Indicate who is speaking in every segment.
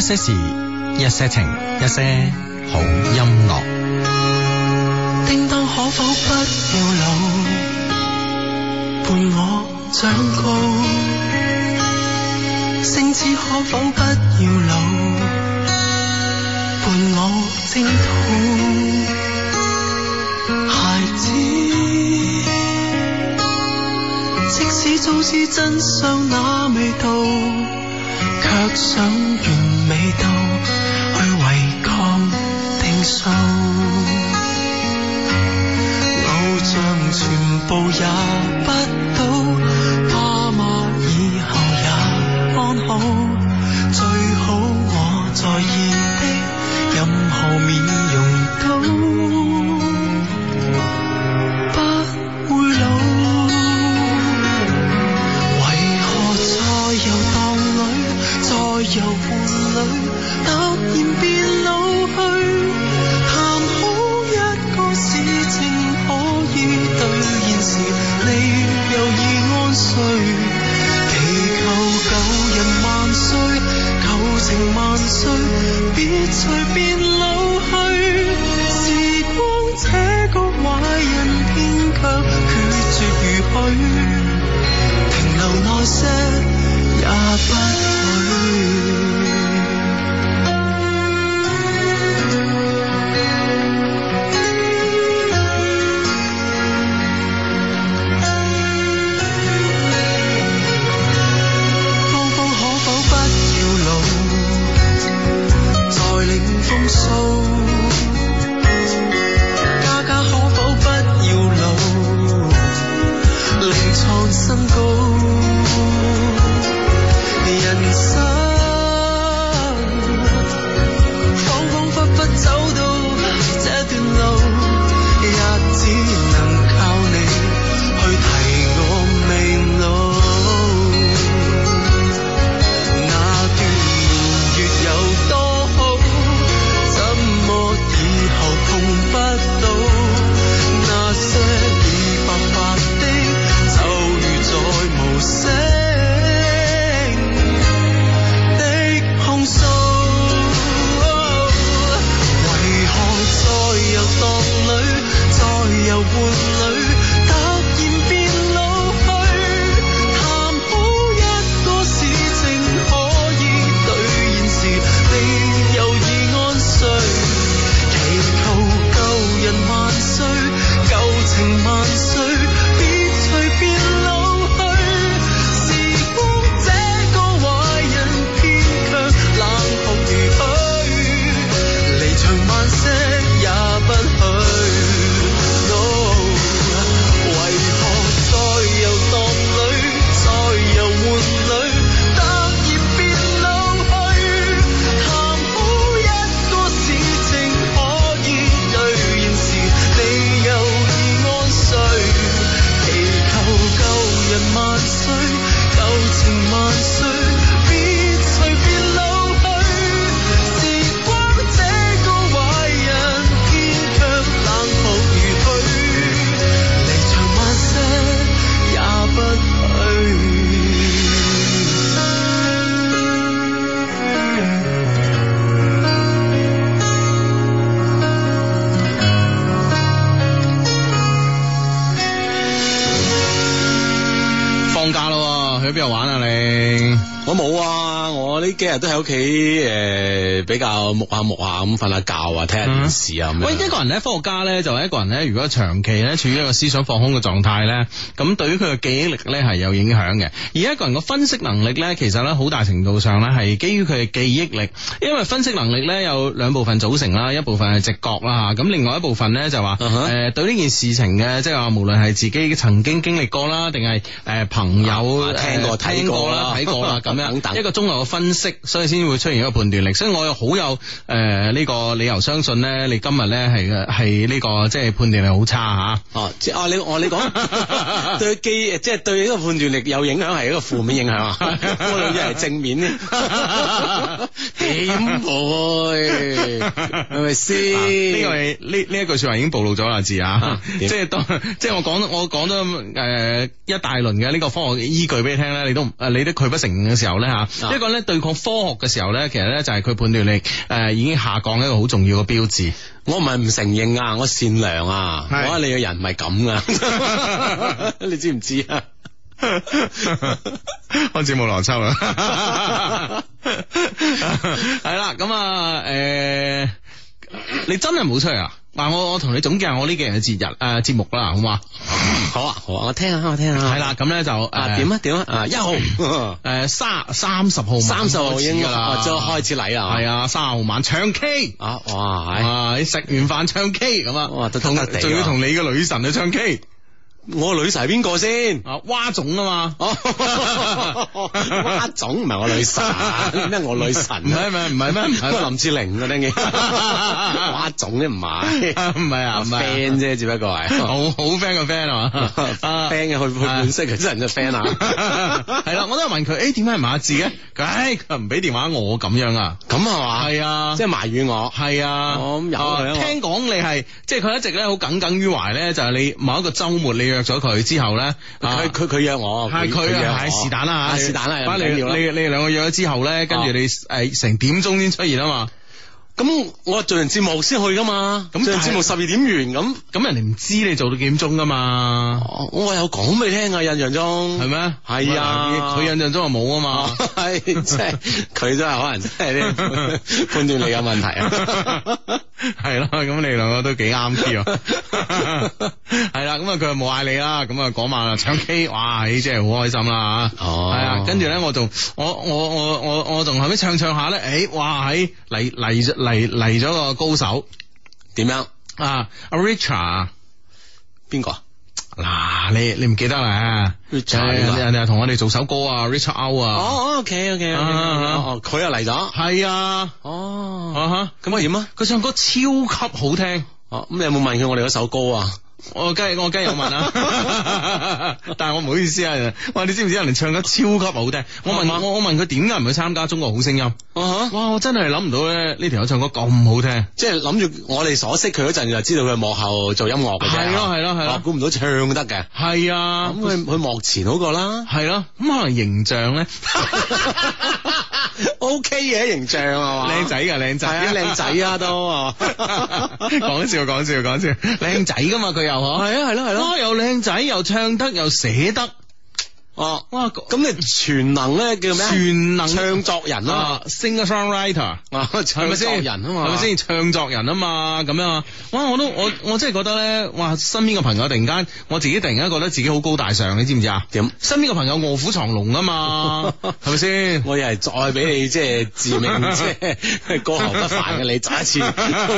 Speaker 1: 些事，一些情，一些好音樂。
Speaker 2: 叮當可否不要老，伴我長高？星子可否不要老，伴我征討？孩子，即使早知真相那味道，卻想完美到去違抗定數。偶像全部也不到，爸媽以後也安好，最好我在意的任何面容都不會老。為何再遊蕩裏，再遊伴侶，突然變老去？談好一個事情。可以兌現時，你又已安睡。祈求舊人萬歲，舊情萬歲，別隨便老去。時光這個壞人，偏卻決絕如許，停留耐些也不許。芳芳可否不要老，再領風騷？家家可否不要老，另創新高？人生恍恍惚惚走到這段路，也只能靠你去提我未老。那段年月有多好，怎麼以後碰不到？那些已白髮的，就如在無聲的控訴。為何再遊蕩裏，再遊伴侶，突然變老去？談好一個事情可以兌現時，你又已安睡。祈求舊人萬歲，舊情萬歲，別隨便老去。時光這個壞人，偏卻冷酷如許，離場慢些也不許。No。為何再遊蕩裏，再遊玩裏，突然變老去？談好一個事情可以兌現時，你又已安睡。祈求舊人萬歲，舊情萬歲，別隨便老去。時光這個壞人，偏卻冷酷如許。離場慢些也不許。
Speaker 1: 放假咯，去邊度玩啊你？
Speaker 3: 我冇啊，我呢幾日都喺屋企誒，比較木下木下咁瞓下覺啊，睇下電視啊咁
Speaker 1: 喂，
Speaker 3: 樣。
Speaker 1: 一個人咧，科學家咧就係一個人咧，如果長期咧處於一個思想放空嘅狀態咧，咁對於佢嘅記憶力咧係有影響嘅。而一個人嘅分析能力咧，其實咧好大程度上咧係基於佢嘅記憶力，因為分析能力咧有兩部分組成啦，一部分係直覺啦嚇，咁另外一部分咧就話
Speaker 3: 嗯哼
Speaker 1: 誒、對呢件事情嘅，即係話無論係自己曾經經歷過啦，定係誒朋友、
Speaker 3: 啊聽過
Speaker 1: 誒
Speaker 3: 睇過
Speaker 1: 啦
Speaker 3: 啦、
Speaker 1: 睇過啦咁樣，
Speaker 3: 等等
Speaker 1: 一個綜合嘅分析，所以先會出現一個判斷力。所以我又好有誒呢個理由相信咧，你今日咧係係呢個即係判斷力好差啊
Speaker 3: 哦，即係哦，你我你講對記，即係對呢個判斷力有影響，係一個負面影響啊。我兩嘢係正面呢， 點會係咪
Speaker 1: 嚇。啊呢
Speaker 3: 先？
Speaker 1: 個係呢呢一句説話已經暴露咗啦，字啊
Speaker 3: 啊，
Speaker 1: 即
Speaker 3: 點
Speaker 1: 係當即係我講我講咗誒一大輪嘅呢個科學嘅依據俾你聽咧，你都唔誒你都拒不承嘅時候咧
Speaker 3: 啊
Speaker 1: 吓，一個咧對抗科學嘅時候咧，其實咧就係佢判斷力誒、呃已經下降一個好重要嘅標誌。
Speaker 3: 我唔係唔承認啊，我善良啊，我
Speaker 1: 係
Speaker 3: 話你個人唔係 咁噶，你知唔知啊？
Speaker 1: 開始冇邏輯啦， 係啦，咁啊，诶、你真係冇出嚟啊？嗱，我我同你總結下我呢幾日嘅節日诶節目啦，好嘛？
Speaker 3: 好啊，好啊，我聽下，我聽下。
Speaker 1: 係啦，咁咧就
Speaker 3: 啊，點啊，點啊，啊，一號，
Speaker 1: 诶三三十號晚
Speaker 3: 三十號已經
Speaker 1: 開始㗎啦，
Speaker 3: 哦就開始禮啦，
Speaker 1: 係啊，三十號晚唱 K。
Speaker 3: 啊，哇，唉
Speaker 1: 啊！你食完飯唱 K 咁啊，
Speaker 3: 哇都得
Speaker 1: 同
Speaker 3: 哦得地喎哦
Speaker 1: 仲要同你個女神去唱 K
Speaker 3: 我女神係邊 個先？
Speaker 1: 啊，蛙總啊嘛，
Speaker 3: 哦，阿總唔係我女神，咩我女神
Speaker 1: 唔
Speaker 3: 啊？
Speaker 1: 係唔係唔係咩？唔係
Speaker 3: 係林志玲啊， 聽見阿總咧唔係
Speaker 1: 啊唔係啊，唔係啊
Speaker 3: friend 啫，只不 過係
Speaker 1: 好好 friend 嘅 friend 啊嘛啊
Speaker 3: friend 嘅，佢佢
Speaker 1: 啊
Speaker 3: 本色佢真人就 friend 啊，
Speaker 1: 係啦，我都有問佢，誒點解唔碼字嘅？佢唉，佢唔俾電話我咁樣啊，
Speaker 3: 咁係嘛？
Speaker 1: 係啊，
Speaker 3: 即係埋怨我。
Speaker 1: 係啊，
Speaker 3: 哦咁有佢啊
Speaker 1: 啊
Speaker 3: 我
Speaker 1: 聽講你係即係佢一直咧好耿耿於懷咧，就係你某一個週末你約咗佢之後咧，啊
Speaker 3: 佢佢佢約我，
Speaker 1: 係佢
Speaker 3: 約我
Speaker 1: 啊，係是但啦嚇
Speaker 3: 啊是但啦，
Speaker 1: 反
Speaker 3: 唔
Speaker 1: 正你
Speaker 3: 緊要啦啊
Speaker 1: 你你哋兩個約咗之後咧，跟住你誒成點鐘先出現啊嘛，
Speaker 3: 咁我做完節目先去噶嘛，
Speaker 1: 咁
Speaker 3: 咁做完
Speaker 1: 但係
Speaker 3: 節目十二點完咁，
Speaker 1: 咁人哋唔知你做到幾點鐘噶嘛，
Speaker 3: 我我有講俾你聽啊，印象中
Speaker 1: 係咩？
Speaker 3: 哦係啊哦
Speaker 1: 佢印象中係冇啊嘛。
Speaker 3: 係真係佢真係可能真係呢 判判斷力有問題 啊，
Speaker 1: 系咯，咁你兩個都幾啱 key 啊！係啦，咁啊佢又冇嗌你啦，咁啊嗰晚啊唱 K，哇，咦真係好開心啦吓！
Speaker 3: 哦
Speaker 1: 係啊，跟住咧我仲我我我我我仲後尾唱唱下咧，诶、哇，喺嚟嚟咗嚟嚟咗個高手
Speaker 3: 點樣？
Speaker 1: 啊，阿 Richard。
Speaker 3: 邊個啊
Speaker 1: 嗱，你你唔記得啦
Speaker 3: Richard 邊個啊
Speaker 1: 人哋同我哋做首歌啊，Richard O 啊，
Speaker 3: 哦，OK OK，
Speaker 1: 啊啊啊
Speaker 3: 哦，佢又嚟咗，
Speaker 1: 係啊，
Speaker 3: 哦，
Speaker 1: 啊哈，
Speaker 3: 咁點啊？
Speaker 1: 佢唱歌超級好聽。
Speaker 3: 哦，咁你有冇問佢我哋嗰首歌啊？
Speaker 1: 我梗係我梗係有問 啦，但係我唔好意思啊！哇，你知唔知人哋唱得超級好聽？我
Speaker 3: 係嘛
Speaker 1: 問我我問佢點解唔去參加中國好聲 音？
Speaker 3: 啊哈
Speaker 1: 哇！我真係諗唔到咧，呢條友唱歌咁好聽。
Speaker 3: 即係諗住我哋所識佢嗰陣就知道佢係幕後做音樂嘅啫，
Speaker 1: 係咯係咯係咯
Speaker 3: 哦估唔到唱得嘅。
Speaker 1: 係啊
Speaker 3: 咁，佢佢幕前嗰個啦
Speaker 1: 係咯，咁可能形象 咧，
Speaker 3: ，OK 嘅形象係嘛，
Speaker 1: 靚仔㗎，靚
Speaker 3: 係
Speaker 1: 仔，
Speaker 3: 啊，靚仔啊都啊，
Speaker 1: 講笑講笑講笑，靚仔㗎嘛佢又嗬，
Speaker 3: 係啊係咯係咯
Speaker 1: 哇又靚仔又唱得又寫得，
Speaker 3: 哦，
Speaker 1: 哇
Speaker 3: 咁你全能咧叫咩啊？
Speaker 1: 全能
Speaker 3: 唱作人啊
Speaker 1: 啊 singer songwriter。
Speaker 3: 嘛，啊
Speaker 1: 係
Speaker 3: 唱
Speaker 1: 咪
Speaker 3: 作
Speaker 1: 先？
Speaker 3: 人啊嘛，
Speaker 1: 係咪先？唱作人啊嘛，咁樣啊！哇！我都我我真係覺得咧，哇！身邊嘅朋友突然間，我自己突然間覺得自己好高大上，你知唔知啊？
Speaker 3: 點
Speaker 1: 身邊嘅朋友卧虎藏龍啊 嘛，係咪先？
Speaker 3: 我又係再俾你即係致 命，即係過河不凡嘅你，再一次好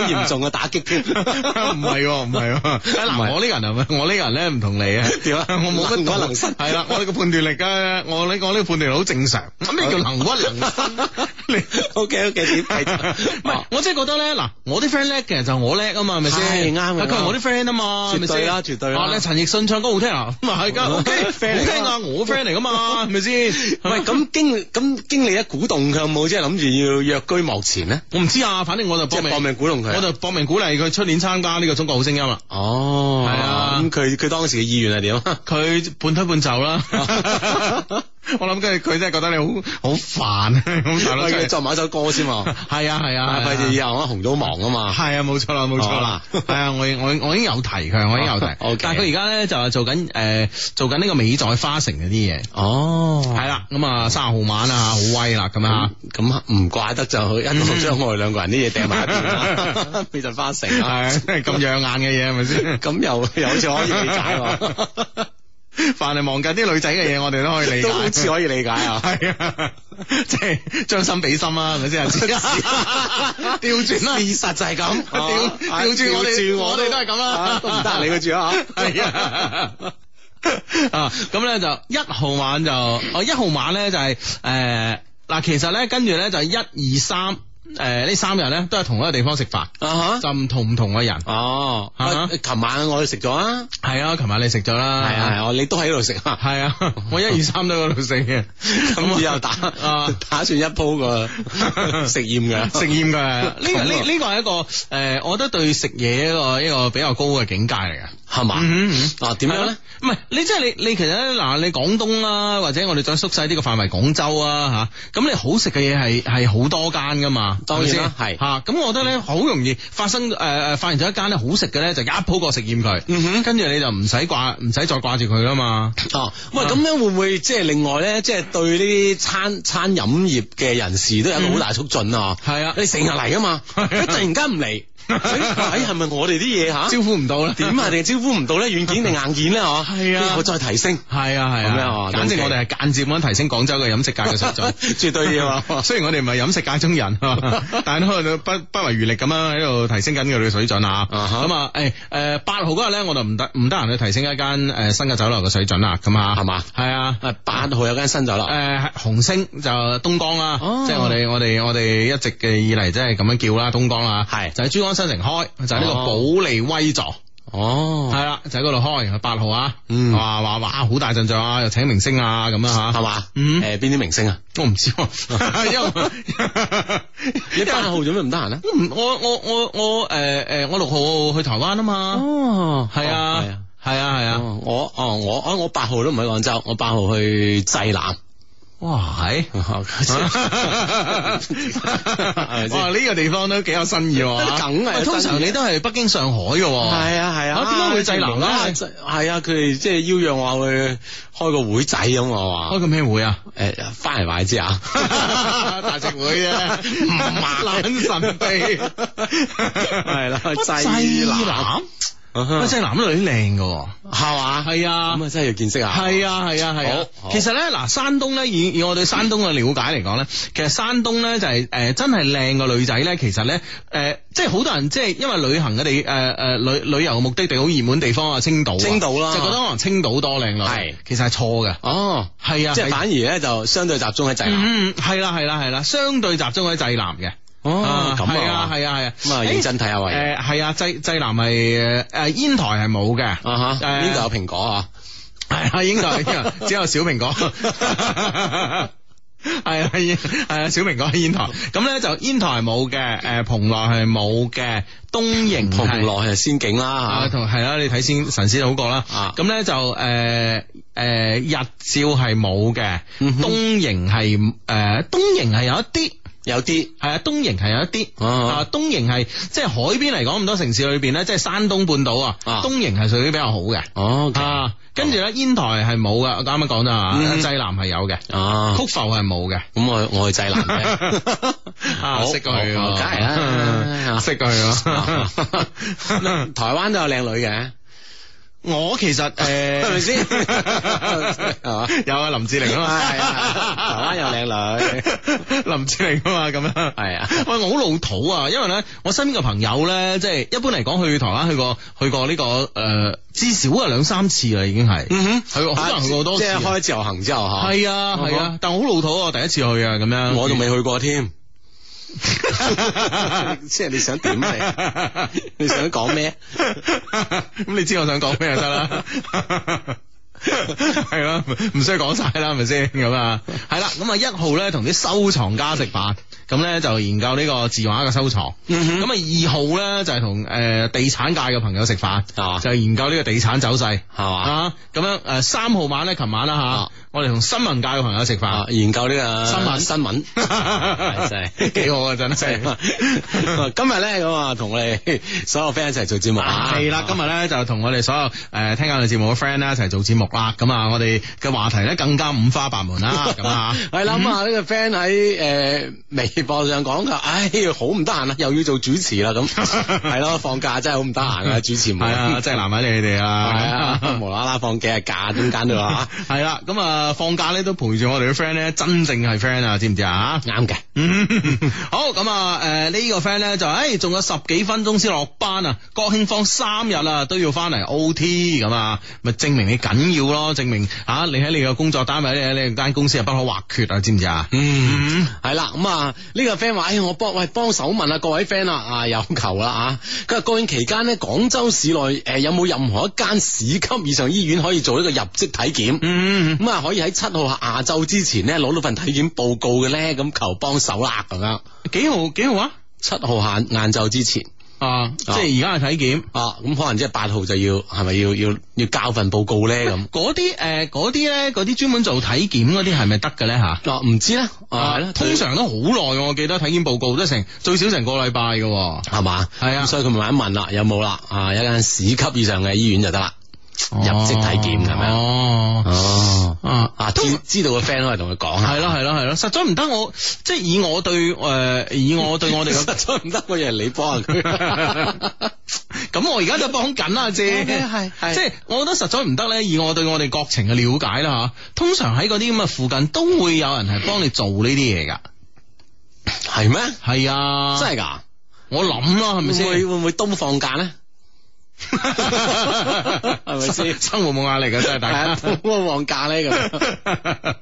Speaker 3: 嚴重嘅打擊添。
Speaker 1: 唔 係喎，唔係喎。
Speaker 3: 唔係
Speaker 1: 嗱，我呢個人係咪？我呢個人咧唔同你啊。
Speaker 3: 點啊
Speaker 1: 我冇乜
Speaker 3: 能屈能伸
Speaker 1: 係啦，我呢個判斷力咧，我呢我呢個判斷力好正常。咁咩叫能屈能伸？ 你
Speaker 3: O K O K，點繼續
Speaker 1: 唔係
Speaker 3: 哦，
Speaker 1: 我真係覺得咧，嗱，我啲 friend 叻嘅就我叻啊嘛，係咪
Speaker 3: 係
Speaker 1: 先？
Speaker 3: 啱嘅
Speaker 1: 佢係我啲 friend 啊嘛，係咪
Speaker 3: 絕對
Speaker 1: 先
Speaker 3: 啦絕對啦
Speaker 1: 啊你陳奕迅唱歌好聽啊，咁啊係㗎，OK，
Speaker 3: friend
Speaker 1: 好聽啊，我 friend 嚟噶嘛，係咪先？
Speaker 3: 唔係咁經咁經理一鼓動佢有冇即係諗住要躍居幕前咧？
Speaker 1: 我唔知啊，反正我就搏
Speaker 3: 即係
Speaker 1: 命，
Speaker 3: 搏命鼓動佢
Speaker 1: 我
Speaker 3: 啊。
Speaker 1: 就搏命鼓勵佢出年參加呢個中國好聲音啊啦。
Speaker 3: 哦，
Speaker 1: 係啊
Speaker 3: 咁佢佢當時嘅意願係點啊？
Speaker 1: 佢半推半就啦， 我諗佢佢真係覺得你好好煩，啊咁大佬
Speaker 3: 喂
Speaker 1: 真
Speaker 3: 佢
Speaker 1: 係
Speaker 3: 作埋一首歌先喎，
Speaker 1: 係啊係啊，
Speaker 3: 啊，費事以後我紅到忙啊嘛。
Speaker 1: 係啊，冇錯啦，冇錯啦，係啊，我我我已經有提佢，我已經有提
Speaker 3: 哦 OK，
Speaker 1: 但係佢而家咧就係做緊誒做緊呢個美在花城嗰啲嘢，
Speaker 3: 哦，
Speaker 1: 係啦，咁啊卅號晚啊，好威啦咁啊
Speaker 3: 咁。咁唔怪得就一路將我哋兩個人啲嘢掟埋一 邊啦，美陣花城啊，
Speaker 1: 係 咁養眼嘅嘢係咪先？
Speaker 3: 咁又又好似可以理解 喎，
Speaker 1: 凡係望緊啲女仔嘅嘢，我哋都可以理解。
Speaker 3: 都好似可以理解啊。
Speaker 1: 係啊，即係將心比心啊啦，係咪先？ 調轉啦，
Speaker 3: 事實就 係咁，
Speaker 1: 調啊哦哎調轉我哋
Speaker 3: 調轉
Speaker 1: 我哋都係咁啦
Speaker 3: 啊都唔得你個住啊，
Speaker 1: 係啊。啊，咁咧就一號晚就，哦一號晚咧就係、诶嗱，其實咧跟住咧就一二三诶呢三日咧都係同一個地方食飯，
Speaker 3: 啊
Speaker 1: 就唔同唔同嘅人。
Speaker 3: 哦，
Speaker 1: 啊哈
Speaker 3: 啊琴晚我去食咗啊，
Speaker 1: 係啊，琴晚你食咗啦，
Speaker 3: 係啊係啊，你都喺度食啊，
Speaker 1: 係啊，我一二三都喺嗰度食嘅，
Speaker 3: 咁以後打
Speaker 1: 啊。
Speaker 3: 打算一鋪 個食厭嘅
Speaker 1: 食厭嘅呢個
Speaker 3: 咁啊
Speaker 1: 呢呢個係一個誒、我覺得對食嘢一個一個比較高嘅境界嚟嘅。
Speaker 3: 係嘛？
Speaker 1: 嗯嗯
Speaker 3: 啊，點樣
Speaker 1: 係
Speaker 3: 咧
Speaker 1: 咯？？唔係你即係你你其實咧嗱，你廣東啦，或者我哋再縮細呢個範圍，廣州啊吓，咁你好食嘅嘢係係好多間噶嘛，
Speaker 3: 當然啦係嗯
Speaker 1: 吓，咁我覺得咧好容易發生誒誒，發現咗一間咧好食嘅咧，就一鋪過食厭佢，
Speaker 3: 嗯哼
Speaker 1: 跟住你就唔使掛唔使再掛住佢啦嘛。
Speaker 3: 哦，
Speaker 1: 啊
Speaker 3: 喂，咁樣會唔會即係另外咧，即係對呢啲餐餐飲業嘅人士都有一個好大促進啊？
Speaker 1: 係啊
Speaker 3: 你成日嚟 啊嘛，一突然間唔嚟，哎，係咪我哋啲嘢吓？
Speaker 1: 招呼唔到啦，
Speaker 3: 點啊？定係招呼唔到咧？軟件定硬件咧？嗬，
Speaker 1: 係啊
Speaker 3: 我再提 升，
Speaker 1: 係啊係
Speaker 3: 咁
Speaker 1: 啊，
Speaker 3: 樣啊
Speaker 1: 簡直
Speaker 3: OK
Speaker 1: 我哋係間接咁樣提升廣州嘅飲食界嘅水 準。
Speaker 3: 絕對要啊！
Speaker 1: 雖然我哋唔係飲食界中人， 但係都不不遺餘力咁樣喺度提升緊佢哋嘅水準啊！
Speaker 3: 啊哈
Speaker 1: 咁啊，誒誒八號嗰日咧，我就唔得唔得閒去提升一間誒新嘅酒樓嘅水準啦，咁啊，
Speaker 3: 係嘛？
Speaker 1: 係啊。
Speaker 3: 啊，八號有間新酒樓，
Speaker 1: 誒紅星就東江啦，
Speaker 3: 哦
Speaker 1: 即係我哋我哋我哋一直嘅以嚟，即係咁樣叫啦，東江啦，
Speaker 3: 係
Speaker 1: 就喺珠江新城開，就喺呢個
Speaker 3: 哦
Speaker 1: 保利威座。
Speaker 3: 哦，
Speaker 1: 係啦，就喺嗰度開八號啊，
Speaker 3: 嗯
Speaker 1: 話話哇好大陣仗啊，又請明星啊咁啊
Speaker 3: 係
Speaker 1: 吓，
Speaker 3: 嘛？
Speaker 1: 嗯
Speaker 3: 誒，邊啲明星啊？
Speaker 1: 我唔知喎，因為
Speaker 3: 你八號做咩唔得閒啊？
Speaker 1: 因為嗯我我我我誒誒，我六號去台灣啊嘛，
Speaker 3: 哦
Speaker 1: 係啊
Speaker 3: 係啊。
Speaker 1: 係啊係啊，
Speaker 3: 哦，我哦我哦我八號都唔喺廣州，我八號去濟南。
Speaker 1: 哇 係。
Speaker 3: 哦
Speaker 1: 哇！
Speaker 3: 哦
Speaker 1: 呢個地方都幾有新意 喎，
Speaker 3: 梗係
Speaker 1: 喂通常你都係北京、上海嘅喎，
Speaker 3: 係啊係啊，
Speaker 1: 啊點解會濟南咧
Speaker 3: 啊濟係啊，佢哋即係邀約我去開個會仔咁我話
Speaker 1: 開個咩會 啊？
Speaker 3: 誒，翻嚟話你知啊，
Speaker 1: 大食會 啊，
Speaker 3: 唔
Speaker 1: 懶
Speaker 3: 係
Speaker 1: 神秘，
Speaker 3: 係啦
Speaker 1: 濟
Speaker 3: 濟
Speaker 1: 南喂，
Speaker 3: 南，啊係
Speaker 1: 濟南啲女靚嘅喎，
Speaker 3: 嘛？
Speaker 1: 係啊
Speaker 3: 咁。啊，真係要見識下。
Speaker 1: 係啊係啊係啊
Speaker 3: 好！好
Speaker 1: 其實咧嗱，山東咧以以我對山東嘅了解嚟講咧，其實山東咧就係、誒、真係靚嘅女仔咧，其實咧誒、即係好多人即係因為旅行嘅地誒誒旅旅遊嘅目的地好熱門地方啊，青島啊
Speaker 3: 青島啦
Speaker 1: 就覺得可能青島多靚女，
Speaker 3: 係
Speaker 1: 其實係錯嘅，
Speaker 3: 哦，
Speaker 1: 係啊，
Speaker 3: 即係
Speaker 1: 係
Speaker 3: 反而咧就相對集中喺濟南。
Speaker 1: 嗯係啦係啦係啦，相對集中喺濟南嘅。
Speaker 3: 哦，咁
Speaker 1: 係啊
Speaker 3: 啊，
Speaker 1: 係啊係啊，
Speaker 3: 咁啊認真睇下喂
Speaker 1: 誒係啊，濟濟南係誒煙台係冇嘅，
Speaker 3: 啊
Speaker 1: 誒
Speaker 3: 哈，呢度有蘋果啊，
Speaker 1: 係 啊，應該係只有小蘋果。 係啊，係啊，小蘋果喺煙台，咁咧就煙台冇嘅，誒蓬萊係冇嘅，東營係
Speaker 3: 蓬萊係仙境
Speaker 1: 啊，
Speaker 3: 啦嚇。
Speaker 1: 同係啦，你睇先神仙好過啦
Speaker 3: 啊，
Speaker 1: 咁咧就誒誒日照係冇嘅，
Speaker 3: 嗯
Speaker 1: 東
Speaker 3: 哼
Speaker 1: 營係誒東營係有一啲。
Speaker 3: 有啲
Speaker 1: 係啊，東營係有一啲
Speaker 3: 啊
Speaker 1: 啊，東營係即係海邊嚟講咁多城市裏邊咧，即係山東半島啊，
Speaker 3: 啊
Speaker 1: 東營係屬於比較好嘅
Speaker 3: 哦
Speaker 1: 啊。跟住咧，煙台係冇噶，我啱啱講咗啊，
Speaker 3: 嗯
Speaker 1: 濟南係有嘅，
Speaker 3: 啊，
Speaker 1: 曲阜係冇嘅。
Speaker 3: 咁我我去濟南嘅。
Speaker 1: 啊
Speaker 3: 好
Speaker 1: 識佢
Speaker 3: 好
Speaker 1: 喎，
Speaker 3: 梗係啦
Speaker 1: 識佢喎。
Speaker 3: 台灣都有靚女嘅，
Speaker 1: 我其實誒，
Speaker 3: 係咪先嘛
Speaker 1: 有啊，林志玲啊嘛，
Speaker 3: 係啊台灣有靚 女
Speaker 1: 林志玲啊嘛，咁樣
Speaker 3: 係啊
Speaker 1: 喂，我好老土啊，因為咧，我身邊嘅朋友咧，即係一般嚟講去台灣去過去過呢個誒，至少係兩三次啦，已經係，
Speaker 3: 嗯哼，
Speaker 1: 係好多人去過好多次
Speaker 3: 即係
Speaker 1: 啊，
Speaker 3: 開自由行之後嚇，
Speaker 1: 係啊係啊，但我好老土啊，第一次去啊，咁樣，
Speaker 3: 嗯我仲未去過添。 即係你想點嚟？ 你想講咩？
Speaker 1: 咁你知我想講咩就得啦。 係啦，唔唔需要講晒啦，係咪先咁啊？係啦，咁啊一號咧同啲收藏家食飯，咁咧就研究呢個字畫嘅收藏。咁
Speaker 3: 嗯
Speaker 1: 啊二號咧就係同誒地產界嘅朋友食飯，
Speaker 3: 啊
Speaker 1: 就係研究呢個地產走勢。
Speaker 3: 係嘛？
Speaker 1: 啊，咁樣誒三號晚咧，琴晚啦吓
Speaker 3: 啊，
Speaker 1: 我哋同新聞界嘅朋友食
Speaker 3: 啊
Speaker 1: 飯，，
Speaker 3: 研究呢個
Speaker 1: 新聞
Speaker 3: 新 聞。真係
Speaker 1: 幾好 啊，真
Speaker 3: 真
Speaker 1: 係。
Speaker 3: 係 今日咧咁啊，同我哋所有 friend 一齊做節目啊！
Speaker 1: 係啦，今日咧就同我哋所有誒聽緊我哋節目嘅 friend 咧一齊做節目啦。咁啊，我哋嘅話題咧更加五花八門 啦。咁啊，
Speaker 3: 係啦，咁啊呢個 friend 喺誒微博上講噶，唉，好唔得閒啊，又要做主持啦 咁，係咯，放假真係好唔得閒啊，主持唔
Speaker 1: 係啊，真係難為你哋
Speaker 3: 係
Speaker 1: 啊。
Speaker 3: 啊，無啦啦放幾日假中間 度啊，
Speaker 1: 係啦，咁啊放假咧都陪住我哋嘅 friend 咧，真正係 friend 啊，知唔知啊？
Speaker 3: 啱嘅，
Speaker 1: 嗯好咁啊，誒呢個 friend 咧就誒仲有十幾分鐘先落班啊，國慶放三日啊，都要翻嚟 O T 咁啊，咪證明你緊要咯，證明啊你喺你嘅工作單位咧，你喺間公司係不可或缺啊，知唔知啊？
Speaker 3: 嗯。
Speaker 1: 嗯
Speaker 3: 係啦，咁啊呢個 friend 話：，哎，我幫喂幫手問下各位 friend 啦，啊有求啦啊！佢話國慶期間呢，廣州市內誒、有冇任何一間市級以上醫院可以做呢個入職體檢？
Speaker 1: 嗯。
Speaker 3: 咁啊，可以喺七號下晝之前咧攞到份體檢報告嘅咧，咁求幫手啦咁樣。
Speaker 1: 幾號幾號啊？
Speaker 3: 七號下晏晝之前，
Speaker 1: 啊啊，即係而家係體檢。
Speaker 3: 啊，咁可能即係八號就要係咪要要要交份報告咧 咁？
Speaker 1: 嗰啲誒，嗰啲咧，嗰啲專門做體檢嗰啲係咪得嘅咧吓？
Speaker 3: 啊，唔知咧，啊，係啦
Speaker 1: 通常都好耐喎，我記得體檢報告都成最少成個禮拜嘅喎。
Speaker 3: 係嘛，
Speaker 1: 係啊
Speaker 3: 咁所以佢咪慢慢問啦，有冇啦？啊，有一間市級以上嘅醫院就得啦，入職體檢係咪啊？
Speaker 1: 哦，
Speaker 3: 哦，
Speaker 1: 啊
Speaker 3: 啊，
Speaker 1: 都
Speaker 3: 知知道個 friend 可以同佢講啊下，
Speaker 1: 係咯係咯係咯，實在唔得我即係以我對誒、呃以 我對我哋
Speaker 3: 實
Speaker 1: 嘅，
Speaker 3: 在唔得，我以為你幫下 佢，
Speaker 1: 咁我而家都幫緊啦，姐。
Speaker 3: 係
Speaker 1: 即係我覺得實在唔得咧，以我對我哋國情嘅了解啦吓，通常喺嗰啲咁嘅附近都會有人係幫你做呢啲嘢㗎。
Speaker 3: 係咩？
Speaker 1: 係啊，
Speaker 3: 真係㗎？
Speaker 1: 我諗啦，係咪先？
Speaker 3: 會會唔會冬放假咧？係咪先
Speaker 1: 生活冇壓力嘅啊真係大 家。
Speaker 3: 冬放假咧咁。啊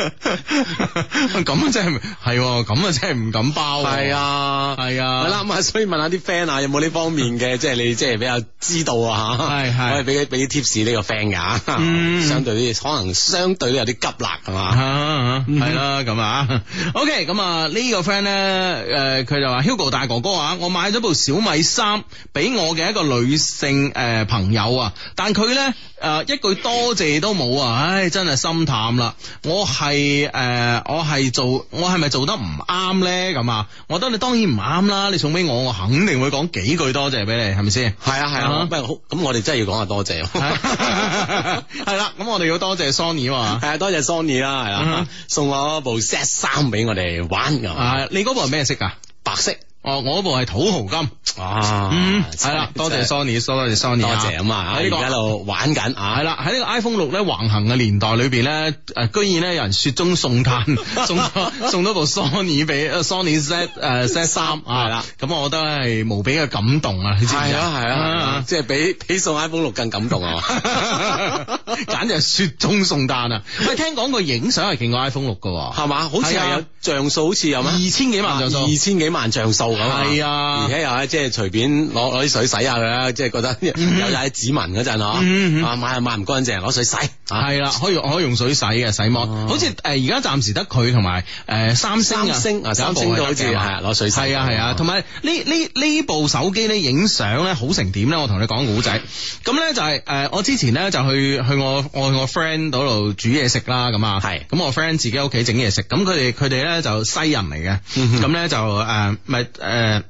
Speaker 1: 咁啊真係唔係喎，咁啊 真係唔敢包。
Speaker 3: 係，啊，
Speaker 1: 係啊，
Speaker 3: 係啦，咁啊，所以問下啲 friend 啊，有冇呢方面 嘅，即係你即係比較知道啊吓，
Speaker 1: 係係
Speaker 3: 可以俾俾啲 tips 呢個 friend 噶，
Speaker 1: 嗯
Speaker 3: 相對啲可能相對都有啲急辣係嘛，
Speaker 1: 啊，
Speaker 3: 嗯
Speaker 1: 係啦，咁啊，OK，咁啊呢個 friend 咧，誒佢就話 Hugo 大哥哥啊，我買咗部小米三俾我嘅一個女性誒朋友啊，但佢咧誒一句多謝都冇啊，唉，真係心淡啦。我係誒我係做我係咪做得唔啱咧？咁啊，我覺得你當然唔啱啦，你送俾我，我肯定會講幾句多謝俾你，係咪先？
Speaker 3: 係啊係
Speaker 1: 啊
Speaker 3: 啊，不過好咁我哋真係要講下多謝，
Speaker 1: 係啦，咁我哋要多謝 Sony 啊
Speaker 3: 係。啊多謝 Sony 啦，係
Speaker 1: 嗯哼
Speaker 3: 啦，送我部 set 三俾我哋玩咁，
Speaker 1: 啊，你嗰部係咩色噶？
Speaker 3: 白色
Speaker 1: 哦，我嗰部係土豪金，
Speaker 3: 啊
Speaker 1: 嗯，系啦，
Speaker 3: 真
Speaker 1: 多
Speaker 3: 係
Speaker 1: 謝 Sony，多謝 Sony，
Speaker 3: 多謝咁啊，
Speaker 1: 喺呢
Speaker 3: 而
Speaker 1: 個
Speaker 3: 家喺度玩緊啊
Speaker 1: 係。啦，喺呢個 iPhone 六咧橫行嘅年代裏邊咧，誒居然咧有人雪中送炭， 送咗 送咗部 Sony 俾呃 Sony Z 誒 Z 三啊，
Speaker 3: 係啦，
Speaker 1: 咁我覺得係無比嘅感動啊，你知唔知
Speaker 3: 係啊係啊，即係比比送 iPhone 六更感動啊嘛！
Speaker 1: 簡直係雪中送炭啊！喂，聽講佢影相係勁過 iPhone 六嘅喎，
Speaker 3: 係嘛？好似
Speaker 1: 係啊
Speaker 3: 係有像素，好似有咩？
Speaker 1: 二千幾萬像素
Speaker 3: 二，千幾萬像素咁啊！
Speaker 1: 係啊
Speaker 3: 而且又係即係隨便攞攞啲水洗下佢啦，即係覺得有晒指紋嗰陣
Speaker 1: 嗯嗯
Speaker 3: 嗬，啊買又買唔乾淨，攞水洗啊！
Speaker 1: 係啦，可以用可以用水洗嘅洗膜，
Speaker 3: 哦
Speaker 1: 好似誒呃而家暫時得佢同埋誒三星啊
Speaker 3: 三星啊，
Speaker 1: 有
Speaker 3: 三
Speaker 1: 一部
Speaker 3: 星都
Speaker 1: 係
Speaker 3: 好似
Speaker 1: 得
Speaker 3: 係
Speaker 1: 嘅嘛
Speaker 3: 啊攞水洗，
Speaker 1: 係啊係啊，同埋呢呢呢部手機咧影相咧好成點咧？我同你講古仔，咁咧就係、誒、我之前咧就去去我我去我 friend 嗰度煮嘢食啦，咁啊，
Speaker 3: 係
Speaker 1: 咁我 friend 自己喺屋企整嘢食，咁佢哋佢哋咧就西人嚟嘅，
Speaker 3: 嗯哼
Speaker 1: 咁咧就誒咪誒，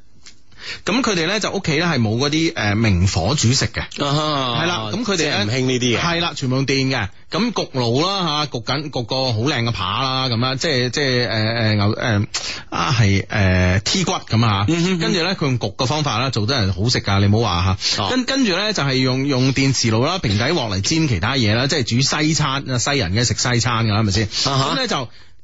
Speaker 1: 咁佢哋咧就屋企咧係冇嗰啲誒明火煮食嘅。
Speaker 3: 係
Speaker 1: 係啦咁佢哋咧
Speaker 3: 哦唔興呢啲嘅，
Speaker 1: 係啦，全部用電嘅，咁焗爐啦吓，焗緊焗個好靚嘅扒啦，咁啊啦，即係即係誒誒牛誒啊係誒 T 骨咁啊，
Speaker 3: 嗯哼
Speaker 1: 跟住咧佢用焗嘅方法啦，做得係好食噶，你唔好話吓。
Speaker 3: 哦
Speaker 1: 跟跟住咧就係用用電磁爐啦、平底鑊嚟煎其他嘢啦，即係煮西餐啊西人嘅食西餐噶啦，係咪先？
Speaker 3: 啊哈
Speaker 1: 咁咧就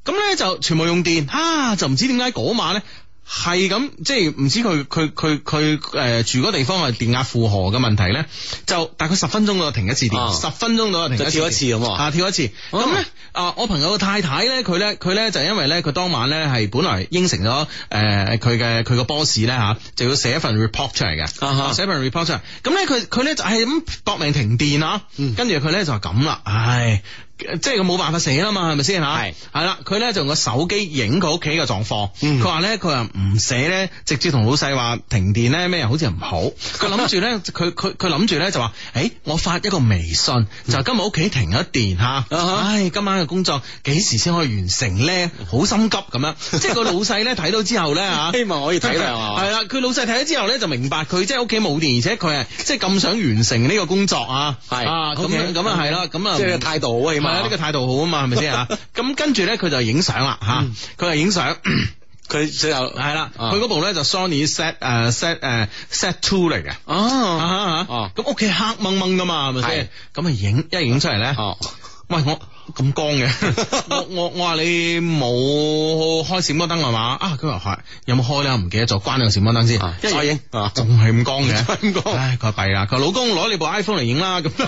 Speaker 1: 咁咧就全部用電，啊就唔知點解嗰晚咧。係咁，即係唔知佢佢佢佢誒住嗰地方係電壓負荷嘅問題咧，就大概十分鐘度停一次電，
Speaker 3: 啊
Speaker 1: 十、分鐘度停
Speaker 3: 就
Speaker 1: 一次
Speaker 3: 跳一次
Speaker 1: 電。
Speaker 3: 咁啊！
Speaker 1: 啊，跳一次，
Speaker 3: 哦
Speaker 1: 咁咧啊，我朋友嘅太太咧，佢咧佢咧就因為咧佢當晚咧係本來應承咗誒佢嘅佢個 boss 咧吓，就要寫一份 report 出嚟嘅，
Speaker 3: 啊哈
Speaker 1: 啊寫份 report 出嚟，咁咧佢佢咧就係咁搏命停電啊，
Speaker 3: 嗯
Speaker 1: 跟住佢咧就話咁啦，唉。即係佢冇辦法寫啦嘛，係咪先吓？
Speaker 3: 係
Speaker 1: 係啦，佢咧就用個手機影佢屋企嘅狀況。
Speaker 3: 嗯
Speaker 1: 佢話咧，佢話唔寫咧，直接同老細話停電咧咩，好似唔好。 佢諗住咧，佢佢佢諗住咧就話，誒、我發一個微信，就今日屋企停咗電吓，
Speaker 3: 嗯啊哈
Speaker 1: 唉，今晚嘅工作幾時先可以完成咧？好心急咁樣， 即係個老細咧睇到之後咧吓。
Speaker 3: 希望可以體 諒
Speaker 1: 係
Speaker 3: 啊！
Speaker 1: 啦，佢老細睇咗之後咧，就明白佢即係屋企冇電，而且佢係即係咁想完成呢個工作啊，
Speaker 3: 係
Speaker 1: 啊咁
Speaker 3: OK 嗯
Speaker 1: 樣咁啊係啦，咁啊
Speaker 3: 即係
Speaker 1: 唔
Speaker 3: 個態度好，起
Speaker 1: 係啊，
Speaker 3: 碼
Speaker 1: 呢個態度好啊嘛，係咪先 啊？咁跟住咧，佢就影相啦吓，佢就影 相，
Speaker 3: 佢最後
Speaker 1: 係啦，
Speaker 3: 啊
Speaker 1: 佢嗰部咧就 Sony Set 誒 Set 誒 Set Two 嚟嘅。 啊
Speaker 3: 哦
Speaker 1: 啊啊
Speaker 3: 哦
Speaker 1: 咁屋企黑掹掹噶嘛，係咪先
Speaker 3: 係？
Speaker 1: 咁啊影一影出嚟咧，
Speaker 3: 哦
Speaker 1: 喂我咁光 嘅，我我我話你冇開閃光燈係嘛？啊佢話係，有冇開咧？我唔記得咗，關咗個閃光燈先
Speaker 3: 啊，
Speaker 1: 一
Speaker 3: 再影啊
Speaker 1: 仲係咁光 嘅，
Speaker 3: 咁光
Speaker 1: 唉佢話弊啦，佢話老公 攞你部 iPhone 嚟影啦咁。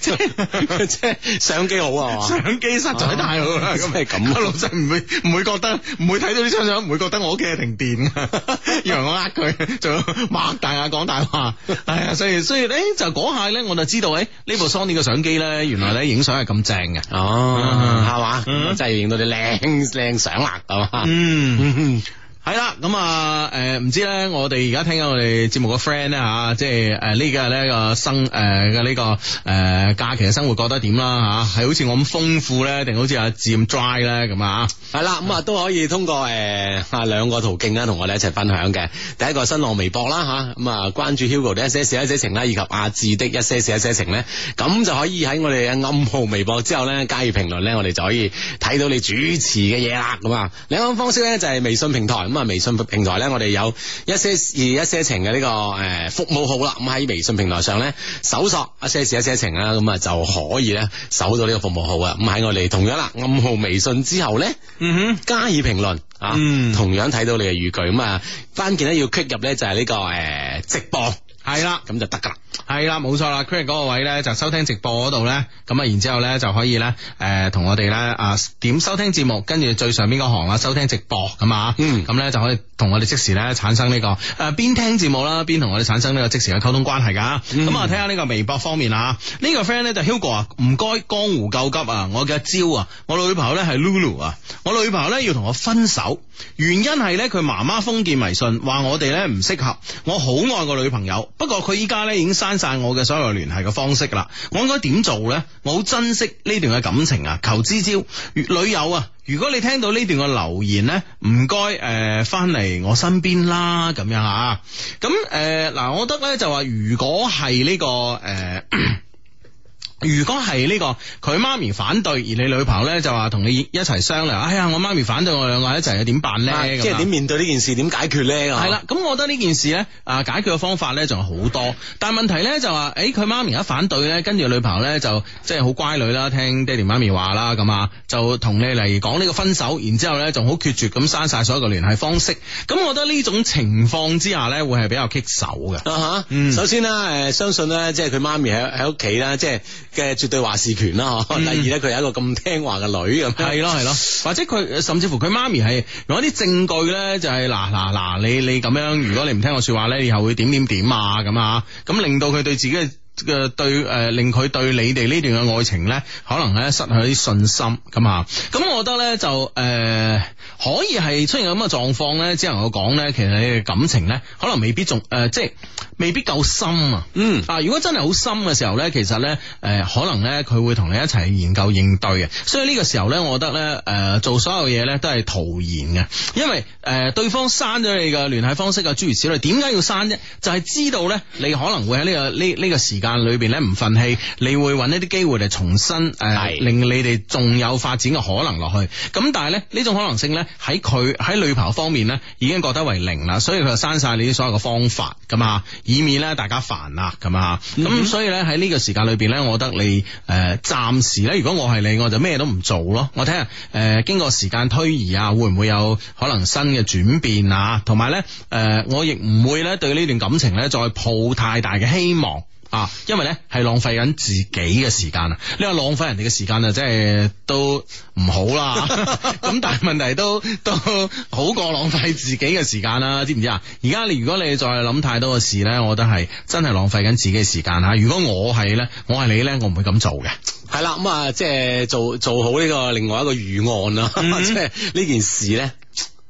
Speaker 3: 即係即係相機好啊係嘛，
Speaker 1: 相機實在太好啦，咁
Speaker 3: 真係咁啊
Speaker 1: 個老細唔會唔會覺得唔會睇到呢張相，唔會覺得我屋企係停 電，以為我呃佢，仲要擘大眼講大話，係啊，所以所以咧就嗰下咧我就知道誒呢部 Sony 嘅相機咧，原來
Speaker 3: 嗯
Speaker 1: 咧影相係咁正嘅，
Speaker 3: 哦，係嘛，
Speaker 1: 嗯
Speaker 3: 咁真係要影到啲靚靚相啦，係嘛。
Speaker 1: 嗯。
Speaker 3: 嗯
Speaker 1: 系啦，咁啊，诶、唔知咧，我哋而家聽緊我哋節目嘅 friend 咧吓，即係诶呢個呢個生诶嘅呢個诶、呃假期嘅生活覺得點啦啊吓，係好似我咁豐富咧，定好似阿志咁 dry 咧咁啊？
Speaker 3: 系啦，咁啊都可以通過誒啊兩個途徑啦，同我哋一齊分享嘅。第一個新浪微博啦吓，咁啊關注 Hugo 的一些事一些情啦，以及阿志的一些事一些情咧，咁就可以喺我哋嘅暗號微博之後咧加以評論咧，我哋就可以睇到你主持嘅嘢啦。咁啊，另一種方式咧就係微信平台，咁啊微信平台咧我哋有一些事一些情嘅呢個誒服務號啦，咁喺微信平台上咧搜索啊一些事一些情啦，咁啊就可以咧搜到呢個服務號啊。咁喺我哋同樣啦暗號微信之後咧。
Speaker 1: 嗯
Speaker 3: 加以評論啊，
Speaker 1: 嗯
Speaker 3: 同樣睇到你嘅語句咁啊，關鍵咧要 click 入咧就係呢、個誒、直播，
Speaker 1: 哼，係啦，
Speaker 3: 咁就得㗎啦。
Speaker 1: 係啦，冇錯啦 c r i t 嗰個位咧就收聽直播嗰度咧，咁啊，然之後咧就可以咧诶同我哋咧啊點收聽節目，跟住最上邊嗰行啊收聽直播咁啊，
Speaker 3: 嗯
Speaker 1: 咁咧就可以同我哋即時咧產生呢、個诶邊聽節目啦，邊同我哋產生呢個即時嘅溝通關係㗎。
Speaker 3: 嗯
Speaker 1: 咁啊，睇下呢個微博方面啊，呢、個 friend 咧就 Hugo 啊，唔該江湖救急啊，我嘅招啊，我女朋友咧係 Lulu 啊，我女朋友咧要同我分手，原因係咧佢媽媽封建迷信，話我哋咧唔適合，我好愛個女朋友，不過佢依家咧已經刪晒我嘅所有聯繫嘅方式啦，我應該點做咧？我好珍惜呢段嘅感情啊，求支招，女友啊！如果你聽到呢段嘅留言咧，唔該誒翻嚟我身邊啦，咁樣啊。咁誒嗱，我覺得咧就話，如果係呢、個誒。 如果係呢、個佢媽咪反對，而你女朋友咧就話同你一齊商量，哎呀，我媽咪反對我兩個喺一齊，點辦咧？
Speaker 3: 啊
Speaker 1: 咁
Speaker 3: 即係
Speaker 1: 啊
Speaker 3: 點面對呢件事，點解決咧？
Speaker 1: 系啦，咁我覺得呢件事咧，啊解決嘅方法咧仲有好多，但系問題咧就話，诶佢媽咪一反對咧，跟住女朋友咧就即係好乖女啦，聽爹哋媽咪話啦，咁啊就同你嚟講呢個分手，然之後咧仲好決絕咁刪晒所有嘅聯繫方式，咁我覺得呢種情況之下咧，會係比較棘手嘅。
Speaker 3: 啊吓，
Speaker 1: 嗯
Speaker 3: 首先啦，誒相信咧，即係佢媽咪喺喺屋企啦，即係嘅絕對話事權啦，嗬。
Speaker 1: 嗯
Speaker 3: 第二咧，佢有一個咁聽話嘅女咁樣，
Speaker 1: 係咯係咯，或者佢甚至乎佢媽咪係用一啲證據咧，就係嗱嗱嗱，你你咁樣，如果你唔聽我說話咧，以後會點點點啊咁啊，咁令到佢對自己嘅。嘅對誒、呃令佢對你哋呢段嘅愛情咧，可能咧失去啲信心咁啊。咁我覺得咧就誒、呃可以係出現咁嘅狀況咧，只能夠講咧，其實你嘅感情咧，可能未必仲誒、呃即係未必夠深啊。
Speaker 3: 嗯
Speaker 1: 啊，如果真係好深嘅時候咧，其實咧，誒、可能咧佢會同你一齊研究應對嘅，所以呢個時候咧，我覺得咧，誒、做所有嘢咧都係徒然嘅，因為誒、對方刪咗你嘅聯繫方式啊，諸如此類，點解要刪啫？就係、知道咧，你可能會喺呢、個呢呢、個時間裏邊咧唔憤氣，你會揾一啲機會嚟重新誒、
Speaker 3: 係
Speaker 1: 令你哋仲有發展嘅可能落去。咁但係咧呢種可能性咧喺佢喺女朋友方面咧已經覺得為零啦，所以佢就刪晒你啲所有嘅方法咁啊，以免咧大家煩啦咁啊。咁、所以咧喺呢個時間裏邊咧，我覺得你誒、呃、暫時咧，如果我係你，我就咩都唔做咯。我睇下誒經過時間推移啊，會唔會有可能新嘅轉變啊？同埋咧誒，我亦唔會咧對呢段感情咧再抱太大嘅希望。啊，因為咧係浪費緊自己嘅時間啊！你話浪費人哋嘅時間啊，真係都唔好 啦。咁但係問題都都好過浪費自己嘅時間啦，知唔知啊？而家你如果你再諗太多嘅事咧，我覺得係真係浪費緊自己嘅時間吓。如果我係咧，我係你咧，我唔會咁做嘅。
Speaker 3: 係啦，咁啊，即係做做好呢個另外一個預案啦，
Speaker 1: 嗯
Speaker 3: 即係呢件事咧，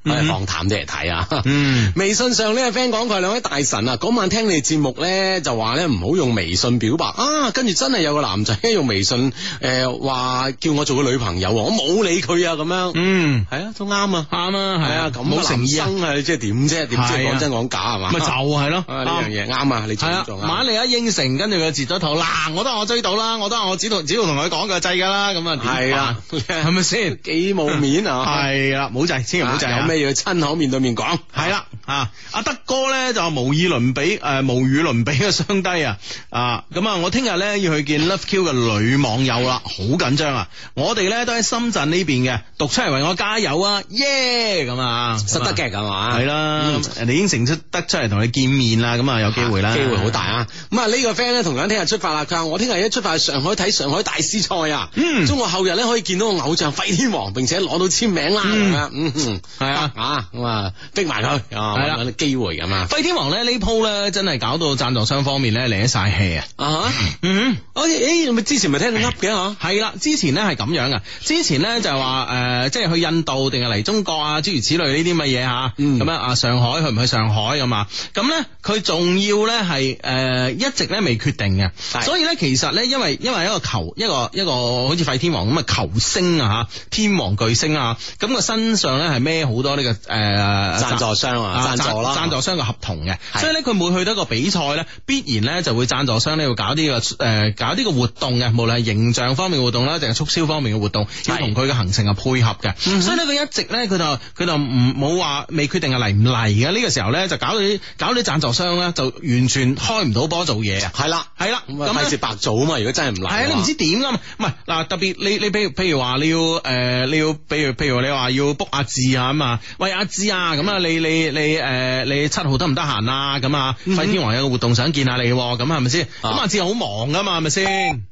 Speaker 3: 我
Speaker 1: 嗯
Speaker 3: 哋放淡啲嚟睇啊。
Speaker 1: 嗯
Speaker 3: 微信上呢個 friend 講佢係兩位大神啊，嗰晚聽你哋節目咧就話咧唔好用微信表白啊，跟住真係有個男仔哎用微信誒話、叫我做佢女朋友，我冇理佢啊咁樣，
Speaker 1: 嗯，
Speaker 3: 係啊都啱啊，
Speaker 1: 啱啊，係
Speaker 3: 係啊
Speaker 1: 啊，
Speaker 3: 咁
Speaker 1: 冇誠意啊，
Speaker 3: 啊，即係點啫？點知
Speaker 1: 係啊
Speaker 3: 講真講假係嘛？
Speaker 1: 咪就係咯，
Speaker 3: 啊呢樣嘢啱啊，你
Speaker 1: 系
Speaker 3: 做
Speaker 1: 啊，
Speaker 3: 做
Speaker 1: 馬
Speaker 3: 啱。
Speaker 1: 利亞應承，跟住佢截咗頭嗱，我都係我追到啦，我都係我只同只要同佢講嘅制㗎啦，咁啊點
Speaker 3: 係啊
Speaker 1: 辦係咪先？
Speaker 3: 幾冇面啊！
Speaker 1: 係啦，冇制，千祈唔好制啊
Speaker 3: 有咩咧要親口面對面講。
Speaker 1: 系啦，啊，阿德哥咧就無以倫比，诶、無與倫比嘅雙低啊，啊，咁啊，我聽日咧要去見 Love Q 嘅女網友啦，好緊張啊！我哋咧都喺深圳呢邊嘅，讀出嚟為我加油啊，耶！咁啊，
Speaker 3: 實得嘅係嘛？
Speaker 1: 係啦，人哋已經成出得出嚟同你見面啦，咁啊有機會啦，
Speaker 3: 機會好大啊！咁啊呢個 friend 咧同樣聽日出發啦，佢話我聽日一出發去上海睇上海大師賽啊，
Speaker 1: 嗯
Speaker 3: 中國後日咧可以見到我偶像費天王，並且攞到簽名啦
Speaker 1: 嗯
Speaker 3: 咁樣，嗯，
Speaker 1: 係啊
Speaker 3: 啊咁啊逼埋佢，啊
Speaker 1: 係啦
Speaker 3: 揾啲機會咁啊，
Speaker 1: 費天王咧呢鋪咧真係搞到贊助商方面咧嚟一晒氣啊！
Speaker 3: 啊哈
Speaker 1: 嗯。
Speaker 3: 好似誒咪之前咪聽你噏嘅嚇，
Speaker 1: 係啊啦，之前咧係咁樣噶，啊之前咧就係話诶，即係去印度定係嚟中國啊，諸如此類呢啲乜嘢吓，
Speaker 3: 嗯
Speaker 1: 咁樣啊上海去唔去上海咁啊？咁咧佢仲要咧係诶一直咧未決定嘅，
Speaker 3: 係
Speaker 1: 所以咧其實咧因為因為一個球一個一個好似費天王咁嘅球星啊吓，天王巨星啊，咁個身上咧係孭好多呢個呃诶
Speaker 3: 贊助商啊，贊助啦，
Speaker 1: 贊助商嘅合同嘅，
Speaker 3: 係
Speaker 1: 所以咧佢每去到一個比賽咧，必然咧就會贊助商咧要搞呢、個誒、呃搞呢個活動嘅，無論係形象方面嘅活動啦，定係促銷方面嘅活動，要同佢嘅行程係配合嘅。
Speaker 3: 嗯
Speaker 1: 所以咧佢一直咧佢就佢就唔冇話未決定係嚟唔嚟嘅呢個時候咧，就搞到啲搞到啲贊助商咧就完全開唔到波做嘢啊！
Speaker 3: 係啦，
Speaker 1: 係啦，
Speaker 3: 咁啊
Speaker 1: 呢
Speaker 3: 費事白做啊嘛，如果真係唔嚟嘅話，
Speaker 1: 系啊，你唔知點噶嘛？唔係嗱，特別你你譬如譬如話你要诶、呃你要譬如譬如你話要 book 阿志啊嘛，喂阿志啊咁啊，你你你诶、呃你七號得唔得閒啊？咁啊，費天王有個活動想見下你喎，咁係咪先？咁
Speaker 3: 啊
Speaker 1: 阿志好忙噶嘛，係咪先？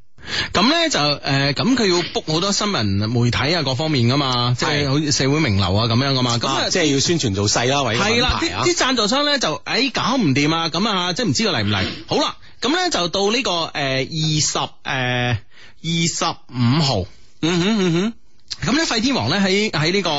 Speaker 1: 咁咧就誒，呃咁、佢要 book 好多新聞媒體啊，各方面噶嘛，即係
Speaker 3: 係
Speaker 1: 好似社會名流啊咁樣噶嘛，咁啊
Speaker 3: 啊即係要宣傳做勢啦，為咗
Speaker 1: 係
Speaker 3: 品
Speaker 1: 啦，
Speaker 3: 牌
Speaker 1: 啲
Speaker 3: 啊
Speaker 1: 啲，贊助商咧就诶搞唔掂啊，咁啊即係唔知佢嚟唔嚟。
Speaker 3: 嗯
Speaker 1: 好啦，咁咧就到呢、個个诶二十诶二十五號。
Speaker 3: 嗯哼嗯哼。
Speaker 1: 咁咧，費天王咧喺喺呢個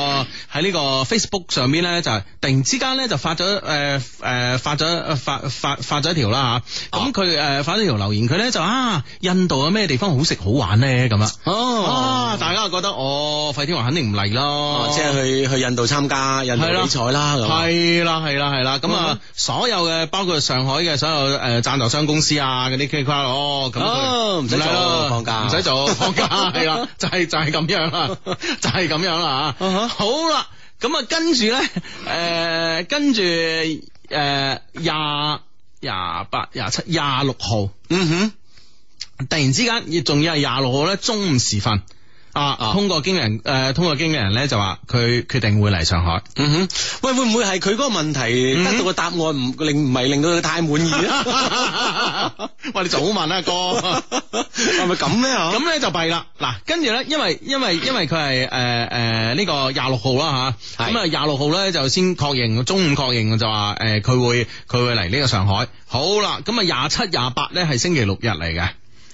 Speaker 1: 喺呢個 Facebook 上邊咧，就係突然之間咧就發咗誒誒發咗發發發咗一條啦嚇，
Speaker 3: 哦
Speaker 1: 咁佢誒發咗條留言，佢咧就啊印度有咩地方好食好玩咧咁啊，啊
Speaker 3: 哦，
Speaker 1: 大家就覺得哦費天王肯定唔嚟咯
Speaker 3: 哦，即係去去印度參加印度
Speaker 1: 係啦
Speaker 3: 比賽啦，咁啊
Speaker 1: 系啦，系啦，系啦，咁
Speaker 3: 嗯
Speaker 1: 啊，所有嘅包括上海嘅所有诶赞助商公司啊，嗰啲 K 跨哦，咁佢
Speaker 3: 哦唔使做
Speaker 1: 係啦
Speaker 3: 放假
Speaker 1: 唔使做放 假，系啦，就係就係咁樣啦， 就係咁樣啦
Speaker 3: 嗯
Speaker 1: 吓，
Speaker 3: 哼
Speaker 1: 好啦，咁啊，跟 住咧，诶，跟住诶廿廿八、廿七、廿六號，
Speaker 3: 嗯哼。
Speaker 1: 突然之間，亦仲要係廿六號咧，中午時分啊
Speaker 3: 啊，
Speaker 1: 通過經理人诶，通過經理人咧就話佢決定會嚟上海。
Speaker 3: 嗯哼，喂，會唔會係佢嗰個問題
Speaker 1: 嗯哼
Speaker 3: 得到個答案唔令唔係令到佢太滿意 啊？
Speaker 1: 喂，你早問啊，哥。
Speaker 3: 係咪咁咧啊吓？
Speaker 1: 咁咧就弊啦，嗱，跟住咧，因為因為因為佢係誒誒呢個廿六號啦吓，
Speaker 3: 係
Speaker 1: 咁啊廿六號咧就先確認，中午確認就話誒佢會佢會嚟呢個上海，好啦，咁啊廿七廿八咧係星期六日嚟嘅，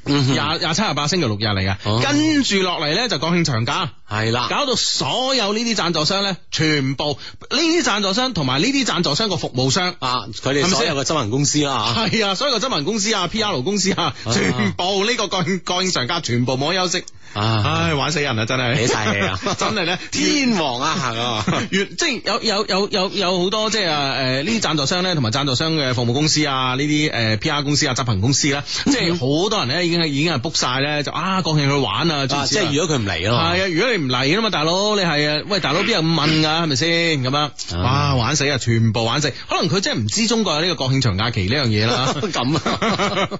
Speaker 3: 嗯哼
Speaker 1: 廿廿七廿八星期六日嚟嘅，
Speaker 3: 哦啊
Speaker 1: 跟住落嚟咧就國慶長假。
Speaker 3: 係啦，
Speaker 1: 搞到所有呢啲贊助商咧，全部呢啲贊助商同埋呢啲贊助商個服務商，
Speaker 3: 啊，佢
Speaker 1: 係咪
Speaker 3: 哋
Speaker 1: 先
Speaker 3: 所有嘅執行公司啦吓，
Speaker 1: 系啊，所有個執文公司啊、P.R. 公司啊，
Speaker 3: 啊
Speaker 1: 全部呢個國慶國慶長假全部冇得休息，
Speaker 3: 啊，
Speaker 1: 唉，玩死人啊，真係
Speaker 3: 起晒氣啊
Speaker 1: 真係咧，天
Speaker 3: 天王啊 行啊，
Speaker 1: 越即係有有有有有好多即係誒呢啲贊助商咧，同埋贊助商嘅服務公司啊，呢啲誒 P.R. 公司啊、執行公司啦，即 係好多人咧已經係已經係 book 晒咧，就啊國慶去玩啊，
Speaker 3: 啊即係
Speaker 1: 果。
Speaker 3: 如果佢唔嚟啊
Speaker 1: 系啊，如果你唔嚟啊嘛，大佬你係啊，喂，大佬邊有咁問㗎，係咪先咁啊？哇，玩死啊，全部玩死，可能佢真係唔知中國有呢個國慶長假期呢樣嘢啦。
Speaker 3: 嘛， 咁啊，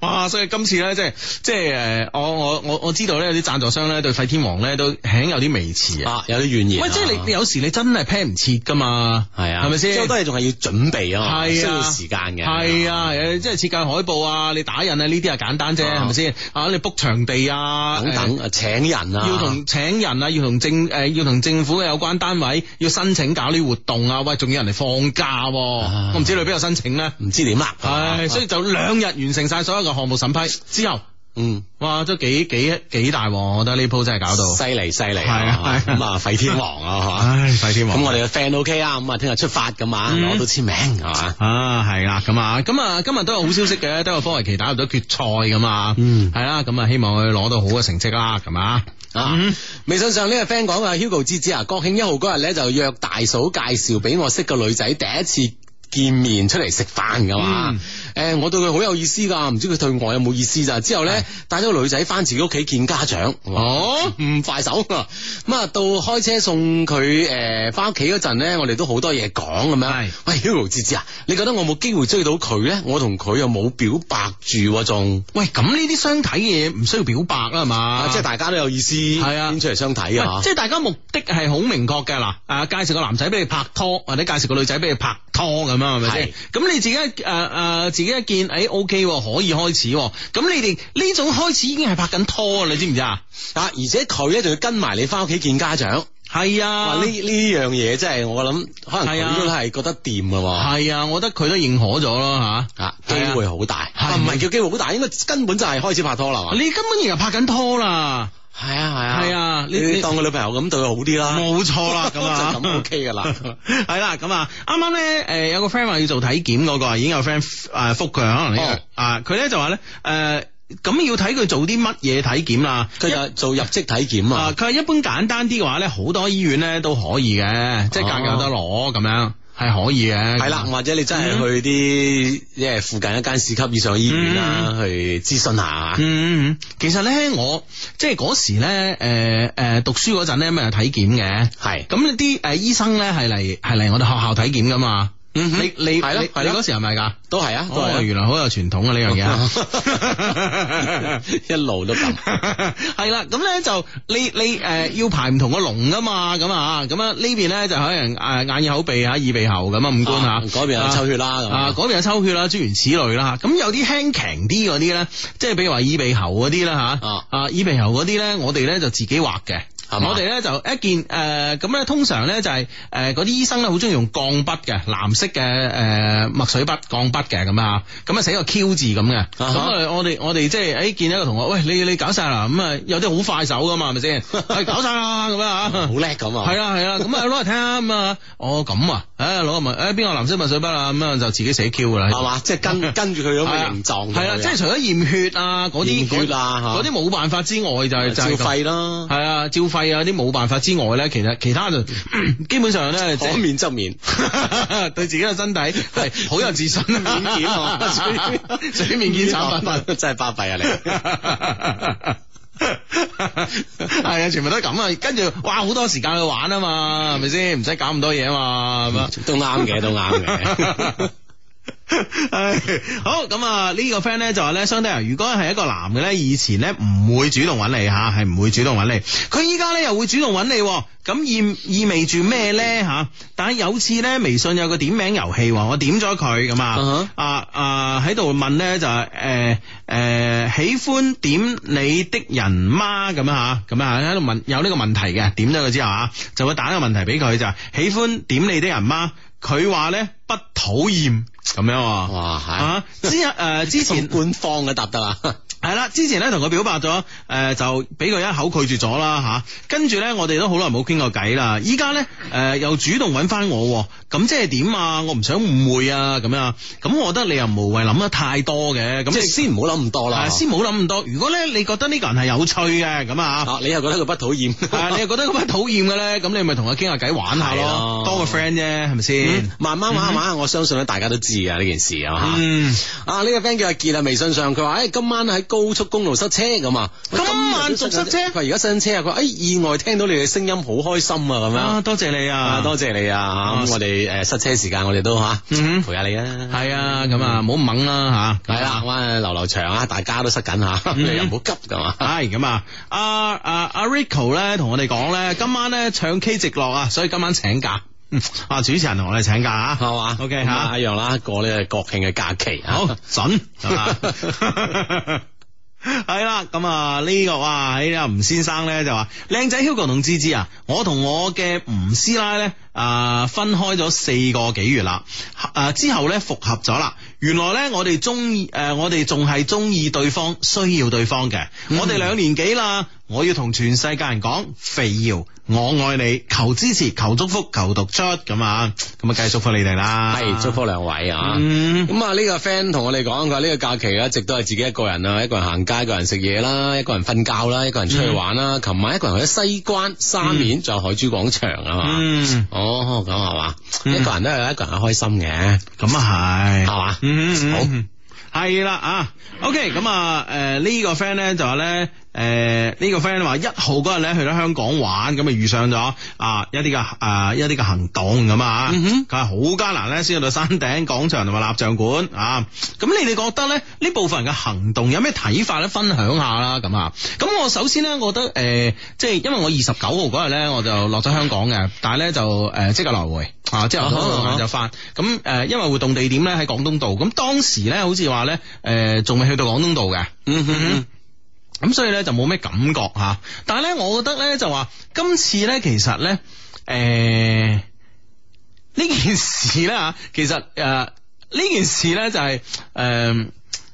Speaker 1: 哇！所以今次咧，即係即係诶，我我我我知道咧，有啲贊助商咧對費天王咧都輕有啲微詞啊。
Speaker 3: 啊有啲怨言啊，
Speaker 1: 喂，即係你你有時你真係 plan 唔切噶嘛，
Speaker 3: 係啊，
Speaker 1: 係咪
Speaker 3: 即係好
Speaker 1: 先？
Speaker 3: 多嘢仲係要準備啊嘛，需
Speaker 1: 係
Speaker 3: 要
Speaker 1: 啊，
Speaker 3: 時間嘅，
Speaker 1: 係啊，誒即係設計海報啊，你打印啊，呢啲啊簡單啫，
Speaker 3: 啊
Speaker 1: 係咪先？啊，你 book 場地啊，
Speaker 3: 等
Speaker 1: 誒
Speaker 3: 等啊請人啊，
Speaker 1: 要同請人啊，要同政誒、要同政府嘅有關單位要申請搞呢活動啊，喂，仲要人嚟放假、喎。
Speaker 3: 啊
Speaker 1: 我唔知你邊度申請咧。
Speaker 3: 唔知點啦，
Speaker 1: 唉，所以就兩日完成晒所有嘅項目審批之後，
Speaker 3: 嗯。
Speaker 1: 哇，都幾幾幾大鑊，我覺得呢鋪真係搞
Speaker 3: 犀
Speaker 1: 到。
Speaker 3: 利犀利，
Speaker 1: 係啊係啊
Speaker 3: 咁啊，廢天王啊，
Speaker 1: 唉，費天
Speaker 3: 嚇！
Speaker 1: 王
Speaker 3: 咁我哋嘅 friend OK 啊，咁啊，聽日出發咁啊，
Speaker 1: 嗯
Speaker 3: 攞到簽名係嘛？
Speaker 1: 啊，系啦，咁啊，咁啊，今日都有好消息嘅，都有科維奇打入咗決賽咁啊，
Speaker 3: 嗯
Speaker 1: 係啦，咁啊，希望佢攞到好嘅成績啦，咁啊，
Speaker 3: 啊
Speaker 1: 嗯！
Speaker 3: 微信上呢個 friend 講啊，Hugo 芝芝啊，國慶一號嗰日咧就約大嫂介紹俾我識個女仔，第一次。見面出嚟食飯噶嘛？
Speaker 1: 嗯
Speaker 3: 诶、我對佢好有意思㗎，唔知佢對我有冇意思咋。之後咧，帶咗個女仔翻自己屋企見家長。
Speaker 1: 哦，
Speaker 3: 唔快手啊咁啊，到開車送佢诶翻屋企嗰陣咧，我哋都好多嘢講咁樣。
Speaker 1: 係
Speaker 3: 喂，Hugo 志志啊，你覺得我冇機會追到佢咧？我同佢又冇表白住喎仲。
Speaker 1: 喂，咁呢啲相睇嘅嘢唔需要表白啦，係嘛？
Speaker 3: 啊，即係大家都有意思，
Speaker 1: 係啊
Speaker 3: 拎出嚟相睇
Speaker 1: 喂
Speaker 3: 啊，
Speaker 1: 即係大家目的係好明確嘅嗱，啊介紹個男仔俾你拍拖，或者介紹個女仔俾你拍拖咁啊樣，係咪先
Speaker 3: 係？
Speaker 1: 咁你自己誒誒、呃自己一見，誒、O K 可以開始喎，咁你哋呢種開始已經係拍緊拖啦，你知唔知啊？
Speaker 3: 啊，而且佢咧仲要跟埋你翻屋企見家長。
Speaker 1: 係啊
Speaker 3: 哇！呢呢樣嘢真係我諗，可能
Speaker 1: 係啊
Speaker 3: 佢都係覺得掂㗎喎。
Speaker 1: 係啊，我覺得佢都認可咗咯吓。
Speaker 3: 啊，機
Speaker 1: 係啊
Speaker 3: 會好大，
Speaker 1: 係
Speaker 3: 啊唔係叫機會好大，應該根本就係開始拍拖啦，係嘛？
Speaker 1: 你根本而家拍緊拖啦，
Speaker 3: 係啊，係
Speaker 1: 係啊
Speaker 3: 你
Speaker 1: 你
Speaker 3: 你當個女朋友咁對佢好啲啦，
Speaker 1: 冇錯啦，咁 啊，
Speaker 3: 就咁 OK 噶啦。
Speaker 1: 係啦，咁啊，啱啱咧，诶，有個 friend 話要做體檢嗰個，已經有 friend 诶复佢，可能呢
Speaker 3: 哦
Speaker 1: 個啊，佢咧就話咧，诶，咁要睇佢做啲乜嘢體檢啦。
Speaker 3: 佢就做入職體檢
Speaker 1: 啊，
Speaker 3: 啊，
Speaker 1: 佢話一般簡單啲嘅話咧，好多醫院咧都可以嘅，即係價格有得攞咁樣，係可以嘅。
Speaker 3: 哦係啦，或者你真係去啲即係附近一間市級以上嘅醫院啦，去諮詢下。
Speaker 1: 嗯嗯，嗯嗯其實咧，我即係嗰時咧，诶、诶、讀書嗰陣咧，啊咪有體檢嘅。
Speaker 3: 係，
Speaker 1: 咁啲诶醫生咧係嚟係嚟我哋學校體檢噶嘛？
Speaker 3: 嗯哼
Speaker 1: 你你你你
Speaker 3: 係咯係咯
Speaker 1: 嗰時係咪㗎？
Speaker 3: 都係啊，都
Speaker 1: 哦，
Speaker 3: 係
Speaker 1: 原來好有傳統啊呢啊樣
Speaker 3: 啊
Speaker 1: 嘢。
Speaker 3: 一路都咁。
Speaker 1: 係啦，咁咧就你你诶要排唔同個龍噶嘛，咁啊咁啊呢邊咧就可能诶眼耳口鼻啊耳鼻喉咁啊五官
Speaker 3: 啊
Speaker 1: 啊，
Speaker 3: 嗰邊有抽血啦咁
Speaker 1: 啊嗰邊有抽血啦，諸如此類啦。咁有啲輕強啲嗰啲咧，即係比如話耳鼻喉嗰啲啦吓，
Speaker 3: 啊
Speaker 1: 啊耳鼻喉嗰啲咧，我哋咧就自己畫嘅。
Speaker 3: 係嘛
Speaker 1: 我哋咧就一件誒咁咧，通常咧就係誒嗰啲醫生咧好中意用鋼筆嘅藍色嘅誒墨水筆鋼筆嘅咁啊，咁啊寫個 Q 字咁嘅。咁
Speaker 3: 哈
Speaker 1: 啊我哋我哋即係誒見一個同學，喂你你搞晒啦，咁啊有啲好快手噶嘛，係咪先？ 係搞晒啦咁啊
Speaker 3: 好叻咁啊！
Speaker 1: 系啦系啦，咁啊攞嚟睇下咁啊，哦咁啊，诶攞個墨，诶边個藍色墨水筆啊，咁啊就自己寫 Q 噶啦，
Speaker 3: 係嘛，即係跟跟住佢咁嘅形狀。
Speaker 1: 系啦，即啊係除咗驗血啊嗰啲
Speaker 3: 驗血啊嚇
Speaker 1: 嗰啲冇辦法之外就係就
Speaker 3: 照
Speaker 1: 係咁。
Speaker 3: 肺啦
Speaker 1: 系，啊，照肺啊啲冇辦法之外咧，其實其他就 基本上咧，即
Speaker 3: 可
Speaker 1: 係
Speaker 3: 面側面。
Speaker 1: 對自己嘅身體係好有自信，
Speaker 3: 面檢 啊
Speaker 1: 水面檢產品。
Speaker 3: 真係巴閉啊你！
Speaker 1: 係啊，全部都係咁啊，跟住哇，好多時間去玩啊嘛，係咪先？唔使搞咁多嘢啊嘛，
Speaker 3: 都啱嘅，都啱嘅。
Speaker 1: 唉，好咁啊！呢個 friend 咧就話咧，相對啊，如果係一個男嘅咧，以前咧唔會主動揾你吓，係唔會主動揾你。佢依家咧又會主動揾你喎，咁意意味住咩咧吓？但係有次咧，微信有個點名遊戲喎，我點咗佢咁啊
Speaker 3: 嗯，
Speaker 1: 啊啊喺度問咧就係誒誒喜歡點你的人嗎咁啊咁啊喺度問有呢個問題嘅，點咗佢之後啊，就會打一個問題俾佢就係喜歡點你的人嗎？佢話咧不討厭咁樣喎。
Speaker 3: 哇，係
Speaker 1: 啊！之誒、呃之
Speaker 3: 咁
Speaker 1: 前
Speaker 3: 官方嘅答得啦，
Speaker 1: 係啦，之前咧同佢表白咗，誒、就俾佢一口拒絕咗啦吓，跟住咧，我哋都好耐冇傾過偈啦。依家咧誒又主動揾翻我喎，咁即係點啊？我唔想誤會啊咁樣。咁我覺得你又無謂諗得太多嘅。咁
Speaker 3: 咁即係
Speaker 1: 你
Speaker 3: 先唔好諗咁多啦
Speaker 1: 啊。先冇諗咁多。如果咧你覺得呢個人係有趣嘅咁 啊。
Speaker 3: 啊，你又覺得佢不討厭，
Speaker 1: 啊！你又覺得咁樣討厭嘅咧，咁你咪同佢傾下偈玩下
Speaker 3: 係
Speaker 1: 咯
Speaker 3: 咯，
Speaker 1: 當個 friend 啫，係咪先？
Speaker 3: 嗯慢慢玩下玩下，我相信咧大家都知嘅呢件事啊嚇
Speaker 1: 嗯，
Speaker 3: 啊，呢個 friend 叫阿傑啊，微信上佢話：，誒今晚喺高速公路塞車咁啊，
Speaker 1: 今晚仲塞車
Speaker 3: 佢話而家新車啊，佢話誒意外聽到你哋聲音好開心啊咁樣。
Speaker 1: 啊，多謝你
Speaker 3: 啊
Speaker 1: 啊，，
Speaker 3: 多謝你啊！咁我哋誒塞車時間，我哋都嚇
Speaker 1: 嗯哼
Speaker 3: 陪下你啊。
Speaker 1: 係啊，咁啊，唔好猛啦
Speaker 3: 係
Speaker 1: 吓，
Speaker 3: 啦，咁啊流流長啊，大家都塞緊嚇，
Speaker 1: 嗯
Speaker 3: 你又唔好急 噶嘛。
Speaker 1: 系咁啊！阿阿阿 Rico 咧同我哋講咧，今晚咧唱 K 直落啊，所以今晚請假。嗯啊，主持人同我哋請假啊，
Speaker 3: 系嘛
Speaker 1: OK，
Speaker 3: 咁
Speaker 1: 吓
Speaker 3: 啊一樣啦，過呢個國慶嘅假期啊
Speaker 1: 好準係嘛？ 係啦，咁啊呢個哇，喺阿吳先生咧就話，靚仔 Hugo 同芝芝啊，我同我嘅吳師奶咧啊分開咗四個幾月啦，啊之後咧復合咗啦。原來咧我哋中意誒，我哋仲係中意對方，需要對方嘅。
Speaker 3: 嗯
Speaker 1: 我哋兩年幾啦，我要同全世界人講，肥瑤，我愛你，求支持，求祝福，求讀出咁啊，咁啊繼續祝福你哋啦，
Speaker 3: 係祝福兩位啊。
Speaker 1: 嗯
Speaker 3: 咁啊，呢個 friend 同我哋講，佢話呢個假期啊一直都係自己一個人啊，一個人行街，一個人食嘢啦，一個人瞓覺啦，一個人出去
Speaker 1: 嗯
Speaker 3: 玩啦。琴晚一個人去咗西關、沙面，仲有海珠廣場啊嘛。
Speaker 1: 嗯。
Speaker 3: 哦，咁係嘛，
Speaker 1: 嗯
Speaker 3: 一個人都有一個人開心嘅，
Speaker 1: 咁啊系，
Speaker 3: 係嘛
Speaker 1: 嗯，嗯嗯系啦啊，OK，咁啊，诶、呢、個 friend 咧就話咧，诶、呢、個 friend 話一號嗰日咧去咗香港玩，咁啊遇上咗啊一啲嘅啊一啲嘅行動咁啊，佢係好艱難咧先去到山頂廣場同埋蠟像館啊，咁你哋覺得咧呢部分人嘅行動有咩睇法咧？分享下啦，咁啊，咁我首先咧，我覺得诶、即係因為我二十九號嗰日咧我就落咗香港嘅，但係咧就诶即刻來回。啊，即係
Speaker 3: 啊哈啊哈
Speaker 1: 晏晝翻。咁誒、呃因為活動地點咧喺廣東道，咁當時咧好似話咧誒，仲、未去到廣東道嘅。
Speaker 3: 嗯哼，
Speaker 1: 咁所以咧就冇咩感覺吓、但係咧，我覺得咧就話今次咧其實咧誒呢件事咧嚇，其實誒呢、件事咧就係、呃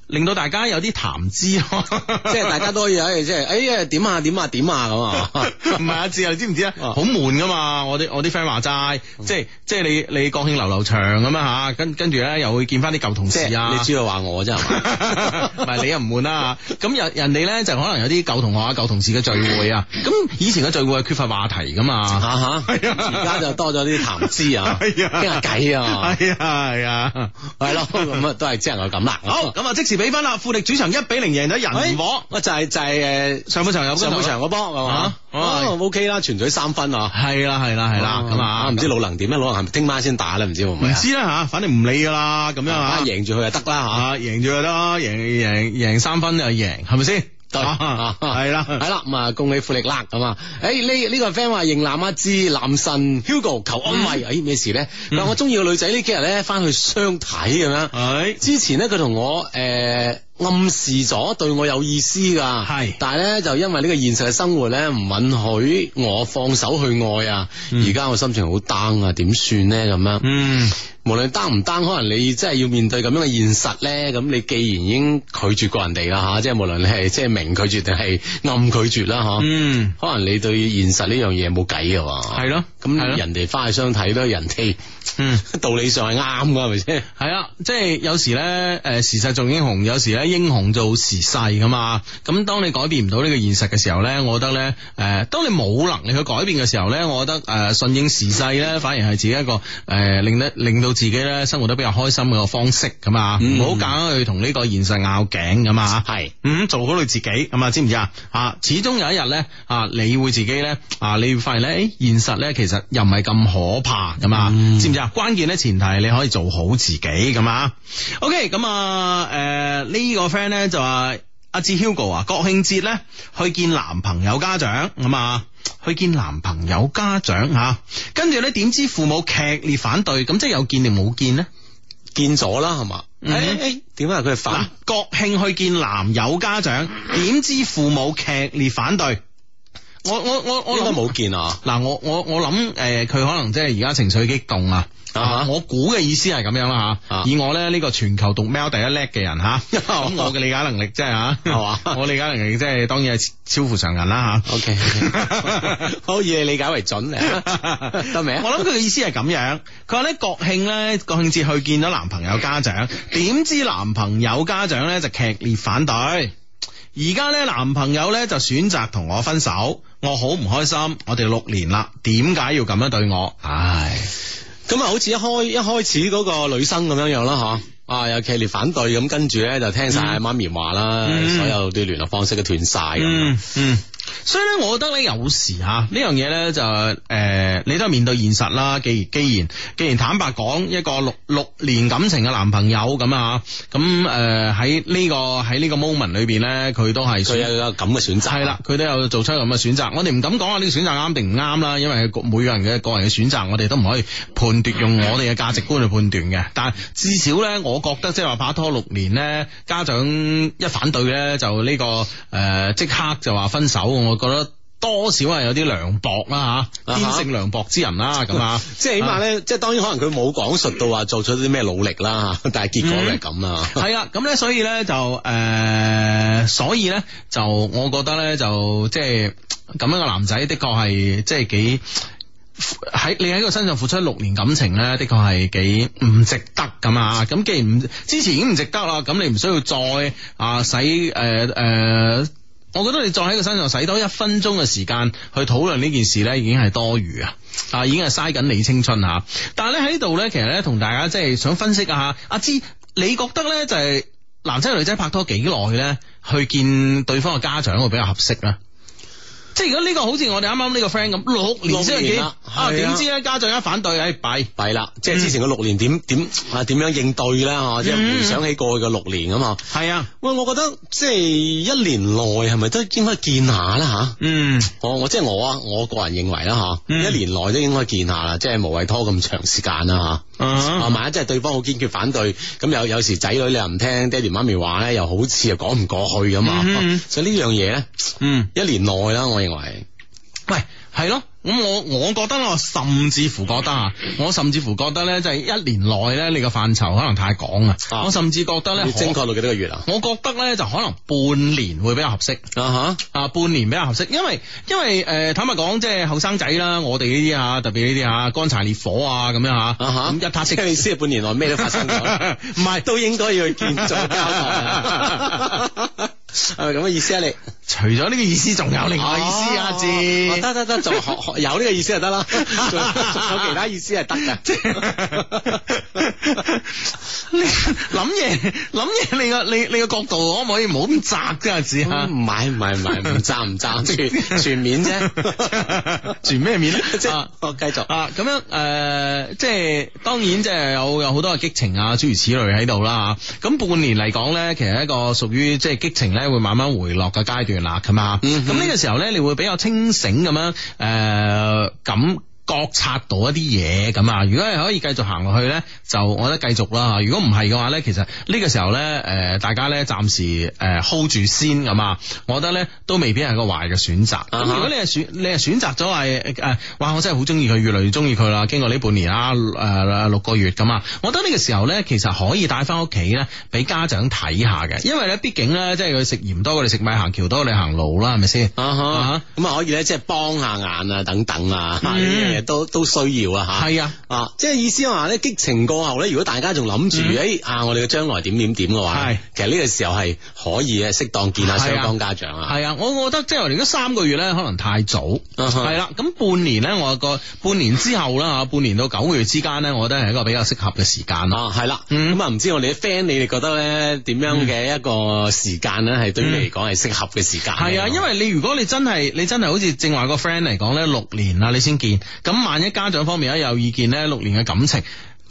Speaker 1: 令到大家有啲談資咯，
Speaker 3: 即係大家都可以喺即係，哎呀點啊點啊點啊咁啊，
Speaker 1: 唔係阿志啊，你知唔知啊？
Speaker 3: 哦嗯
Speaker 1: 好悶噶嘛！我啲我啲 friend 話齋，即係即係你你國慶流流長咁樣吓，跟跟住咧又會見翻啲舊同
Speaker 3: 即
Speaker 1: 事啊
Speaker 3: 係。你主要話我啫係嘛？
Speaker 1: 唔係你啊又唔悶啦嚇咁人人哋咧就可能有啲舊同學啊、舊同事嘅聚會啊，咁以前嘅聚會係缺乏話題噶嘛，
Speaker 3: 吓吓，
Speaker 1: 係啊
Speaker 3: 而家就多咗啲談資 啊，
Speaker 1: 係啊
Speaker 3: 傾下偈啊，哦
Speaker 1: 係啊係啊，
Speaker 3: 係咯，咁啊都係只能夠咁啦。
Speaker 1: 好哎咁啊，即時比分啦，富力主場一比零贏咗人和，
Speaker 3: 我就係就係誒
Speaker 1: 上半場有
Speaker 3: 哎上半場嗰波係嘛
Speaker 1: 啊？
Speaker 3: 哦，OK 啦，全隊三分啊，
Speaker 1: 係啦係啦係啦，咁啊
Speaker 3: 哦唔知老能點咧？老能係咪聽晚先打咧？唔知會唔
Speaker 1: 唔
Speaker 3: 會啊？
Speaker 1: 知啦吓，反正唔理噶啦，咁樣
Speaker 3: 啊
Speaker 1: 啊。
Speaker 3: 贏住佢就得啦
Speaker 1: 啊，赢咗就得啦，赢赢赢三分就贏，係咪先？
Speaker 3: 對
Speaker 1: 啊係啦
Speaker 3: 吓，。係啦，咁啊恭喜富力啦咁啊！誒呢呢個 friend 話認男一知男神 Hugo 求安
Speaker 1: 嗯
Speaker 3: 慰，誒咩事咧？佢話我中意個女仔呢幾日咧翻去相睇咁樣。
Speaker 1: 係
Speaker 3: 之前咧，佢同我诶、呃暗示咗對我有意思噶，
Speaker 1: 係
Speaker 3: 但係咧就因為呢個現實嘅生活咧唔允許我放手去愛啊，而家、我心情好 down 啊，點算咧咁樣？
Speaker 1: 嗯，
Speaker 3: 無論 down 唔 down，可能你真係要面對咁樣嘅現實咧，咁你既然已經拒絕過人哋啦
Speaker 1: 嗯
Speaker 3: 吓，即係無論你係 即係明拒絕定係暗拒絕啦吓，
Speaker 1: 嗯，
Speaker 3: 可能你對現實呢樣嘢冇計嘅
Speaker 1: 係
Speaker 3: 喎，
Speaker 1: 咯係咯
Speaker 3: 咁人哋翻去相睇都係人哋
Speaker 1: 嗯。
Speaker 3: 道理上係啱噶，係咪先？
Speaker 1: 系啦，即係有時咧，诶、時勢做英雄，有時咧英雄做時勢噶嘛。咁當你改變唔到呢個現實嘅時候咧，我覺得咧，诶、當你冇能力去改變嘅時候咧，我覺得诶，顺、順應時勢咧，反而係自己一個诶、誒令得令到自己咧生活得比較開心嘅一個方式咁啊，
Speaker 3: 嗯
Speaker 1: 唔好夾硬去同呢個現實拗頸咁啊。
Speaker 3: 係。
Speaker 1: 嗯，做好你自己咁啊，知唔知啊？啊，始終有一日咧，啊，你會自己咧，啊，你會發現咧，誒現實咧其實又唔係咁可怕咁啊，
Speaker 3: 嗯
Speaker 1: 知唔知啊？關鍵咧前提係你可以做好自己咁啊。OK，咁啊，诶、呢、個 friend 咧就話阿志 Hugo 啊，國慶節咧去見男朋友家長咁啊。去見男朋友家長吓，跟住咧點知父母劇烈反對，咁即係有見定冇見呢？
Speaker 3: 見咗啦，係嘛？
Speaker 1: 嗯
Speaker 3: 誒誒點啊？佢係
Speaker 1: 嗱
Speaker 3: 反，
Speaker 1: 國慶去見男友家 長，點知父母劇烈反對。我我我我
Speaker 3: 應該
Speaker 1: 哦諗
Speaker 3: 冇見啊。
Speaker 1: 嗱，我我我諗诶，佢、可能即係而家情緒激動啊。
Speaker 3: 啊哈
Speaker 1: 啊！我估嘅意思係咁樣啦吓，
Speaker 3: 啊
Speaker 1: 以我咧呢、個全球讀喵第一叻嘅人 吓，咁我嘅理解能力即係吓，
Speaker 3: 係嘛
Speaker 1: 我理解能力即係當然係超乎常人啦吓。
Speaker 3: O K，好 以你理解為準嚟， 得未啊？
Speaker 1: 我諗佢嘅意思係咁樣，佢話咧國慶咧國慶節去見咗男朋友家長，點知男朋友家長咧就劇烈反對，而家咧男朋友咧就選擇同我分手，我好唔開心，我哋六年啦，點解要咁樣對我？ 唉，
Speaker 3: 咁啊，好似一開一開始嗰個女生咁樣樣啦，嗬。啊，有劇烈反對咁，跟住咧就聽晒媽咪話啦，
Speaker 1: 嗯
Speaker 3: 所有啲聯絡方式都斷晒咁
Speaker 1: 嗯。嗯。所以咧，我覺得咧，有時吓呢樣嘢咧就誒、呃你都係面對現實啦。既既然既然坦白講，一個六六年感情嘅男朋友咁啊，咁誒喺呢個喺呢個 moment 裏邊咧，佢都係
Speaker 3: 佢有有咁嘅選擇。
Speaker 1: 係啦，，佢都有做出咁嘅選擇。我哋唔敢講啊，呢個選擇啱定唔啱啦，因為每個人嘅個人嘅選擇，我哋都唔可以判斷用我哋嘅價值觀去判斷嘅。但係至少咧，我覺得即係話拍拖六年咧，家長一反對咧，就呢、個誒即、刻就話分手，我覺得。多少係有啲涼薄啦吓，
Speaker 3: 啊
Speaker 1: 天
Speaker 3: 哈
Speaker 1: 性涼薄之人啦咁啊，
Speaker 3: 即係起碼咧，即係當然可能佢冇講述到話做出啲咩努力啦， 但係結果
Speaker 1: 嗯
Speaker 3: 咧咁啊啦。
Speaker 1: 系啦，啊咁咧，所以咧就诶、呃所以咧就我覺得咧就即係咁樣嘅男仔，的確係即係幾喺你喺佢身上付出六年感情咧，的確係幾唔值得咁啊！咁既然唔之前已經唔值得啦，咁你唔需要再啊使诶诶。呃我覺得你再喺佢身上使多一分鐘嘅時間去討論呢件事咧，已經係多餘啊！啊，已經係嘥緊你青春啊吓。但係咧喺度咧，其實咧同大家即係想分析一下，阿芝，你覺得咧就係男仔女仔拍拖幾耐咧，去見對方嘅家長會比較合適咧？即係如果呢個好似我哋啱啱呢個 friend 咁，六年先去
Speaker 3: 六年
Speaker 1: 見
Speaker 3: 啦係
Speaker 1: 啊，
Speaker 3: 啊
Speaker 1: 點知咧家長一反對，哎唉弊。
Speaker 3: 弊啦，
Speaker 1: 嗯
Speaker 3: 即係之前嗰六年點點啊點樣應對啦，嗬，即係回想起過去嘅六年啊嘛。
Speaker 1: 係啊，
Speaker 3: 喂，我覺得即係一年內係咪都應該見下啦
Speaker 1: 嗯，
Speaker 3: 吓？我我即係我啊，我個人認為啦吓，
Speaker 1: 嗯
Speaker 3: 一年內都應該見下啦，即係無謂拖咁長時間啦吓。啊，
Speaker 1: 啊
Speaker 3: 萬一真係對方好堅決反對，咁有有時仔女你又唔聽爹哋媽咪話哎咧，又好似又講唔過去咁啊。
Speaker 1: 嗯嗯
Speaker 3: 所以呢樣嘢咧，
Speaker 1: 嗯。
Speaker 3: 一年內啦，我認為
Speaker 1: 喂，系咯，咁我我觉得我甚至乎覺得啊，我甚至乎覺得咧，就係一年內咧，你個範疇可能太廣啊，
Speaker 3: 啊
Speaker 1: 我甚至覺得咧，
Speaker 3: 要精
Speaker 1: 可
Speaker 3: 確到幾多個月啊？
Speaker 1: 我覺得咧就可能半年會比較合適。
Speaker 3: 啊
Speaker 1: 啊，半年比較合適，因為因為誒、呃坦白講，即係後生仔啦，我哋呢啲啊，特別呢啲啊，乾柴烈火啊咁樣嚇，
Speaker 3: 吓啊吓，
Speaker 1: 咁一塌
Speaker 3: 即
Speaker 1: 式
Speaker 3: 係你先係半年內咩都發生咗。
Speaker 1: 唔係
Speaker 3: 都應該要去見做交 代，係咪咁嘅意思啊？你
Speaker 1: 除咗呢個意思，仲有另外意思啊，
Speaker 3: 哦
Speaker 1: 字
Speaker 3: 哦得得得，就學學有呢個意思就 得啦，仲仲有其他意思係得嘅，
Speaker 1: 即係 你諗嘢諗嘢，你個你你個角度可唔可以唔好咁窄啫？阿志啊，
Speaker 3: 嗯 唔係唔係唔係，唔爭唔爭，全全面啫，
Speaker 1: 全咩面咧？
Speaker 3: 即係
Speaker 1: 啊
Speaker 3: 我繼續
Speaker 1: 啊，咁樣誒、呃即係當然，即係有有好多嘅激情啊，諸如此類喺度啦嚇。咁半年嚟講咧，其實一個屬於即係激情咧會慢慢回落嘅階段啦，咁啊。咁
Speaker 3: 嗯
Speaker 1: 呢、
Speaker 3: 哼
Speaker 1: 個時候咧，你會比較清醒咁樣誒、呃感覺察到一啲嘢咁啊，如果係可以繼續行落去咧，就我覺得繼續啦。啊如果唔係嘅話咧，其實呢個時候咧，誒、大家咧暫時誒、hold 呃住先咁啊，我覺得咧都未必係個壞嘅選擇。咁、
Speaker 3: 啊
Speaker 1: 如
Speaker 3: 哈
Speaker 1: 果你係選你係選擇咗係誒，哇！我真係好中意佢，越嚟越中意佢啦。經過呢半年啦，誒、六個月咁啊，我覺得呢個時候咧，其實可以帶翻屋企咧，俾家長睇下嘅，因為咧，畢竟咧，即係佢食鹽多過你食米，行橋多過你行路啦，係咪先？
Speaker 3: 啊
Speaker 1: 啊
Speaker 3: 哈，咁啊可以咧，即係幫下眼啊，等等啊，呢樣嘢都都需要啊
Speaker 1: 嗯
Speaker 3: 嚇。
Speaker 1: 係啊，
Speaker 3: 啊，即係意思話咧，激情過後咧，如果大家仲諗住
Speaker 1: 嗯
Speaker 3: 誒啊，我哋嘅將來點點點嘅話
Speaker 1: 係，
Speaker 3: 其實呢個時候係可以嘅，適當見下
Speaker 1: 係
Speaker 3: 雙
Speaker 1: 啊
Speaker 3: 方家長啊。
Speaker 1: 係啊，我覺得即係我哋而家三個月咧，可能太早。
Speaker 3: 啊哈
Speaker 1: 係啦，咁半年咧，我個半年之後啦吓，半年到九個月之間咧，我覺得係一個比較適合嘅時間咯。
Speaker 3: 啊，係啦，
Speaker 1: 嗯
Speaker 3: 咁啊，唔知我哋啲 friend 你哋覺得咧點樣嘅一個時間咧，係對於你嚟講係適合嘅時間呢？
Speaker 1: 係啊，因為你如果你真係你真係好似正話個 friend 嚟講咧，六年啊啦你先見，咁萬一家長方面咧有意見咧，六年嘅感情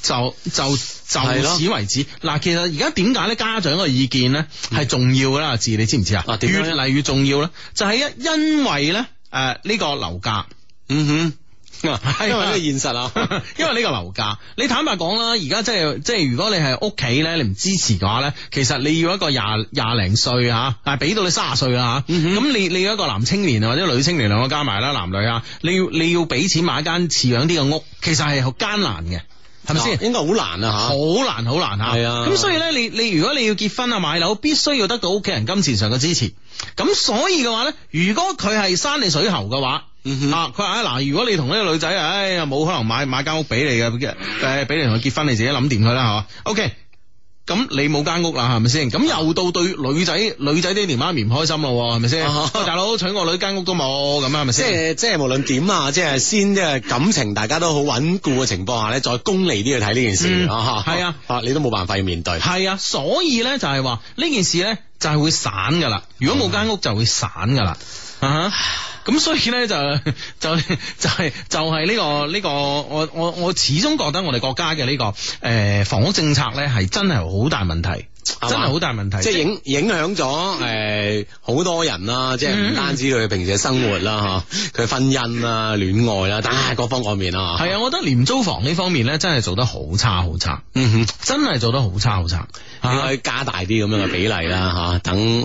Speaker 1: 就就
Speaker 3: 係
Speaker 1: 就
Speaker 3: 咯
Speaker 1: 此為止。嗱，其實而家點解咧家長嘅意見咧係重要噶啦，字你知唔知啊
Speaker 3: 啊？點樣
Speaker 1: 越
Speaker 3: 呢
Speaker 1: 嚟越重要咧，就係因因為咧誒呢個樓價。
Speaker 3: 嗯哼，
Speaker 1: 係啊
Speaker 3: 因為呢個現實 啊，
Speaker 1: 因為呢個樓價，你坦白講啦，而家即係即係，如果你係屋企咧，你唔支持嘅話咧，其實你要一個廿廿零歲吓，但係俾到你卅歲啦啊吓，咁、
Speaker 3: 嗯
Speaker 1: 你你要一個男青年啊或者女青年兩個加埋啦，男女啊，你要你要俾錢買間似樣啲嘅屋，其實係好艱難嘅，係咪先？
Speaker 3: 啊應該好難啊
Speaker 1: 好難好難吓，
Speaker 3: 係啊
Speaker 1: 咁所以咧，你你如果你要結婚啊買樓，必須要得到屋企人金錢上嘅支持。咁所以嘅話咧，如果佢係山你水喉嘅話，
Speaker 3: 嗯哼
Speaker 1: 啊，佢話啊嗱，如果你同呢個女仔，唉、冇可能買買間屋俾你嘅，誒，俾你同佢結婚，你自己諗掂佢啦，吓。OK。咁你冇間屋啦，係咪先？咁又到對女仔女仔爹哋媽咪唔開心咯，係咪先？
Speaker 3: 啊
Speaker 1: 喂大佬娶我女間屋都冇，咁啊係咪
Speaker 3: 嚇，即
Speaker 1: 先？
Speaker 3: 係即係無論點啊，即係先即係感情大家都好穩固嘅情況下咧，再功利啲去睇呢件事
Speaker 1: 嗯
Speaker 3: 啊，嚇
Speaker 1: 係啊，
Speaker 3: 啊你都冇辦法去面對。
Speaker 1: 係啊，所以咧就係話呢件事咧就係會散噶啦，如果冇間屋就會散噶啦，啊哈咁所以咧就 就就係就係呢個呢個我我我始終覺得我哋國家嘅呢個誒房屋政策咧係真係好大問題，
Speaker 3: 嘛
Speaker 1: 真係好大問題，
Speaker 3: 即係影影響咗誒好多人啦，即係
Speaker 1: 嗯
Speaker 3: 唔單止佢平時嘅生活啦，嚇佢婚姻啦、戀愛啦，等各方各面啊。
Speaker 1: 係啊，我覺得廉租房呢方面咧真係做得好差好差，
Speaker 3: 嗯哼。
Speaker 1: 真係做得好差好差，
Speaker 3: 應
Speaker 1: 啊嗯
Speaker 3: 該加大啲咁樣嘅比例啦，吓、等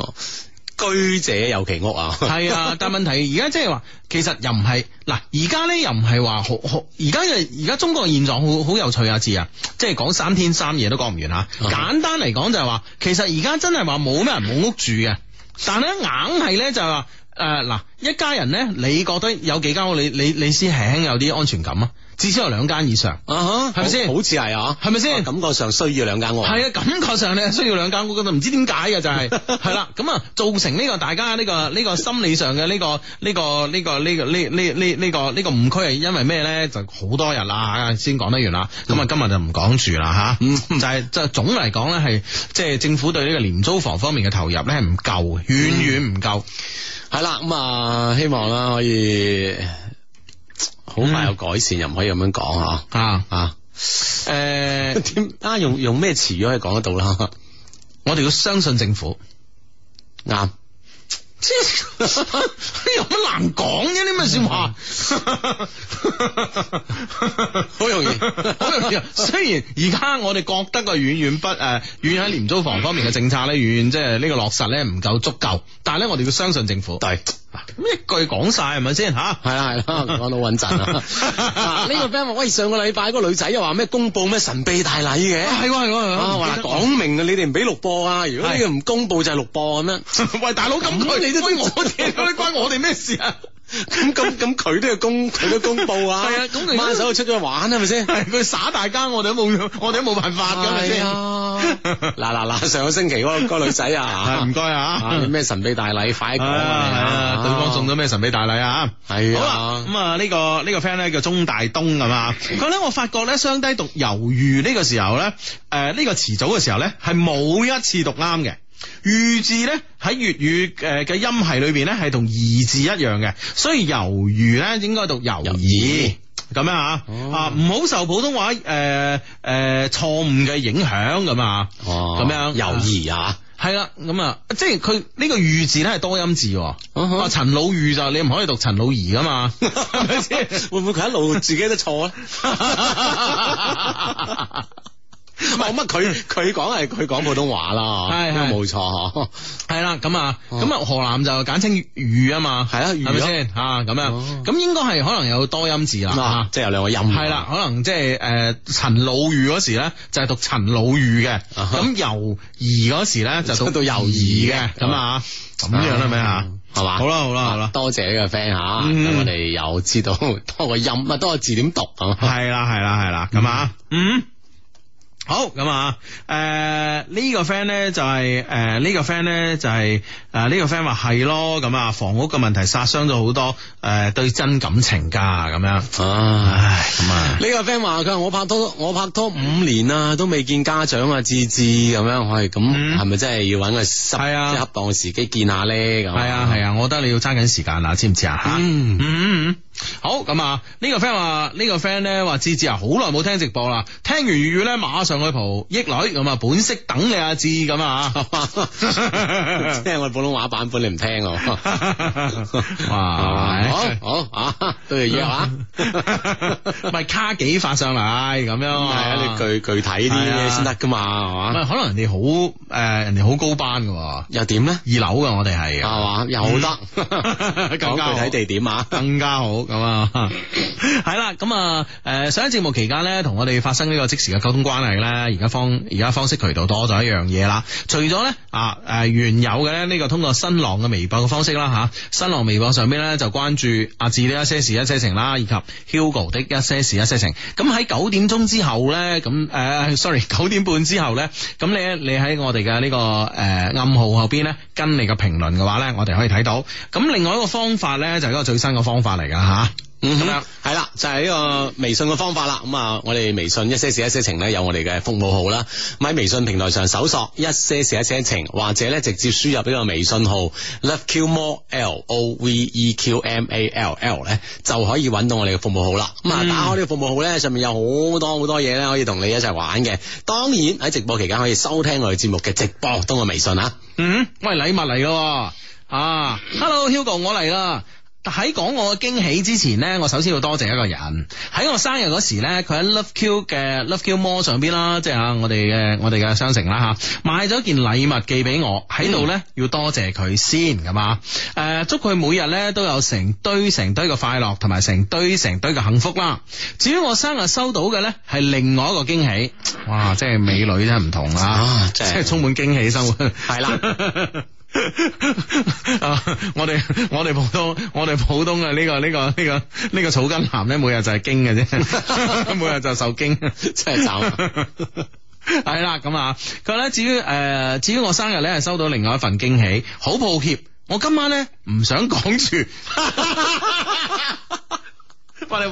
Speaker 3: 居者有其屋啊。
Speaker 1: 系啊，但問題而家即係話，其實又唔係嗱，而家咧又唔係話好好，而家嘅而家中國嘅現狀好好有趣啊，知啊，即係講三天三夜都講唔完啊。
Speaker 3: 啊
Speaker 1: 簡單嚟講就係話，其實而家真係話冇咩人冇屋住嘅，但係咧硬係咧就係話。誒嗱、一家人咧，你覺得有幾間屋你你你先輕輕有啲安全感啊？至少有兩間以上，
Speaker 3: 啊哈，
Speaker 1: 係咪先
Speaker 3: 好好似系啊，
Speaker 1: 係咪先
Speaker 3: 啊感覺上需要兩間屋。
Speaker 1: 係啊，感覺上你係需要兩間屋咁啊，唔知點解嘅就係係啦，咁啊造成呢個大家呢個呢個心理上嘅呢個呢個呢個呢個呢呢呢呢個呢個誤區係啊因為咩咧？就好多日啦，先講得完啦，咁啊今日就唔講住啦吓，就係就總嚟講咧係即係政府對呢個廉租房方面嘅投入咧係唔夠嘅，遠遠唔夠。
Speaker 3: 係啦，咁啊，希望啦可以好
Speaker 1: 嗯
Speaker 3: 快有改善，又唔可以咁樣講吓
Speaker 1: 啊，
Speaker 3: 啊。
Speaker 1: 诶、
Speaker 3: 點啊？用用咩詞語可以講得到啦？
Speaker 1: 我哋要相信政府。
Speaker 3: 啱。
Speaker 1: 有乜難講嘅呢咪算 話？
Speaker 3: 好容易
Speaker 1: 好容易啊。雖然而家我哋覺得個遠遠不诶，遠遠喺廉租房方面嘅政策咧，遠遠即係呢個落實咧唔夠足夠，但係咧我哋要相信政府。啊
Speaker 3: 對。
Speaker 1: 咁一句講晒係咪先吓？
Speaker 3: 系啦系啦，講到穩陣啊！ 啊呢個 friend 話：喂，上個禮拜嗰個女仔又話咩公佈咩神秘大禮嘅，
Speaker 1: 係喎係喎係喎
Speaker 3: 啊
Speaker 1: 唔
Speaker 3: 話
Speaker 1: 記得
Speaker 3: 講明啊，你哋唔俾錄播啊，如果呢個唔公佈就係錄播咁樣。
Speaker 1: 喂，大佬咁佢你都關我哋，咁你關我哋咩事啊？
Speaker 3: 咁咁咁佢都 要公佢都公布啊，
Speaker 1: 係啊咁佢
Speaker 3: 佢手出咗去玩啊係咪 先？
Speaker 1: 係啊佢耍大家，我哋都冇，我哋都冇辦法㗎，係咪
Speaker 3: 係
Speaker 1: 先？
Speaker 3: 啊， 嗱嗱嗱，上個星期嗰個嗰個女仔
Speaker 1: 係
Speaker 3: 啊
Speaker 1: 唔，該
Speaker 3: 啊
Speaker 1: 啊
Speaker 3: 你。咩神秘大禮，快講
Speaker 1: 啊
Speaker 3: 啊！
Speaker 1: 對方送咗咩神秘大禮啊？
Speaker 3: 係
Speaker 1: 好
Speaker 3: 啊
Speaker 1: 啦，，咁啊呢個呢個 friend 咧叫中大東啊 嘛，佢咧我發覺咧雙低讀猶豫呢個時候咧，誒呢個詞組嘅時候咧係冇一次讀啱嘅。豫字咧喺粵語誒嘅音系裏邊咧係同疑字一樣嘅，所以猶豫咧應該讀猶
Speaker 3: 猶
Speaker 1: 豫
Speaker 3: 豫。
Speaker 1: 咁樣啊，
Speaker 3: 哦
Speaker 1: 啊唔好受普通話誒誒錯誤嘅影響咁啊，
Speaker 3: 哦
Speaker 1: 咁樣
Speaker 3: 猶豫啊，
Speaker 1: 係啦，咁啊，即係佢呢個豫字咧係多音字喎，
Speaker 3: 嗯哼
Speaker 1: 啊陳老豫就你唔可以讀陳老兒噶嘛， 係咪先？
Speaker 3: 會唔會佢 一路自己都錯咧？啊冇哦乜佢佢講係佢講普通話啦，
Speaker 1: 係係
Speaker 3: 都冇錯嗬。
Speaker 1: 係啦，咁啊，
Speaker 3: 哦
Speaker 1: 咁啊，河南就簡稱豫啊嘛，
Speaker 3: 係啊
Speaker 1: 係
Speaker 3: 豫咯
Speaker 1: 咪先啊？咁樣
Speaker 3: 哦
Speaker 1: 咁應該係可能有多音字啦，
Speaker 3: 啊
Speaker 1: 啊
Speaker 3: 即係有兩個音。
Speaker 1: 係啦，，可能即係誒陳老豫嗰時咧就係讀陳老豫嘅，
Speaker 3: 啊哈
Speaker 1: 咁猶豫嗰時咧就 Uh-huh 讀
Speaker 3: 讀猶
Speaker 1: 豫
Speaker 3: 豫
Speaker 1: 嘅
Speaker 3: 嘅，
Speaker 1: 咁啊，咁樣啦咪啊？
Speaker 3: 係嘛？
Speaker 1: 好啦好啦好啦。
Speaker 3: 多謝呢個 friend 吓，
Speaker 1: 嗯
Speaker 3: 等我哋又知道 多個音啊，多個字點讀
Speaker 1: 系
Speaker 3: 啊。
Speaker 1: 啦系啦系啦，咁啊，嗯。好咁啊，诶、呢、個 friend 咧就係诶呢個 friend 咧就係诶呢個 friend 話係咯咁啊，房屋嘅問題殺傷咗好多诶、誒對真感情㗎咁樣，
Speaker 3: 唉。
Speaker 1: 唉咁啊
Speaker 3: 呢。個 friend 話佢話我拍拖我拍拖五年啦，都未見家長啊，志志咁樣，喂
Speaker 1: 嗯
Speaker 3: 咁係咪真係要揾個適
Speaker 1: 係啊
Speaker 3: 即係恰當嘅時機見下咧？咁
Speaker 1: 係啊係啊，我覺得你要揸緊時間啦，知唔知啊吓？
Speaker 3: 嗯
Speaker 1: 嗯嗯嗯好咁啊！呢、個 friend 話，呢、個 friend 咧話，志志啊，好耐冇聽直播啦，聽完粵語咧，馬上去蒲益女咁啊，本色等你啊，志咁啊，
Speaker 3: 即係我哋普通話版本你唔 聽喎。
Speaker 1: 哇！ 哎
Speaker 3: 好好啊，都要 約啊。
Speaker 1: 咪卡幾發上嚟咁樣，係
Speaker 3: 係啊，你具具體啲
Speaker 1: 係啊
Speaker 3: 先得噶嘛，係嘛？
Speaker 1: 咪可能人哋好誒，呃人哋好高班嘅喎，二
Speaker 3: 又點咧？
Speaker 1: 樓嘅我哋係
Speaker 3: 係
Speaker 1: 啊，
Speaker 3: 嘛？又 得，
Speaker 1: 更加好
Speaker 3: 講具體地點啊！
Speaker 1: 更加好咁 啊，係啦，咁啊誒上一節目期間咧，同我哋發生呢個即時嘅溝通關係咧，而家方而家方式渠道多咗一樣嘢啦，除咗咧啊誒原有嘅咧呢個通過新浪嘅微博嘅方式啦吓，新浪微博上邊咧就關注阿志呢一些事一些情啦，以及 Hugo 的一些事一些情。咁喺九點鐘之後咧，咁誒、s o r r y 九點半之後咧，咁你你喺我哋嘅呢個誒、呃暗號後邊咧，跟你嘅評論嘅話咧，我哋可以睇到。咁另外一個方法咧，就係一個最新嘅方法嚟㗎吓。
Speaker 3: 嗯
Speaker 1: 咁樣
Speaker 3: 哼，系啦，就係呢個微信嘅方法啦。咁啊，我哋微信一些事一些情咧有我哋嘅服務號啦。咁喺微信平台上搜索一些事一些情，或者咧直接輸入呢個微信號 love q more l o v e q m a l l 咧，就可以揾到我哋嘅服務號啦。咁啊，
Speaker 1: 嗯
Speaker 3: 打開呢個服務號咧，上面有好多好多嘢咧可以同你一齊玩嘅。當然喺直播期間可以收聽我哋節目嘅直播，通過微信啊。
Speaker 1: 嗯，喂，禮物嚟咯喎啊！Hello Hugo，我嚟啦。喺講我嘅驚喜之前呢，我首先要多謝一個人。喺我生日嗰時呢，佢喺 Love Q 嘅 Love Q Mall 上邊啦，即係啊我哋嘅我哋嘅商城啦嚇，買咗件禮物寄俾我，喺度呢，要多謝佢先咁啊！誒、祝佢每日呢都有成堆成堆嘅快樂，同埋成堆成堆嘅幸福啦。至於我生日收到嘅呢，係另外一個驚喜，哇！即係美女真係唔同啦，
Speaker 3: 啊
Speaker 1: 即
Speaker 3: 真係
Speaker 1: 係充滿驚喜生活。
Speaker 3: 係啦。
Speaker 1: 啊我哋我哋普通我哋普通嘅呢、個呢、個呢、個呢、個草根男咧，每日就係經嘅 啫，每日就受經。
Speaker 3: 真係慘。
Speaker 1: 系啦，咁啊，佢話咧至於诶、呃至於我生日咧，係收到另外一份驚喜，好抱歉，我今晚咧唔想講 住。哇！你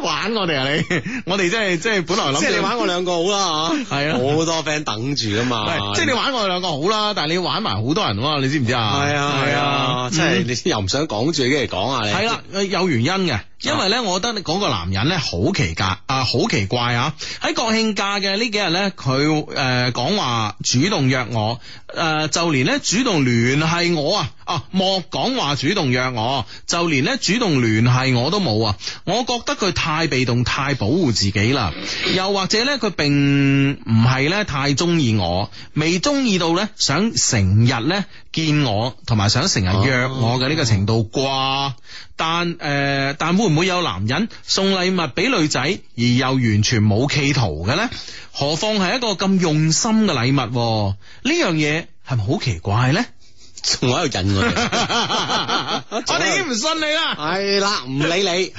Speaker 1: 玩我哋啊你，我哋真係真係本來諗
Speaker 3: 即係
Speaker 1: 住
Speaker 3: 你玩我兩個好啦吓，
Speaker 1: 係啊
Speaker 3: 好多 friend 等住噶嘛，
Speaker 1: 喂即係你玩我哋兩個好啦，但係你要玩埋好多人喎，你知唔知啊？嗯
Speaker 3: 係啊
Speaker 1: à.
Speaker 3: 係啊，
Speaker 1: Ừ.
Speaker 3: 即係你又唔想講住，跟住講下啊你
Speaker 1: 系 啦，呃有原因嘅，因為咧，我覺得嗰個男人咧好奇怪啊，好奇怪啊！喺國慶假嘅呢幾日咧，佢诶講話主動約我，诶、就連咧主動聯繫我啊，啊莫講話主動約我，就連咧主動聯繫我都冇啊！我覺得佢太被動，太保護自己啦，又或者咧佢並唔係咧太中意我，未中意到咧想成日咧見我，同埋想成
Speaker 3: 哦
Speaker 1: 日約我嘅呢個程度啩。但诶、呃但會唔會有男人送禮物俾女仔，而又完全冇企圖嘅咧？何況係一個咁用心嘅禮物喎、呢樣嘢係咪好奇怪 咧？
Speaker 3: 仲喺度 引我哋。
Speaker 1: 我哋已經唔信你 啦。
Speaker 3: 係啦，唔理你，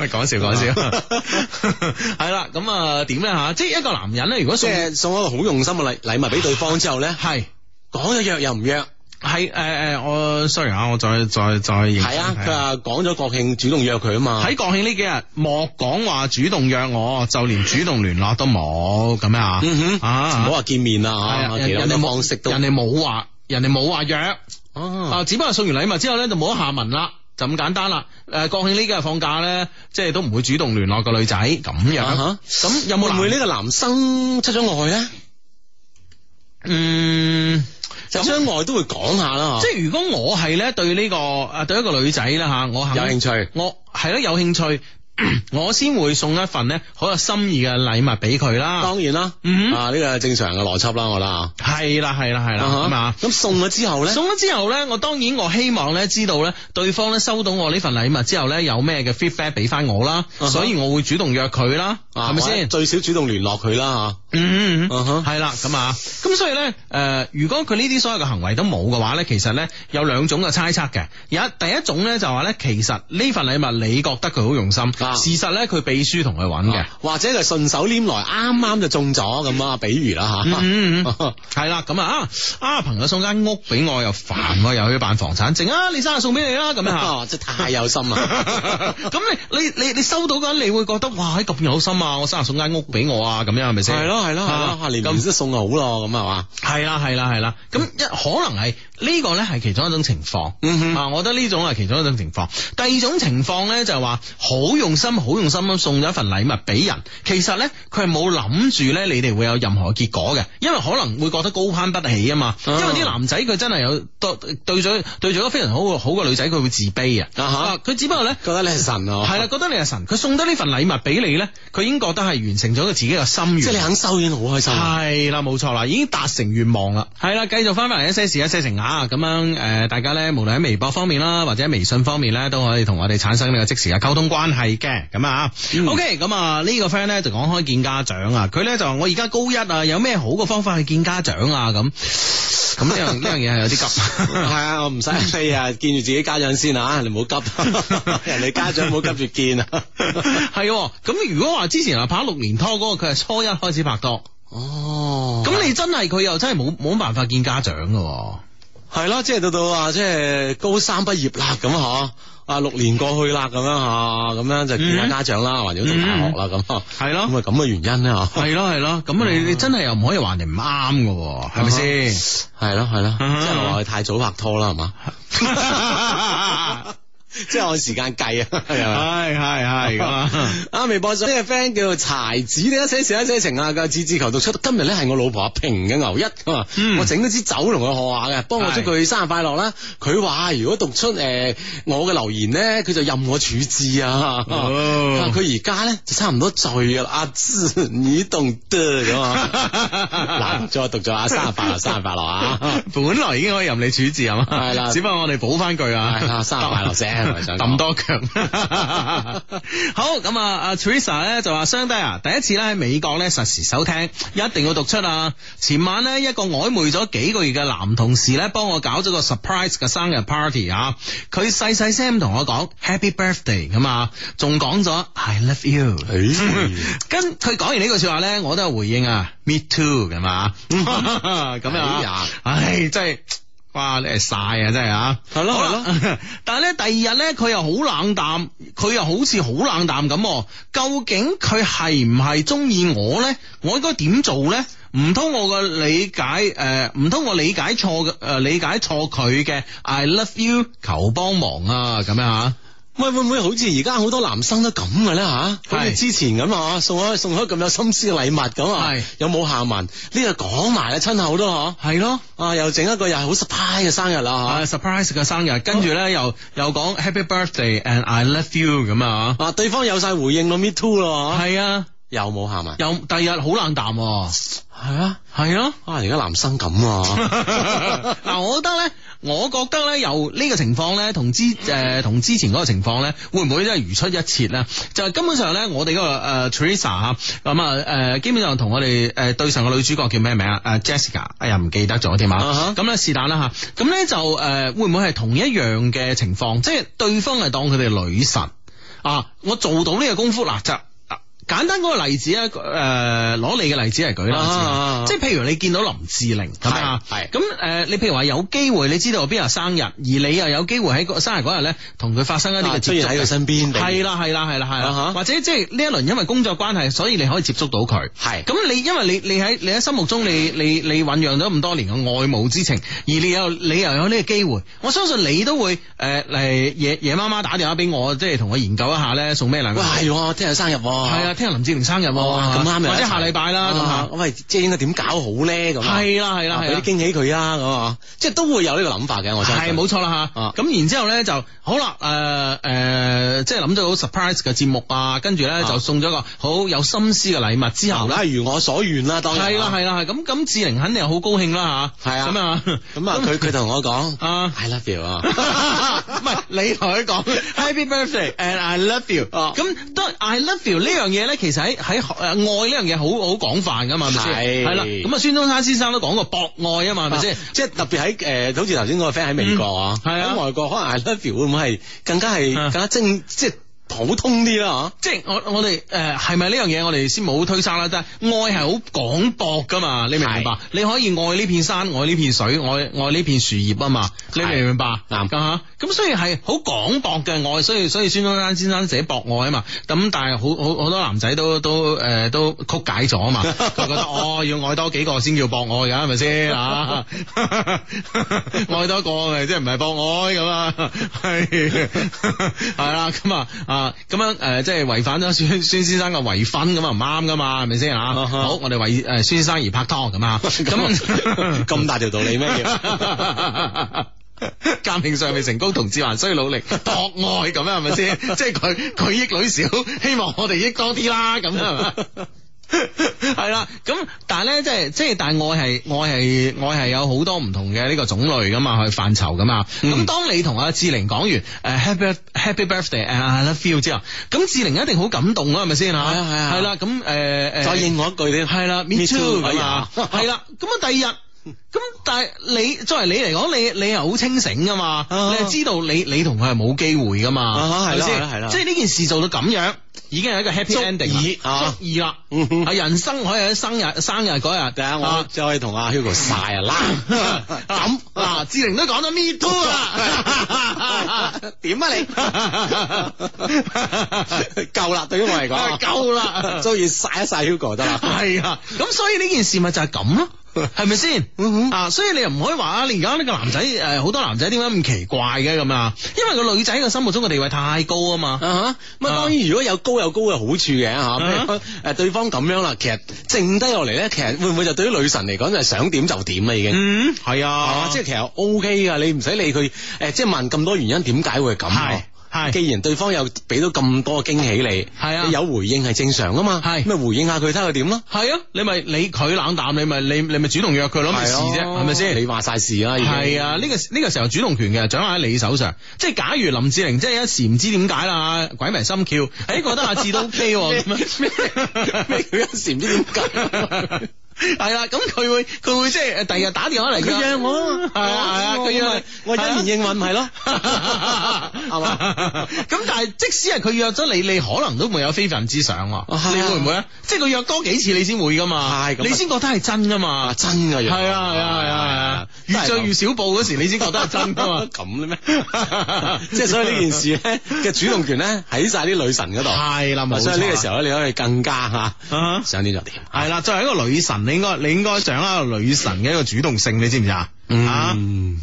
Speaker 1: 喂，講笑講笑， 係啦，咁啊點咧吓？即係一個男人咧，如果
Speaker 3: 即
Speaker 1: 送
Speaker 3: 係送一個好用心嘅禮禮物俾對方之後咧，
Speaker 1: 係
Speaker 3: 講咗約又唔約，
Speaker 1: 係诶诶，我 sorry 啊，我再再再認真
Speaker 3: 係啊，
Speaker 1: 睇
Speaker 3: 佢話講咗國慶主動約佢啊嘛，
Speaker 1: 喺國慶呢幾日，莫講話主動約我，就連主動聯絡都冇咁樣啊！
Speaker 3: 嗯哼，唔
Speaker 1: 啊
Speaker 3: 好，話見面啦
Speaker 1: 係啊
Speaker 3: 吓，
Speaker 1: 人
Speaker 3: 其他
Speaker 1: 人哋
Speaker 3: 啲
Speaker 1: 冇
Speaker 3: 方式都
Speaker 1: 人哋冇話，人哋冇話約
Speaker 3: 啊，
Speaker 1: 啊，只不過送完禮物之後咧就冇咗下文啦。就咁簡單啦，誒、國慶呢幾日放假咧，即係都唔會主動聯絡個女仔咁
Speaker 3: 啊
Speaker 1: 樣
Speaker 3: 哈，
Speaker 1: 咁、有冇
Speaker 3: 會唔
Speaker 1: 男
Speaker 3: 會呢個男生出咗外咧？
Speaker 1: 嗯，
Speaker 3: 就
Speaker 1: 咁
Speaker 3: 出咗外都會講下啦，
Speaker 1: 即係如果我係咧對呢、個啊對一個女仔啦吓，我肯
Speaker 3: 有興趣。
Speaker 1: 我係咯有興趣， 我先會送一份咧好有心意嘅禮物俾佢啦。
Speaker 3: 當然啦，
Speaker 1: 嗯
Speaker 3: 啊呢個係正常嘅邏輯啦，我覺得啊，
Speaker 1: 係啦係啦係
Speaker 3: Ờ
Speaker 1: 啦咁啊
Speaker 3: 啊。咁送咗之後咧，
Speaker 1: 送咗之後咧，我當然我希望咧知道咧，對方咧收到我呢份禮物之後咧有咩嘅 feedback 俾翻我啦
Speaker 3: 啊哈
Speaker 1: 所以我會主動約佢啦，
Speaker 3: 啊
Speaker 1: 係咪
Speaker 3: 或者
Speaker 1: 先？
Speaker 3: 最少主動聯絡佢啦
Speaker 1: 嗯，
Speaker 3: 啊哈
Speaker 1: 係啦，咁啊，咁所以咧，誒、如果佢呢啲所有嘅行為都冇嘅話咧，其實咧有兩種嘅猜測嘅。有一第一種咧就話咧，其實呢份禮物你覺得佢好用心，
Speaker 3: 啊
Speaker 1: 事實咧佢秘書同佢揾
Speaker 3: 吓，
Speaker 1: 嘅。
Speaker 3: 啊或者佢順手拈來，啱啱就中咗 咁啊，比如 啦吓。
Speaker 1: 嗯嗯嗯，系啦，咁啊啊，朋友送間屋俾我又煩喎，又去辦房產證啊，你生日送俾你啦，咁樣 啊。
Speaker 3: 啊！真係太有心 啊啦，
Speaker 1: 咁你你你你收到嗰陣，你會覺得哇，咁有心啊！我生日送間屋俾我啊，咁樣係咪先？
Speaker 3: 係咯係咯係
Speaker 1: 啊
Speaker 3: 咯，年年
Speaker 1: 咁
Speaker 3: 都送就好咯，咁啊係嘛？
Speaker 1: 係啦係啦係啦，咁一可能係呢個咧係其中一種情況。
Speaker 3: 嗯哼
Speaker 1: 啊，我覺得呢種係其中一種情況。第二種情況咧就係話好用心、好用心咁送咗一份禮物俾人，其實咧佢係冇諗住咧你哋會有任何結果嘅，因為可能會覺得高攀不起啊嘛。因
Speaker 3: 啊
Speaker 1: 為啲男仔佢真係有對對咗對咗一個非常好嘅好嘅女仔，佢會自卑啊。
Speaker 3: 啊哈
Speaker 1: 啊佢只不過咧。
Speaker 3: 覺得你係神啊，
Speaker 1: 係啦，，覺得你係神，佢送得呢份禮物俾你咧，佢已經覺得係完成咗佢自己嘅心願。
Speaker 3: 即係你肯收已經好開心啊啦。
Speaker 1: 系啦，冇錯啦，已經達成願望啦。係啦，繼續翻翻嚟一些事一些情啊，咁樣诶、呃大家咧無論喺微博方面啦，或者喺微信方面咧，都可以同我哋產生呢個即時嘅溝通關係嘅。咁啊、o k 咁啊呢個 friend 咧就講開見家長啊，佢咧就話我而家高一啊，有咩好嘅方法去見家長啊？咁咁呢樣 呢樣嘢係有啲急。
Speaker 3: 係啊，我唔使飛啊，見住自己家長先啊，你唔 好急，人哋家長唔好急住見啊。
Speaker 1: 係喎咁如果話之前啊拍六年拖嗰個，佢係初一開始拍拖，
Speaker 3: 哦
Speaker 1: 咁、你真係佢又真係冇冇辦法見家長嘅喎。
Speaker 3: 系啦，即系到到啊，即系高三畢業啦，咁嗬，啊六年過去啦，咁樣吓，咁樣就見下
Speaker 1: 嗯
Speaker 3: 家長啦，或者讀大學啦，咁嗬
Speaker 1: 係咯
Speaker 3: 咁啊咁嘅原因咧嗬，
Speaker 1: 系咯系咯，咁你你真係又唔可以話人哋唔啱噶，係咪先？
Speaker 3: 係咯係咯，
Speaker 1: 嗯
Speaker 3: 即係話佢太早拍拖啦，係嘛， 即係按時間計啊， 係咪？
Speaker 1: 係係
Speaker 3: 啊！微博上呢個 friend 叫柴子，你一些事一些情啊，佢字字求讀出。今日咧係我老婆阿平嘅牛一，啊
Speaker 1: 嗯
Speaker 3: 我整咗支酒同佢喝下嘅，幫我祝佢生日快樂啦。佢話如果讀出诶、呃我嘅留言咧，佢就任我處置啊。
Speaker 1: 哦
Speaker 3: 佢而家咧就差唔多醉啦，阿芝你懂得咁啊。 嗱，再讀咗啊，生日快樂，生日快樂啊！
Speaker 1: 本來已經可以任你處置係嘛，
Speaker 3: 係啦
Speaker 1: 只不過我哋補翻句啊
Speaker 3: 係啦，生日快樂啫係咪想講
Speaker 1: 抌多腳。 好咁啊，阿 Teresa 咧就話相低啊，第一次咧喺美國咧實時收聽，一定要讀出啊！前晚咧一個曖昧咗幾個月嘅男同事咧，幫我搞咗個 surprise 嘅生日 party 啊！佢細細聲同我講 Happy Birthday 咁啊，仲講咗 I love you。跟嗯
Speaker 3: 嗯
Speaker 1: 佢講完呢句說話咧，我都有回應啊，me too 咁啊， 咁
Speaker 3: 嗯哎
Speaker 1: 啊
Speaker 3: 呀，
Speaker 1: 唉，真係。哇！你係晒啊，真係啊，
Speaker 3: 係咯
Speaker 1: 好啦 但係咧，第二日咧，佢又好冷淡，佢又好似好冷淡咁喎。究竟佢係唔係中意我咧？我應該點做咧？唔通我個理解誒，唔、通我理解錯嘅誒、呃理解錯佢嘅 I love you 求幫忙啊咁樣啊？
Speaker 3: 喂，會唔會好似而家好多男生都咁嘅咧吓？好似
Speaker 1: 係
Speaker 3: 之前咁啊，送開送開咁有心思嘅禮物咁啊
Speaker 1: 係，
Speaker 3: 有冇下文？呢個講埋啦，親口都嗬，
Speaker 1: 係咯。
Speaker 3: 啊又整一個又係好 surprise 嘅生日啦
Speaker 1: 啊
Speaker 3: 吓。
Speaker 1: surprise 嘅生日，跟住咧又又講 Happy Birthday and I love you 咁啊，
Speaker 3: 啊！對方有晒回應咯，me too 咯，嗬
Speaker 1: 係啊，
Speaker 3: 又冇下文，
Speaker 1: 又第二日好冷淡喎，
Speaker 3: 係啊！
Speaker 1: 係咯。
Speaker 3: 啊，而家男生咁啊，
Speaker 1: 嗱，我覺得咧，我覺得咧，由呢個情況咧，同之誒同之前嗰個情況咧，會唔會真係如出一轍咧？就係根本上咧，我哋嗰個誒 Teresa 咁啊誒，基本上同我哋誒對上個女主角叫咩名啊？誒 Jessica，哎呀唔記得咗添
Speaker 3: 啊
Speaker 1: 啊
Speaker 3: 哈！
Speaker 1: 咁咧是但啦嚇，咁咧就誒會唔會係同一樣嘅情況？即係對方係當佢哋女神啊！我做到呢個功夫嗱就。啊簡單嗰個例子咧，誒、攞你嘅例子嚟舉啦，
Speaker 3: 啊啊啊
Speaker 1: 即係譬如你見到林志玲咁啊，
Speaker 3: 係係
Speaker 1: 咁誒、你譬如話有機會，你知道邊日生日，而你又有機會喺個生日嗰日咧，同佢發生一啲嘅
Speaker 3: 啊
Speaker 1: 接
Speaker 3: 出現
Speaker 1: 觸
Speaker 3: 喺佢
Speaker 1: 嘅。
Speaker 3: 身邊，
Speaker 1: 係啦係啦係啦係
Speaker 3: 啊
Speaker 1: 啦
Speaker 3: 哈，
Speaker 1: 或者即係呢一輪因為工作關係，所以你可以接觸到佢。
Speaker 3: 係
Speaker 1: 咁你因為你你喺你喺心目中你你你醖釀咗咁多年嘅愛慕之情，而你又你又有呢個機會，我相信你都會誒嚟、夜夜媽媽打電話俾我，即係同我研究一下咧送咩禮物。
Speaker 3: 喂，係喎，聽日生日喎，
Speaker 1: 係啊，聽日林志玲生日喎，
Speaker 3: 哇，咁啱又
Speaker 1: 或
Speaker 3: 一
Speaker 1: 者
Speaker 3: 齊
Speaker 1: 下禮拜啦咁
Speaker 3: 啊
Speaker 1: 啊。
Speaker 3: 喂，即係應該點搞好咧咁啊？
Speaker 1: 係啦係啦
Speaker 3: 啊
Speaker 1: 係
Speaker 3: 俾
Speaker 1: 啦
Speaker 3: 啲。驚喜佢啊咁啊，即係都會有呢個諗法嘅，我相
Speaker 1: 係
Speaker 3: 信。
Speaker 1: 冇錯啦吓，
Speaker 3: 啊
Speaker 1: 咁然之後咧就好啦，誒、誒、即係諗到好 surprise 嘅節目啊，跟住咧
Speaker 3: 啊
Speaker 1: 就送咗個好有心思嘅禮物之後
Speaker 3: 嗱，
Speaker 1: 咧，
Speaker 3: 啦，如我所願啦，當然
Speaker 1: 係啦係啦係，咁咁志玲肯定好高興啦吓，
Speaker 3: 係啊
Speaker 1: 咁啊
Speaker 3: 咁啊，佢佢同我講
Speaker 1: 啊。
Speaker 3: I love you 啊，
Speaker 1: 唔係你同 佢講 Happy Birthday and I love you。
Speaker 3: 哦
Speaker 1: 咁當然 I love you 呢樣嘢咧，其實喺喺誒愛呢樣嘢好好廣泛噶嘛，係咪先？
Speaker 3: 係
Speaker 1: 係啦，咁啊孫中山先生都講過博愛啊嘛，係咪先
Speaker 3: 啊？即係特別喺誒，好似頭先嗰個 friend 喺美國啊，
Speaker 1: 嗯係啊
Speaker 3: 喺外國可能 I love you 會唔會係更加係
Speaker 1: 啊
Speaker 3: 更加精即係普通啲 啦？
Speaker 1: 即係我我哋誒係咪呢樣嘢我哋先冇推測啦，但係愛係好廣博噶嘛，你明唔明白
Speaker 3: 係？
Speaker 1: 你可以愛呢片山，愛呢片水，愛愛呢片樹葉啊嘛，你明唔明白？
Speaker 3: 啱
Speaker 1: 啊咁所以係好廣博嘅愛，所以所以孫中山先生寫博愛啊嘛，咁但係好好好多男仔都都誒、呃都曲解咗啊 嘛，佢覺得哦要愛多幾個先叫博愛㗎，係咪 先啊？愛多個咪即係唔係博愛咁啊？係係啦，咁啊啊咁樣誒、呃即係違反咗孫孫先生嘅遺訓咁啊唔啱㗎嘛，係咪先啊？
Speaker 3: 啊哈
Speaker 1: 好，我哋為誒孫先生而拍拖咁啊，
Speaker 3: 咁
Speaker 1: 咁
Speaker 3: 咁大條道理咩？要
Speaker 1: 革命尚未成功，同志還需努力，博愛咁樣係咪 先？即係佢佢益女少，希望我哋益多啲啦，咁樣係啦。咁但係咧，即係即係，但係愛係愛係愛係有好多唔同嘅呢個種類噶嘛，去範疇噶嘛。咁、
Speaker 3: 嗯
Speaker 1: 當你同阿志玲講完誒、Happy Happy Birthday 誒 I love you 之後，咁志玲一定好感動啦，係咪先啊？
Speaker 3: 係啊係啊
Speaker 1: 係啦。咁誒 誒，
Speaker 3: 再應我一句添，
Speaker 1: 係啦
Speaker 3: Me
Speaker 1: ，me too
Speaker 3: too，
Speaker 1: 咁啊，
Speaker 3: 哎呀
Speaker 1: 係啦，咁啊第二日。咁但係你作為你嚟講，你你係好清醒噶嘛？
Speaker 3: 啊
Speaker 1: 你係知道你你同佢係冇機會噶嘛？
Speaker 3: 啊
Speaker 1: 咪
Speaker 3: 係啦係啦係啦
Speaker 1: 即係呢件事做到咁樣，已經係一個 happy
Speaker 3: 足
Speaker 1: ending 啦
Speaker 3: 以啊
Speaker 1: 足以啦。
Speaker 3: 嗯哼
Speaker 1: 啊，人生可以喺生日生日嗰日，
Speaker 3: 第下我
Speaker 1: 啊
Speaker 3: 再可以同阿 Hugo 晒啊啦，
Speaker 1: 咁嗱，志玲都講咗 me too 啦，
Speaker 3: 點啊你？夠啦，對於我嚟 講，
Speaker 1: 夠啦
Speaker 3: 足以晒一晒 Hugo 得啦。
Speaker 1: 係啊，咁所以呢件事咪就係咁咯，係咪先？
Speaker 3: 嗯
Speaker 1: 啊，所以你又唔可以話啊，你而家呢個男仔誒，好多男仔點解咁奇怪嘅咁啊？因為個女仔嘅心目中嘅地位太高啊嘛。
Speaker 3: 啊咁啊當然如果有高有高嘅好處嘅嚇，譬如誒對方咁樣啦，其實剩低落嚟咧，其實會唔會就對於女神嚟講就係想點就點啦已經。
Speaker 1: 嗯，係
Speaker 3: À, 啊啊，即係其實 O K 噶，你唔使理佢誒，即係問咁多原因點解會咁。
Speaker 1: 係
Speaker 3: 係
Speaker 1: 係
Speaker 3: 既然對方有俾到咁多驚喜你，
Speaker 1: 係啊
Speaker 3: 你有回應係正常噶嘛，
Speaker 1: 係
Speaker 3: 咁咪回應下佢睇下佢點咯。
Speaker 1: 系啊，你咪你佢冷淡，你咪你你咪主動約佢咯，咪事啫，
Speaker 3: 係啊
Speaker 1: 係咪先？
Speaker 3: 你話晒事啦，已經
Speaker 1: 系啊，呢、個呢、個時候主動權嘅掌握喺你手上。即係假如林志玲即係一時唔知點解啦，鬼迷心竅，诶、覺得阿志都 OK 喎，咁樣
Speaker 3: 咩叫一時唔知點解。
Speaker 1: 係啦，咁佢會佢會即係呃第日打電話嚟㗎，
Speaker 3: 佢約我啊，
Speaker 1: 係啊係啊，佢約你
Speaker 3: 我欣然應允咪係 咯，
Speaker 1: 係啊 嘛
Speaker 3: 係嘛？
Speaker 1: 咁但係即使係佢約咗你，你可能都會有非分之想
Speaker 3: 啊
Speaker 1: 喎。你會唔會啊？即係佢約多幾次你先會噶嘛？
Speaker 3: 係咁啊
Speaker 1: 你先覺得係真噶嘛
Speaker 3: 啊？真噶，
Speaker 1: 係
Speaker 3: 原
Speaker 1: 啊係
Speaker 3: 來
Speaker 1: 啊係啊係啊！越
Speaker 3: 真係
Speaker 1: 醉
Speaker 3: 咁？
Speaker 1: 越小步嗰時，你先覺得係真噶嘛
Speaker 3: 咁咧咩？即係所以呢件事咧嘅主動權咧喺晒啲女神嗰度。
Speaker 1: 係啦，冇
Speaker 3: 咁啊所以呢個時
Speaker 1: 候
Speaker 3: 候咧，你可以更加 吓
Speaker 1: 啊
Speaker 3: 想點就點。
Speaker 1: 係啦，作為一個女神，你應該你應該掌握一個女神嘅一個主動性，你知唔知啊？啊，
Speaker 3: 嗯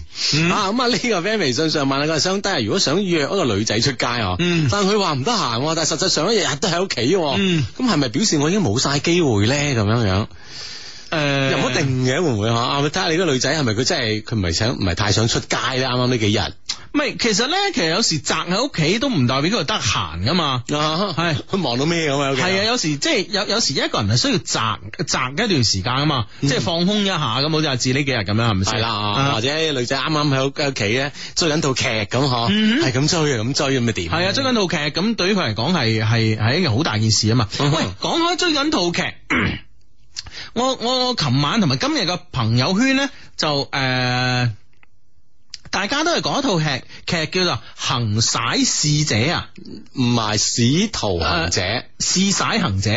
Speaker 3: 啊咁啊呢個 friend 微信上問啦，佢話想低啊，如果想約一個女仔出街啊，
Speaker 1: 嗯
Speaker 3: 但佢話唔得閒喎，但係實際上一日日都喺屋企
Speaker 1: 嗯
Speaker 3: 喎，咁係咪表示我已經冇晒機會咧？咁樣樣
Speaker 1: 誒呃
Speaker 3: 又唔一定嘅，會唔會嚇？啊睇下你個女仔係咪佢真係佢唔係想唔係太想出街咧？啱啱呢幾日
Speaker 1: 唔係，其實咧，其實有時宅喺屋企都唔代表佢得閒噶嘛。
Speaker 3: 啊，
Speaker 1: 係
Speaker 3: 佢 忙到咩咁啊？
Speaker 1: 係啊，有時即係有有時一個人係需要宅宅一段時間啊嘛，
Speaker 3: 嗯
Speaker 1: 即係放空一下咁，好似阿志呢幾日咁樣，係咪
Speaker 3: 系
Speaker 1: 先？
Speaker 3: 啦，啊
Speaker 1: 啊
Speaker 3: 或者女仔啱啱喺屋屋企咧追緊套劇咁嗬，
Speaker 1: 嗯
Speaker 3: 係咁追啊咁追咁咪點？
Speaker 1: 係啊，追緊套劇咁，對於佢嚟講係係係一件好大件事啊嘛。
Speaker 3: 嗯哼
Speaker 1: 喂，講開追緊套劇。 我我我琴晚同埋今日嘅朋友圈咧，就誒、呃大家都係講一套劇，劇叫做《行使使者》啊，
Speaker 3: 唔係使徒行者
Speaker 1: 《試使行者》，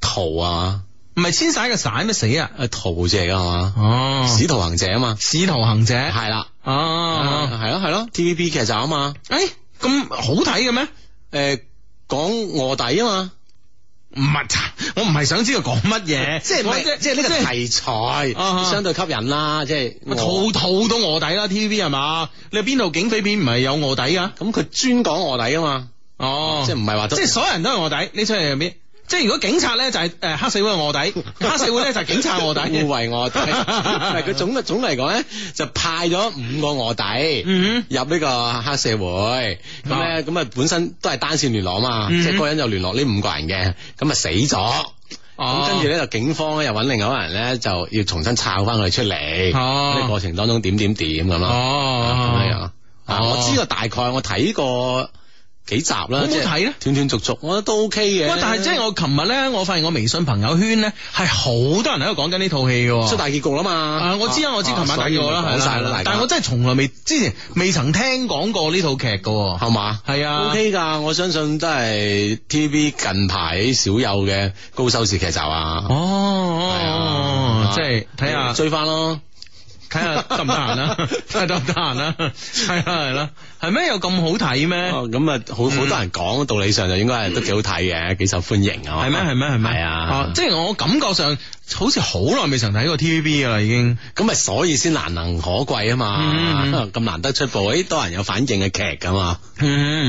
Speaker 3: 徒啊，
Speaker 1: 唔係遷使嘅使咩死啊？
Speaker 3: 誒徒字嚟噶係嘛？
Speaker 1: 哦
Speaker 3: 使徒行者啊嘛，
Speaker 1: 使徒行者
Speaker 3: 係啦，啊
Speaker 1: 哦，
Speaker 3: 係咯係咯，TVB 劇集啊嘛，
Speaker 1: 诶，咁好睇嘅咩？
Speaker 3: 誒講卧底啊嘛，
Speaker 1: 唔係，我唔係想知道講乜嘢，我
Speaker 3: 即係呢個題材
Speaker 1: 啊啊
Speaker 3: 相對吸引啦，即係
Speaker 1: 我套套都卧底啦，TVB 係嘛？你邊度警匪片唔係有卧底噶？
Speaker 3: 咁佢專講卧底啊嘛，
Speaker 1: 哦，
Speaker 3: 即係唔係話都
Speaker 1: 即係所有人都係卧底，呢出戲入邊。即係如果警察咧就係誒黑社會嘅 卧底，黑社會咧就係警察卧底。
Speaker 3: 護衛卧底， 唔係佢總總嚟講咧就派咗五個卧底。
Speaker 1: 嗯
Speaker 3: 入呢個黑社會，咁
Speaker 1: 啊
Speaker 3: 咧咁啊本身都係單線聯絡啊嘛，
Speaker 1: 嗯哦
Speaker 3: 即係嗰個人就聯絡呢五個人嘅，咁啊死咗，
Speaker 1: 哼，
Speaker 3: 咁跟住咧就警方咧又揾另外一個人咧就要重新抄翻佢哋出嚟，
Speaker 1: 哦
Speaker 3: 呢個過程當中點點點咁咯，
Speaker 1: 哦
Speaker 3: 咁樣樣啊
Speaker 1: 哦
Speaker 3: 我知道大概，我睇過幾集啦，
Speaker 1: 好唔好
Speaker 3: 即係
Speaker 1: 睇咧
Speaker 3: 斷斷續續，我覺得都 OK 嘅。
Speaker 1: 喂，但係即係我琴日咧，我發現我微信朋友圈咧係好多人喺度講緊呢套戲嘅喎。
Speaker 3: 出大結局啦嘛，
Speaker 1: 哦
Speaker 3: 哦
Speaker 1: 啊！我知啊，我知，琴晚
Speaker 3: 所
Speaker 1: 睇
Speaker 3: 以
Speaker 1: 過啦，
Speaker 3: 咪講晒啦，大家
Speaker 1: 但係我真係從來未之前未曾聽講過呢套劇噶，
Speaker 3: 係嘛。
Speaker 1: 係啊
Speaker 3: O K 噶，我相信都係 T V B 近排少有嘅高收視劇集啊。
Speaker 1: 哦哦，哦
Speaker 3: 係啊
Speaker 1: 即係睇下
Speaker 3: 追翻咯，
Speaker 1: 睇下得唔得閒 啦，睇下得唔得閒啦，係啦係啦，係咩有咁好睇咩？
Speaker 3: 哦咁啊，好
Speaker 1: 嗯
Speaker 3: 好多人講，道理上就應該係都幾好睇嘅，幾受歡迎啊。
Speaker 1: 係咩係咩係咩？哦
Speaker 3: 係啊，
Speaker 1: 即係我感覺上好似好耐未曾睇過 TVB 噶啦，已經
Speaker 3: 咁咪所以先難能可貴啊
Speaker 1: 嗯
Speaker 3: 嘛，咁難得出部，誒多人有反應嘅劇噶嘛。
Speaker 1: 嗯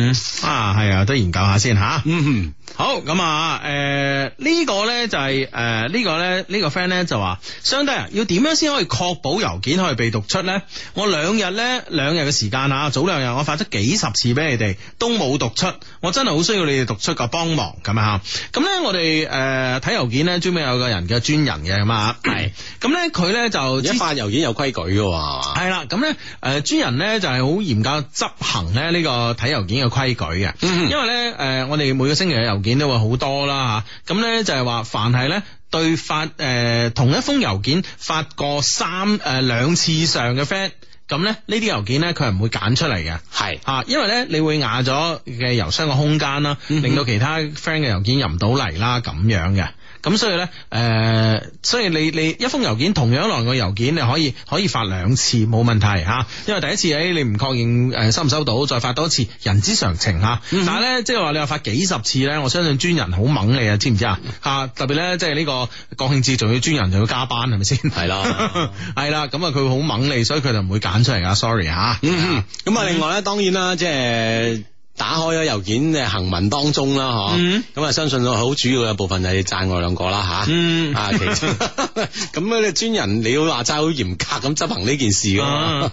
Speaker 1: 嗯嗯啊係啊，都研究下先吓。
Speaker 3: 嗯，
Speaker 1: 好咁啊，诶、呢個、呢就係呃呢個呢呢個 friend 呢就話，相低啊，要點樣先可以確保郵件可以被讀出呢？我兩日呢，兩日嘅時間啊，早兩日我發咗幾十次俾你哋，都冇讀出，我真係好需要你哋讀出個幫忙咁啊！咁呢，我哋诶睇郵件呢，專門有個人嘅專人嘅咁啊，係咁呢，佢呢就
Speaker 3: 而家
Speaker 1: 之
Speaker 3: 發郵件有規矩嘅喎。
Speaker 1: 系啦，咁咧，诶，專人咧就係好嚴格執行咧呢個睇郵件嘅規矩嘅，
Speaker 3: 嗯
Speaker 1: 因為咧，诶、我哋每個星期嘅郵件都會好多啦吓，咁咧就係話，凡係咧對發诶、誒同一封郵件發過三诶两、兩次以上嘅 friend，咁咧呢啲郵件咧佢係唔會揀出嚟嘅。
Speaker 3: 係
Speaker 1: 啊，因為咧你會壓咗嘅郵箱嘅空間啦，
Speaker 3: 嗯哼
Speaker 1: 令到其他 friend 嘅郵件入唔到嚟啦，咁樣嘅。咁所以咧，誒、所以你你一封郵件同樣內容嘅郵件，你可以可以發兩次冇問題嚇、因為第一次誒、哎你唔確認誒、收唔收到，再發多次，人之常情嚇、
Speaker 3: 嗯
Speaker 1: 但係咧，即係話你話發幾十次咧，我相信專人好猛你啊，知唔知啊？嚇、特別咧，即係呢個國慶節仲要專人仲要加班係咪先？
Speaker 3: 係啦。
Speaker 1: 係啦，咁啊佢好猛你，所以佢就唔會揀出嚟噶，sorry 嚇、
Speaker 3: 嗯，咁啊，另外咧，當然啦，即係打開咗郵件嘅行文當中啦，嗬、
Speaker 1: 嗯
Speaker 3: 咁啊，相信好主要嘅部分就係讚我兩個啦，吓、
Speaker 1: 嗯
Speaker 3: 啊， 其實咁咧，專人你要話齋好嚴格咁執行呢件事噶嘛
Speaker 1: 啊，啊。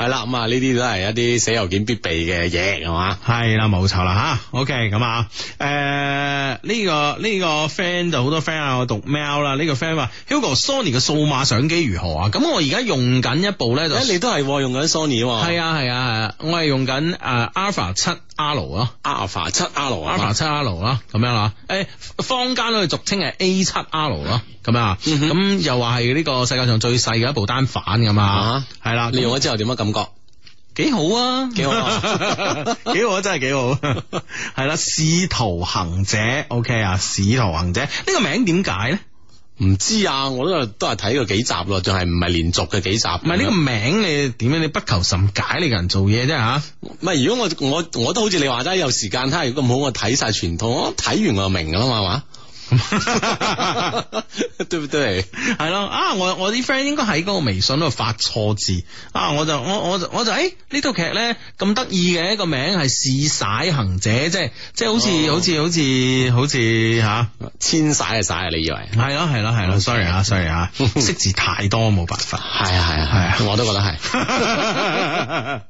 Speaker 3: 系啦，咁啊呢啲都係一啲寫郵件必備嘅嘢，係嘛？
Speaker 1: 系啦，冇錯啦吓，OK 咁啊，诶、呢、個呢、個 friend 就好多 friend 啊，我讀 mail 啦，呢、個 friend 話 Hugo Sony 嘅數碼相機如何啊？咁我而家用緊一部咧就
Speaker 3: 誒你都係喎用緊 Sony 喎，
Speaker 1: 係啊係啊係啊，我係用緊诶 Alpha 七 R 咯。
Speaker 3: Alpha 七 R 啊嘛
Speaker 1: Alpha 七 R 啦，咁樣啦，诶、坊間咧俗稱係 A 七 R 咯，咁樣啊，
Speaker 3: 嗯哼
Speaker 1: 咁、又話係呢個世界上最細嘅一部單反咁嘛
Speaker 3: 啊，
Speaker 1: 係啦、
Speaker 3: 你用咗之後點樣啊感覺？
Speaker 1: 幾好啊，
Speaker 3: 幾好 啊
Speaker 1: 幾好啊，真係幾好，係啦，使徒行者，OK 啊，使徒行者呢、個名點解咧？
Speaker 3: 唔知啊，我都係都係睇過幾集咯，仲係唔係連續嘅幾集？
Speaker 1: 唔係呢個名你點樣？你不求甚解你個人做嘢啫吓，
Speaker 3: 唔係，如果我我我都好似你話齋，有時間睇下如果咁好，我睇晒全套，我睇完我就明噶啦嘛，係嘛？ 對唔對？
Speaker 1: 係咯啊！我我啲 friend 應該喺嗰個微信度發錯字啊！我就我我就我就誒呢套劇咧咁得意嘅個名係《試晒行者》，即係即係好似、
Speaker 3: 哦
Speaker 1: 好似好似好似吓，
Speaker 3: 千晒就晒啊！你以為？
Speaker 1: 係咯係咯係咯，sorry 啊 sorry 啊，識字太多冇辦法。
Speaker 3: 係啊係啊
Speaker 1: 係
Speaker 3: 我都覺得 係。啊！呢、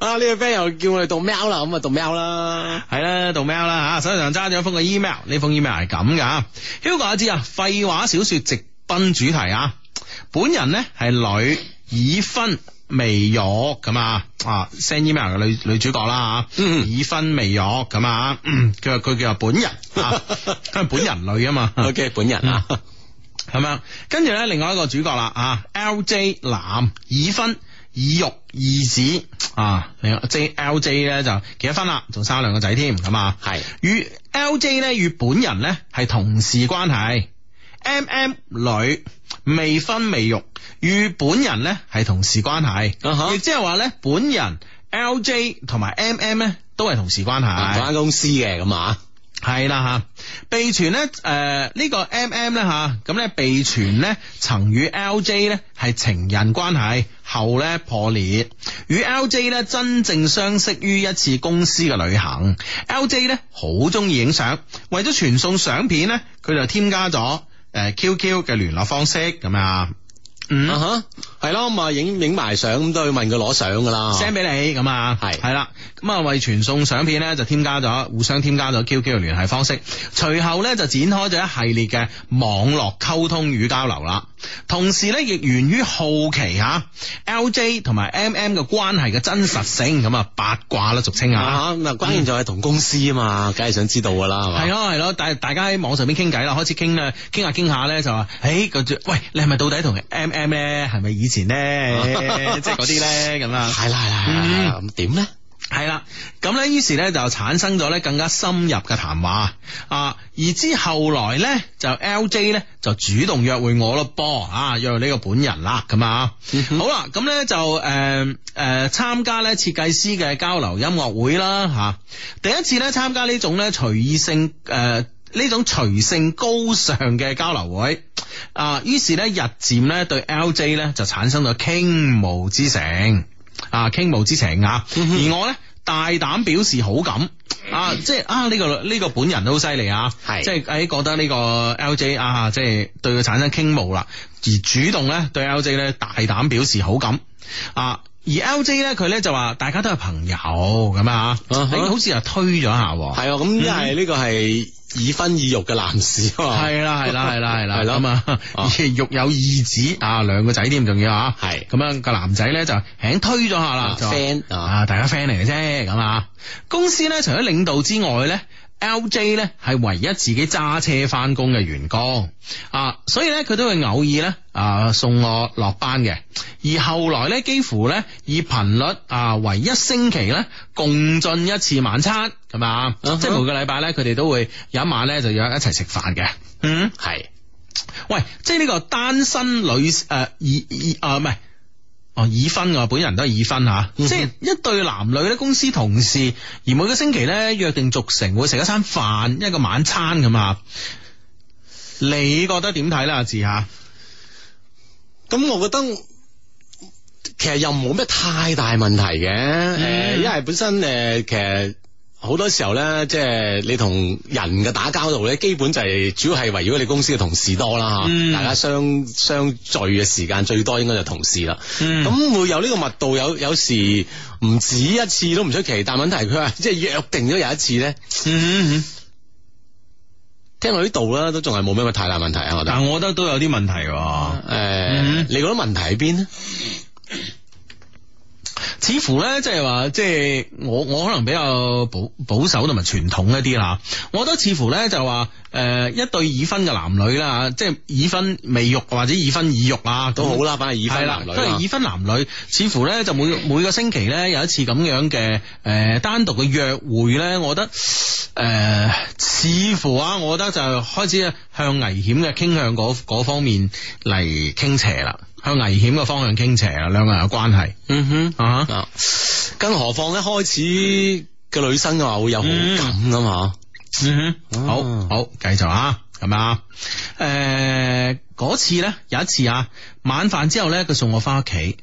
Speaker 3: 個 friend 又叫我哋讀喵啦，咁啊讀喵啦。
Speaker 1: 系啦，讀 mail 啦啊吓，手上揸咗一封嘅 email，呢封 email 係咁噶，Hugo 阿志啊，廢話小说直奔主題啊，本人呢係女，已婚。未育咁啊，啊 send email 嘅女女主角啦吓，
Speaker 3: 嗯
Speaker 1: 已婚未育咁啊，嗯佢話佢叫做本人啊，佢係本人女啊嘛
Speaker 3: OK，本人啊，
Speaker 1: 咁樣，跟住咧，另外一個主角啦，啊，L.J. 男，已婚，已育，二子，啊，另外 J L.J. 咧就結咗婚啦，仲生兩個仔添，咁啊，
Speaker 3: 係
Speaker 1: 與 L.J. 咧與本人咧係同事關係，M.M. 女，未婚未育，與本人咧係同事關係
Speaker 3: 啊哈，
Speaker 1: 亦即係話咧，本人 L.J. 同埋 M.M. 咧都係同事關
Speaker 3: 啊
Speaker 1: 嗯
Speaker 3: 同
Speaker 1: 係。
Speaker 3: 間公司嘅咁啊，
Speaker 1: 系啦吓，被傳咧诶呢個 M M 咧吓，咁咧被傳咧曾與 L J 咧係情人關係，後咧破裂，與 L J 咧真正相識於一次公司嘅旅行，L J 咧好中意影相，為咗傳送相片咧，佢就添加咗诶 Q Q 嘅聯絡方式咁啊，嗯。
Speaker 3: 啊哈，係咯，咁啊影影埋相咁都要問佢攞相噶啦。
Speaker 1: send 俾你咁啊，
Speaker 3: 係
Speaker 1: 系啦，咁啊為傳送相片咧就添加咗互相添加咗 QQ 嘅聯繫方式，隨後咧就展開咗一系列嘅網絡溝通與交流啦。同時咧亦源於好奇吓 LJ 同埋 MM 嘅關係嘅真實性，咁啊八卦啦，俗稱啊。
Speaker 3: 啊，咁啊，關鍵就係同公司啊嘛，梗係想知道噶啦，係嘛？
Speaker 1: 係咯係咯，但係大家喺網上邊傾偈啦，開始傾啦，傾下傾下咧就話，誒個喂你係咪到底同 M M 咧係咪以前咧，即係嗰啲咧咁啊？
Speaker 3: 係啦係啦係啦係啦，咁點咧？
Speaker 1: 系啦，咁咧，於是咧就產生咗咧更加深入嘅談話啊，而之後來咧就 L J 咧就主動約會我咯噃啊，約呢個本人啦咁啊，好啦，咁咧就誒誒參加咧設計師嘅交流音樂會啦啊嚇、第一次咧參加呢種咧隨意性誒。呃呢種隨性高尚嘅交流會啊，於是咧日漸咧對 L J 咧就產生咗傾慕之情。啊傾慕之情啊，而我咧大膽表示好感。啊，即係啊，呢、個呢、個本人都好犀利啊，
Speaker 3: 係
Speaker 1: 即係誒覺得呢個 LJ 啊，即係對佢產生傾慕啦，而主動咧對 LJ 咧大膽表示好感啊。而 LJ 咧，佢咧就話大家都係朋友咁啊，
Speaker 3: 啊哈
Speaker 1: 誒好似又推咗下喎，
Speaker 3: 係啊，咁因為呢個係已婚已育嘅男士啊嘛。
Speaker 1: 系啦系啦系啦系啦，
Speaker 3: 係咯
Speaker 1: 咁啊，
Speaker 3: 啊
Speaker 1: 而育有二子啊，兩個仔添，仲要啊，
Speaker 3: 係
Speaker 1: 咁樣個男仔咧就輕推咗下啦
Speaker 3: 啊
Speaker 1: 就話
Speaker 3: friend 啊
Speaker 1: 啊，大家 friend 嚟嘅啫，咁啊，公司咧除咗領導之外咧。L J 咧係唯一自己揸車翻工嘅員工啊，所以咧佢都會偶爾咧啊送我落班嘅，而後來咧幾乎咧以頻率啊為一星期咧共進一次晚餐咁啊
Speaker 3: 啊哈
Speaker 1: 即係每個禮拜咧佢哋都會有一晚咧就約一齊食飯嘅，嗯。
Speaker 3: 係
Speaker 1: 喂，即系呢個單身女诶已已啊唔係哦已婚啊，本人都係已婚吓，即
Speaker 3: 嗯哼
Speaker 1: 係一對男女咧，公司同事，而每個星期咧約定俗成會食一餐飯一個晚餐咁啊。你覺得點睇啦，阿志啊吓？
Speaker 3: 咁我覺得
Speaker 1: 嗯
Speaker 3: 其實又冇咩太大問題嘅，誒、因為本身誒、其實好多時候咧，即係你同人嘅打交道咧，基本就係主要係圍繞你公司嘅同事多啦吓，
Speaker 1: 嗯
Speaker 3: 大家相相聚嘅時間最多應該就係同事啦。
Speaker 1: 嗯
Speaker 3: 咁、會有呢個密度，有有時唔止一次都唔出奇，但問題佢話即係約定咗有一次咧，
Speaker 1: 嗯嗯，
Speaker 3: 聽到呢度啦，都仲係冇咩太大問題啊，我覺得。
Speaker 1: 但我覺得都有啲問題喎。
Speaker 3: 诶、
Speaker 1: 嗯
Speaker 3: 你覺得問題喺邊咧？
Speaker 1: 似乎咧，即係話，即係我我可能比較保保守同埋傳統一啲啦。我覺得似乎咧就話，诶、一對已婚嘅男女啦，即係已婚未育或者已婚已育啊，
Speaker 3: 都好
Speaker 1: 啦。
Speaker 3: 啦，反正已
Speaker 1: 係
Speaker 3: 婚
Speaker 1: 啦
Speaker 3: 男女啊
Speaker 1: 都係
Speaker 3: 啦
Speaker 1: 已。婚男女，似乎咧就每每個星期咧有一次咁樣嘅誒、呃、單獨嘅約會咧，我覺得誒、呃似乎啊，我覺得就開始向危險嘅傾向嗰嗰方面嚟傾斜啦，向危險嘅方向傾斜啦，兩個人嘅關係
Speaker 3: 嗯
Speaker 1: 啊哈。
Speaker 3: 啊，更何況一開始嘅女生嘅話會有好感噶嘛。
Speaker 1: 嗯
Speaker 3: 啊
Speaker 1: 哼，好好繼續啊，咁啊，誒、嗰次咧有一次啊，晚飯之後咧，佢送我翻屋企，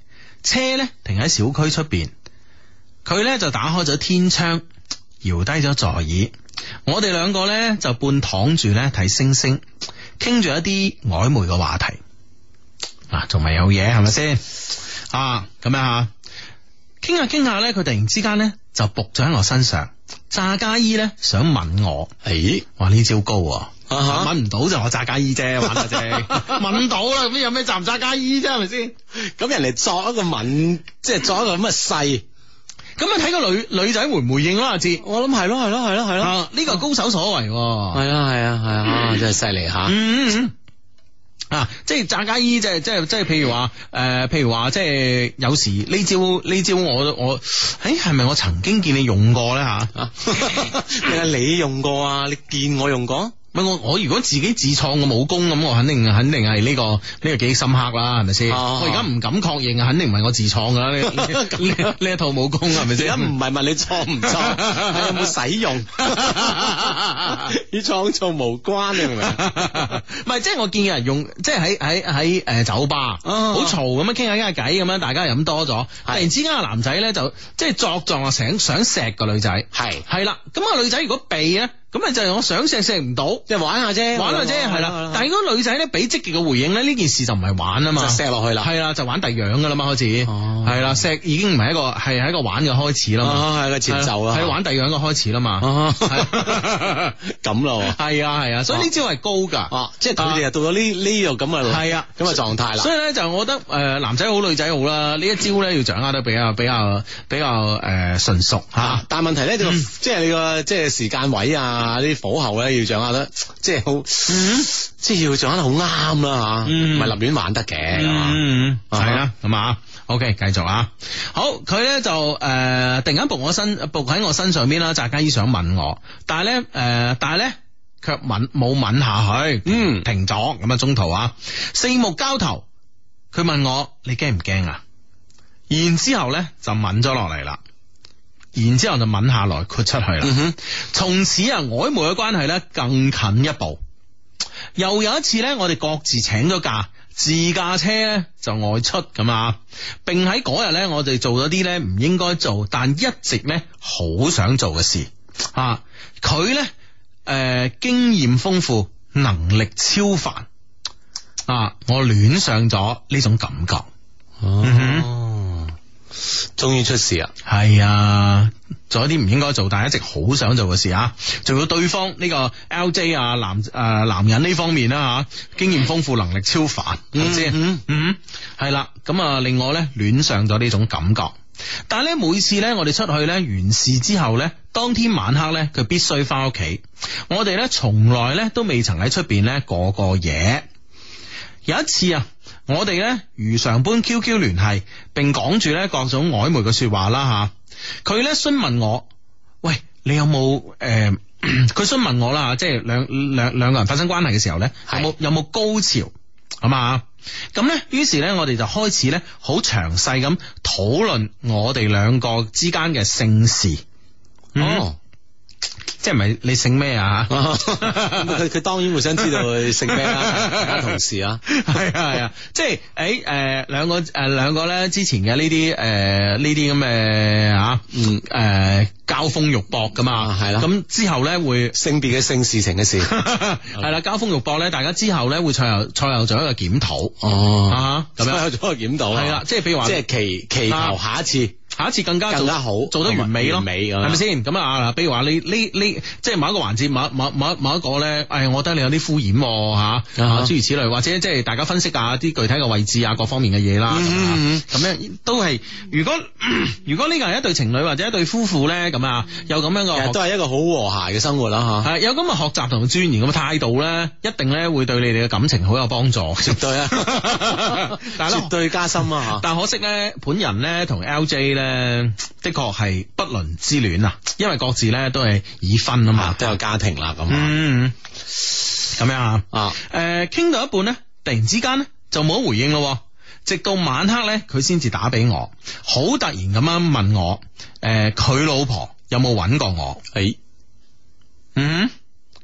Speaker 1: 車咧停喺小區出邊，佢咧就打開咗天窗，搖低咗座椅，我哋兩個咧就半躺住咧睇星星，傾住一啲曖昧嘅話題，啊，仲未有嘢係咪先？啊，咁樣啊，傾下傾下咧，佢突然之間咧就仆咗喺我身上，炸家衣咧想吻我。
Speaker 3: 誒、
Speaker 1: 哇！呢招高啊，
Speaker 3: 啊哈
Speaker 1: 揾唔到就我炸家衣啫，玩下 啫，揾到啦，咁有咩炸唔炸家衣啫，係咪先？
Speaker 3: 咁人哋作一個吻，即係作一個咁嘅勢，
Speaker 1: 咁啊，睇個女女仔回唔回應咯，阿志。
Speaker 3: 我諗係咯，係咯，係咯，係咯，
Speaker 1: 啊，呢個係高手所為喎。
Speaker 3: 係啊，係啊，係啊，真係犀利吓。
Speaker 1: 嗯嗯嗯啊，即係炸家衣，即係即係即係，譬如話誒、呃譬如話，即係有時呢招呢招我我，誒係咪我曾經見你用過咧吓？
Speaker 3: 啊，定係 你用過啊？你見我用過？
Speaker 1: 唔係我我如果自己自創嘅武功咁，我肯定肯定係呢、個呢、個幾深刻啦，係咪先？
Speaker 3: 哦
Speaker 1: 我而家唔敢確認，肯定唔係我自創噶 啦，呢呢呢呢一套武功係咪
Speaker 3: 而
Speaker 1: 先
Speaker 3: 家？唔係問 你錯唔錯， 係有冇使 用，與創造無關，你明唔明 啊？
Speaker 1: 唔係，即係我見有人用，即係喺喺喺誒酒吧，
Speaker 3: 啊
Speaker 1: 好嘈咁樣傾下傾下偈咁樣，大家飲多咗，突然之間個男仔咧就即係作狀啊，想想錫個女仔，
Speaker 3: 係，
Speaker 1: 係啦，咁個女仔如果避咧，咁咪就係我想錫錫唔到。
Speaker 3: 即係玩下啫，
Speaker 1: 玩下啫，係啦。但係
Speaker 3: 係
Speaker 1: 如果女仔咧俾積極嘅回應咧，呢件事就唔係玩啊
Speaker 3: 就
Speaker 1: 嘛，
Speaker 3: 錫落去啦。
Speaker 1: 係啦，就玩第樣噶啦嘛，開始
Speaker 3: 哦
Speaker 1: 係啦，錫已經唔係一個係係一個玩嘅開始啦嘛，
Speaker 3: 啊，係個節奏啊，
Speaker 1: 係玩第樣嘅開始啦嘛，
Speaker 3: 啊
Speaker 1: 係
Speaker 3: 咁咯
Speaker 1: 係啊係啊，
Speaker 3: 哦
Speaker 1: 所以呢招係高
Speaker 3: 喎，
Speaker 1: 㗎，
Speaker 3: 啊，即係佢哋又到咗呢呢個咁嘅
Speaker 1: 係啊
Speaker 3: 咁嘅狀態啦，
Speaker 1: 所以咧就我覺得誒男仔好女仔好啦，呢一招咧要掌握得比較比較比較誒純熟嚇
Speaker 3: 啊。，但係問題咧，就即係你個即係時間位啊，呢啲火候咧要掌握得即係好，即係要掌握得好啱啦吓，
Speaker 1: 嗯
Speaker 3: 唔係立亂玩得嘅，係嘛
Speaker 1: 嗯，
Speaker 3: 啊
Speaker 1: 系啦，咁啊，OK，繼續啊，好，佢咧就誒、呃突然間仆我身，仆喺我身上邊啦，扎家衣想吻我，但係咧誒，呃但係咧卻吻冇吻下去，
Speaker 3: 嗯
Speaker 1: 停咗咁啊，中途啊，四目交投，佢問我你驚唔驚啊？然之後咧就吻咗落嚟啦，然之後就吻下來豁出去啦。
Speaker 3: 嗯哼，
Speaker 1: 從此啊，曖昧嘅關係咧更近一步。又有一次咧，我哋各自請咗假，自駕車咧就外出咁啊，並喺嗰日咧，我哋做咗啲咧唔應該做，但一直咧好想做嘅事啊。佢咧誒經驗豐富，能力超凡啊！我戀上咗呢種感覺。嗯
Speaker 3: 哦，終於出事啦，
Speaker 1: 係啊，做一啲唔應該做，但係一直好想做嘅事啊！做到對方呢個 LJ 啊男诶、呃男人呢方面啦、啊、吓，经验丰富，能力超凡，係咪先？
Speaker 3: 嗯
Speaker 1: 嗯，系啦，咁啊，令我咧戀上咗呢種感覺。但系咧，每次咧，我哋出去咧完事之後咧，當天晚黑咧，佢必須翻屋企。我哋咧從來咧都未曾喺出邊咧過過夜。有一次啊，我哋咧如常般 QQ 聯繫，並講住咧各種曖昧嘅说話啦吓。佢咧詢問我：，喂，你有冇诶？誒 佢詢問我啦，即係兩兩兩個人發生關係嘅時候咧，有
Speaker 3: 係
Speaker 1: 冇有冇高潮咁啊？咁咧，於是咧，我哋就開始咧，好詳細咁討論我哋兩個之間嘅性事。嗯
Speaker 3: 哦。
Speaker 1: 即係唔係你姓咩啊？吓
Speaker 3: 佢佢當然會想知道佢姓咩啦，其他同事 啊，
Speaker 1: 係啊係啊，即係誒誒兩個誒兩個咧之前嘅呢啲誒呢啲咁嘅嚇
Speaker 3: 嗯，
Speaker 1: 誒交鋒肉搏噶嘛，
Speaker 3: 啊係啦
Speaker 1: 咁之後咧 會。
Speaker 3: 性別嘅性事情 嘅事，
Speaker 1: 係啦，交鋒肉搏咧，大家之後咧會賽後賽後做一個檢討
Speaker 3: 哦，
Speaker 1: 啊，咁
Speaker 3: 咁
Speaker 1: 樣
Speaker 3: 樣做個檢討，啊
Speaker 1: 係啦，，即係譬如話
Speaker 3: 即，係祈祈求下一次
Speaker 1: 下一次更加做
Speaker 3: 更加好，
Speaker 1: 做得完美咯，
Speaker 3: 完美咁樣
Speaker 1: 係咪？先？咁啊，嗱，比如話你呢呢，即係某一個環節，某某某某一個咧，誒，我覺得你有啲敷衍喎嚇，
Speaker 3: 啊
Speaker 1: 啊
Speaker 3: 哈
Speaker 1: 諸如此類，或者即係大家分析下啲具體嘅位置啊，各方面嘅嘢啦，咁啊
Speaker 3: 嗯嗯嗯
Speaker 1: 咁樣都係。如果 如果呢個係一對情侶或者一對夫婦咧，咁啊，有咁樣
Speaker 3: 其實
Speaker 1: 嘅
Speaker 3: 都
Speaker 1: 學。
Speaker 3: 係一個好和諧嘅生活啦嚇，
Speaker 1: 係有咁嘅學習同鑽研咁嘅態度咧，一定咧會對你哋嘅感情好有幫助。，
Speaker 3: 絕對啊
Speaker 1: 大佬
Speaker 3: 絕對加深啊嚇，
Speaker 1: 但可惜咧，本人咧同 LJ 咧，的確係不倫之戀啊，因為各自咧都係已婚啊
Speaker 3: 啊
Speaker 1: 嘛。
Speaker 3: 都有家庭啦咁啊
Speaker 1: 嗯，咁樣啊，
Speaker 3: 啊，
Speaker 1: 誒，傾到一半咧，突然之間咧就冇咗回應咯喎。直到晚黑咧，佢先至打俾我，好突然咁樣問我，誒，佢老婆有冇揾過我？
Speaker 3: 誒
Speaker 1: 嗯，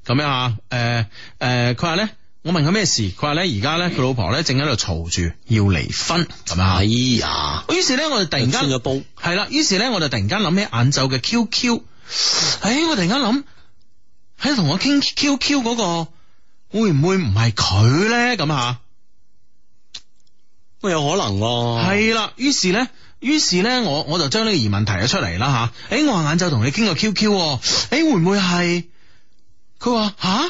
Speaker 1: 咁樣啊，誒、誒，佢話咧，我問佢咩事，佢話咧而家咧佢老婆咧正喺度嘈住要離婚，咁樣啊
Speaker 3: 哎。呀，
Speaker 1: 於是咧，我就突然間
Speaker 3: 穿咗煲，
Speaker 1: 係啦，於是咧我就突然間諗起晏晝嘅 QQ，唉，我突然間諗喺同我傾 QQ 嗰、個會唔會唔係佢咧咁啊吓？
Speaker 3: 喂有可能喎，
Speaker 1: 係啦、於是咧。於是咧，我我就將呢個疑問提咗出嚟啦吓，誒、我話晏晝同你傾個 QQ，喎誒、會唔會係？佢話吓，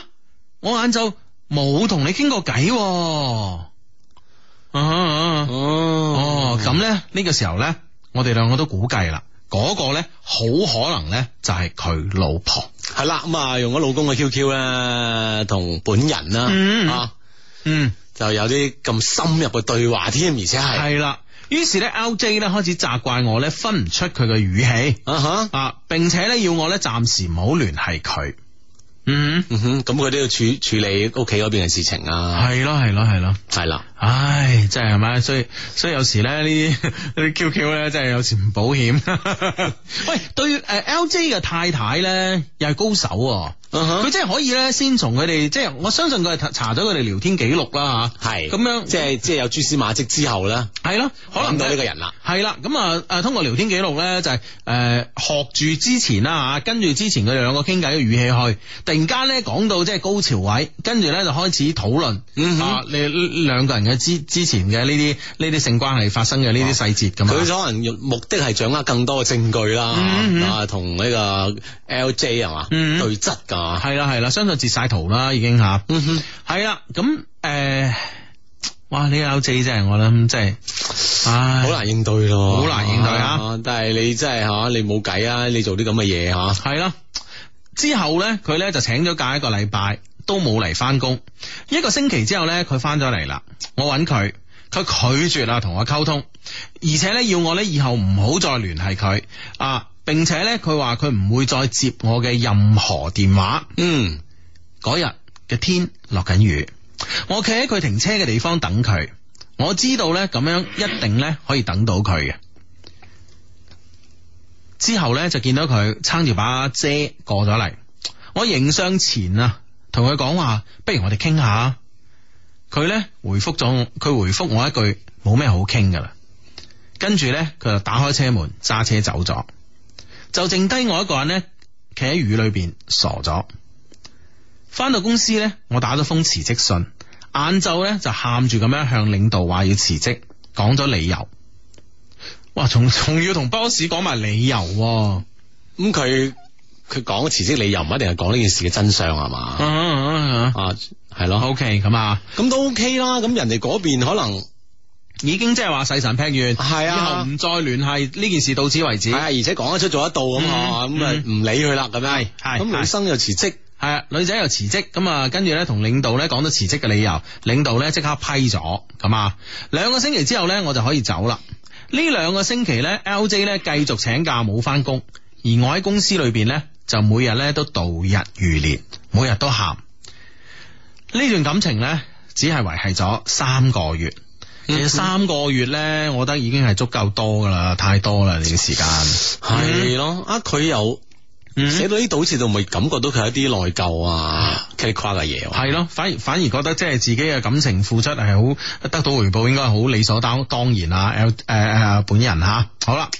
Speaker 1: 我晏晝冇同你傾過偈喎。啊啊啊
Speaker 3: 哦
Speaker 1: 哦，咁咧呢個時候咧，我哋兩個都估計啦，嗰、個咧好可能咧就係佢老婆。
Speaker 3: 係啦，咁啊用咗老公嘅 QQ 啦，同本人
Speaker 1: 嗯
Speaker 3: 啦，啊
Speaker 1: 嗯，
Speaker 3: 就有啲咁深入嘅對話添，而且係
Speaker 1: 係啦。於是咧，LJ 咧開始責怪我咧分唔出佢嘅語氣
Speaker 3: 啊哈。
Speaker 1: 啊，並且咧要我咧暫時唔好聯繫佢。嗯，
Speaker 3: 嗯哼，咁佢都要處處理屋企嗰邊嘅事情啊，
Speaker 1: 係咯，係咯，係咯。
Speaker 3: 係啦，
Speaker 1: 唉，真係係咪？所以所以有時咧呢啲 呢啲 QQ 咧，真係有時唔保險。 喂，對誒、LJ 嘅太太咧，又係高手喎、
Speaker 3: 嗯
Speaker 1: 佢
Speaker 3: 哼，
Speaker 1: 真係可以咧，先從佢哋，即係我相信佢係查咗佢哋聊天記錄啦吓，
Speaker 3: 係
Speaker 1: 咁樣
Speaker 3: 即係即係有蛛絲馬跡之後咧，
Speaker 1: 係咯，可能
Speaker 3: 諗到呢個
Speaker 1: 人。
Speaker 3: 人啦，
Speaker 1: 係啦，咁啊誒，通過聊天記錄咧，就係、誒、學住之前啦吓，跟住之前佢哋兩個傾偈嘅語氣去，突然間咧講到即係高潮位，跟住咧就開始討論、
Speaker 3: 嗯哼
Speaker 1: 啊，你兩個人嘅之之前嘅呢啲呢啲性關係發生嘅呢啲細節咁
Speaker 3: 佢
Speaker 1: 啊，
Speaker 3: 可能用目的係掌握更多嘅證據啦，
Speaker 1: 嗯哼
Speaker 3: 啊，同呢個 LJ 係嘛
Speaker 1: 嗯
Speaker 3: 對質㗎，
Speaker 1: 係啦係啦，相信截晒圖啦已經吓。
Speaker 3: 嗯哼，
Speaker 1: 係啦，咁誒、呃哇！呢個 LJ 真係我諗真係，唉，
Speaker 3: 好難應對咯，
Speaker 1: 好難應對啊！
Speaker 3: 但係你真係嚇，你冇計啊，你做啲咁嘅嘢嚇，
Speaker 1: 係啦。之後咧，佢咧就請咗假一個禮拜，都冇嚟翻工。一個星期之後咧，佢翻咗嚟啦。我揾佢，佢拒絕啦同我溝通，而且咧要我咧以後唔好再聯繫佢啊。並且咧，佢話佢唔會再接我嘅任何電話。
Speaker 3: 嗯，
Speaker 1: 嗰日嘅天落緊雨，我企喺佢停車嘅地方等佢，我知道咧咁樣一定咧可以等到佢嘅。之後咧就見到佢撐住把遮過咗嚟，我迎上前啊，同佢講話，不如我哋傾下。佢咧回覆咗我，佢回覆我一句冇咩好傾噶啦。跟住咧佢就打開車門揸車走咗，就剩低我一個人咧企喺雨裏邊傻咗。翻到公司咧，我打咗封辭職信，晏晝咧就喊住咁樣向領導話要辭職，講咗理由。哇，仲仲要同 boss 講埋理由、喎。
Speaker 3: 嗯咁佢佢講嘅辭職理由唔一定係講呢件事嘅真相係
Speaker 1: 嗯
Speaker 3: 嘛，啊，係咯，
Speaker 1: O K，咁啊，
Speaker 3: 咁都 OK 啦，咁人哋嗰邊可能。
Speaker 1: 已經即係話細神劈完，
Speaker 3: 係啊
Speaker 1: 以後唔再聯繫呢件事到此為止。
Speaker 3: 係啊，
Speaker 1: 係
Speaker 3: 而且講得出做得到咁啊，
Speaker 1: 嗯
Speaker 3: 咁啊
Speaker 1: 嗯
Speaker 3: 唔理佢啦咁樣。
Speaker 1: 係
Speaker 3: 咁女生又辭職，
Speaker 1: 啊，女仔又辭職，咁啊，跟住咧同領導咧講咗辭職嘅理由，領導咧即刻批咗，咁啊，兩個星期之後咧我就可以走啦。呢兩個星期咧，L J 咧繼續請假冇翻工，而我喺公司裏邊咧就每日咧都度日如年，每日都喊。呢段感情咧只係維係咗三個月，其實三個月咧，我覺得已經係足夠多噶啦，太多啦呢啲時間。
Speaker 3: 係咯，啊佢又
Speaker 1: 嗯
Speaker 3: 寫到呢度好似就咪感覺到佢有啲內疚啊、
Speaker 1: 嗯
Speaker 3: 奇誇嘅嘢喎。
Speaker 1: 系咯，反而反而覺得即係自己嘅感情付出係好得到回報，應該係好理所當當然啊！誒誒誒，本人吓、好啦，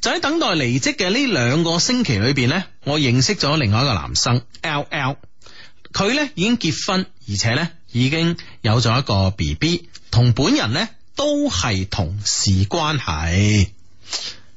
Speaker 1: 就喺等待離職嘅呢兩個星期裏邊咧，我認識咗另外一個男生 L L，佢咧已經結婚，而且咧已經有咗一個 B B，同本人咧都係同事關係。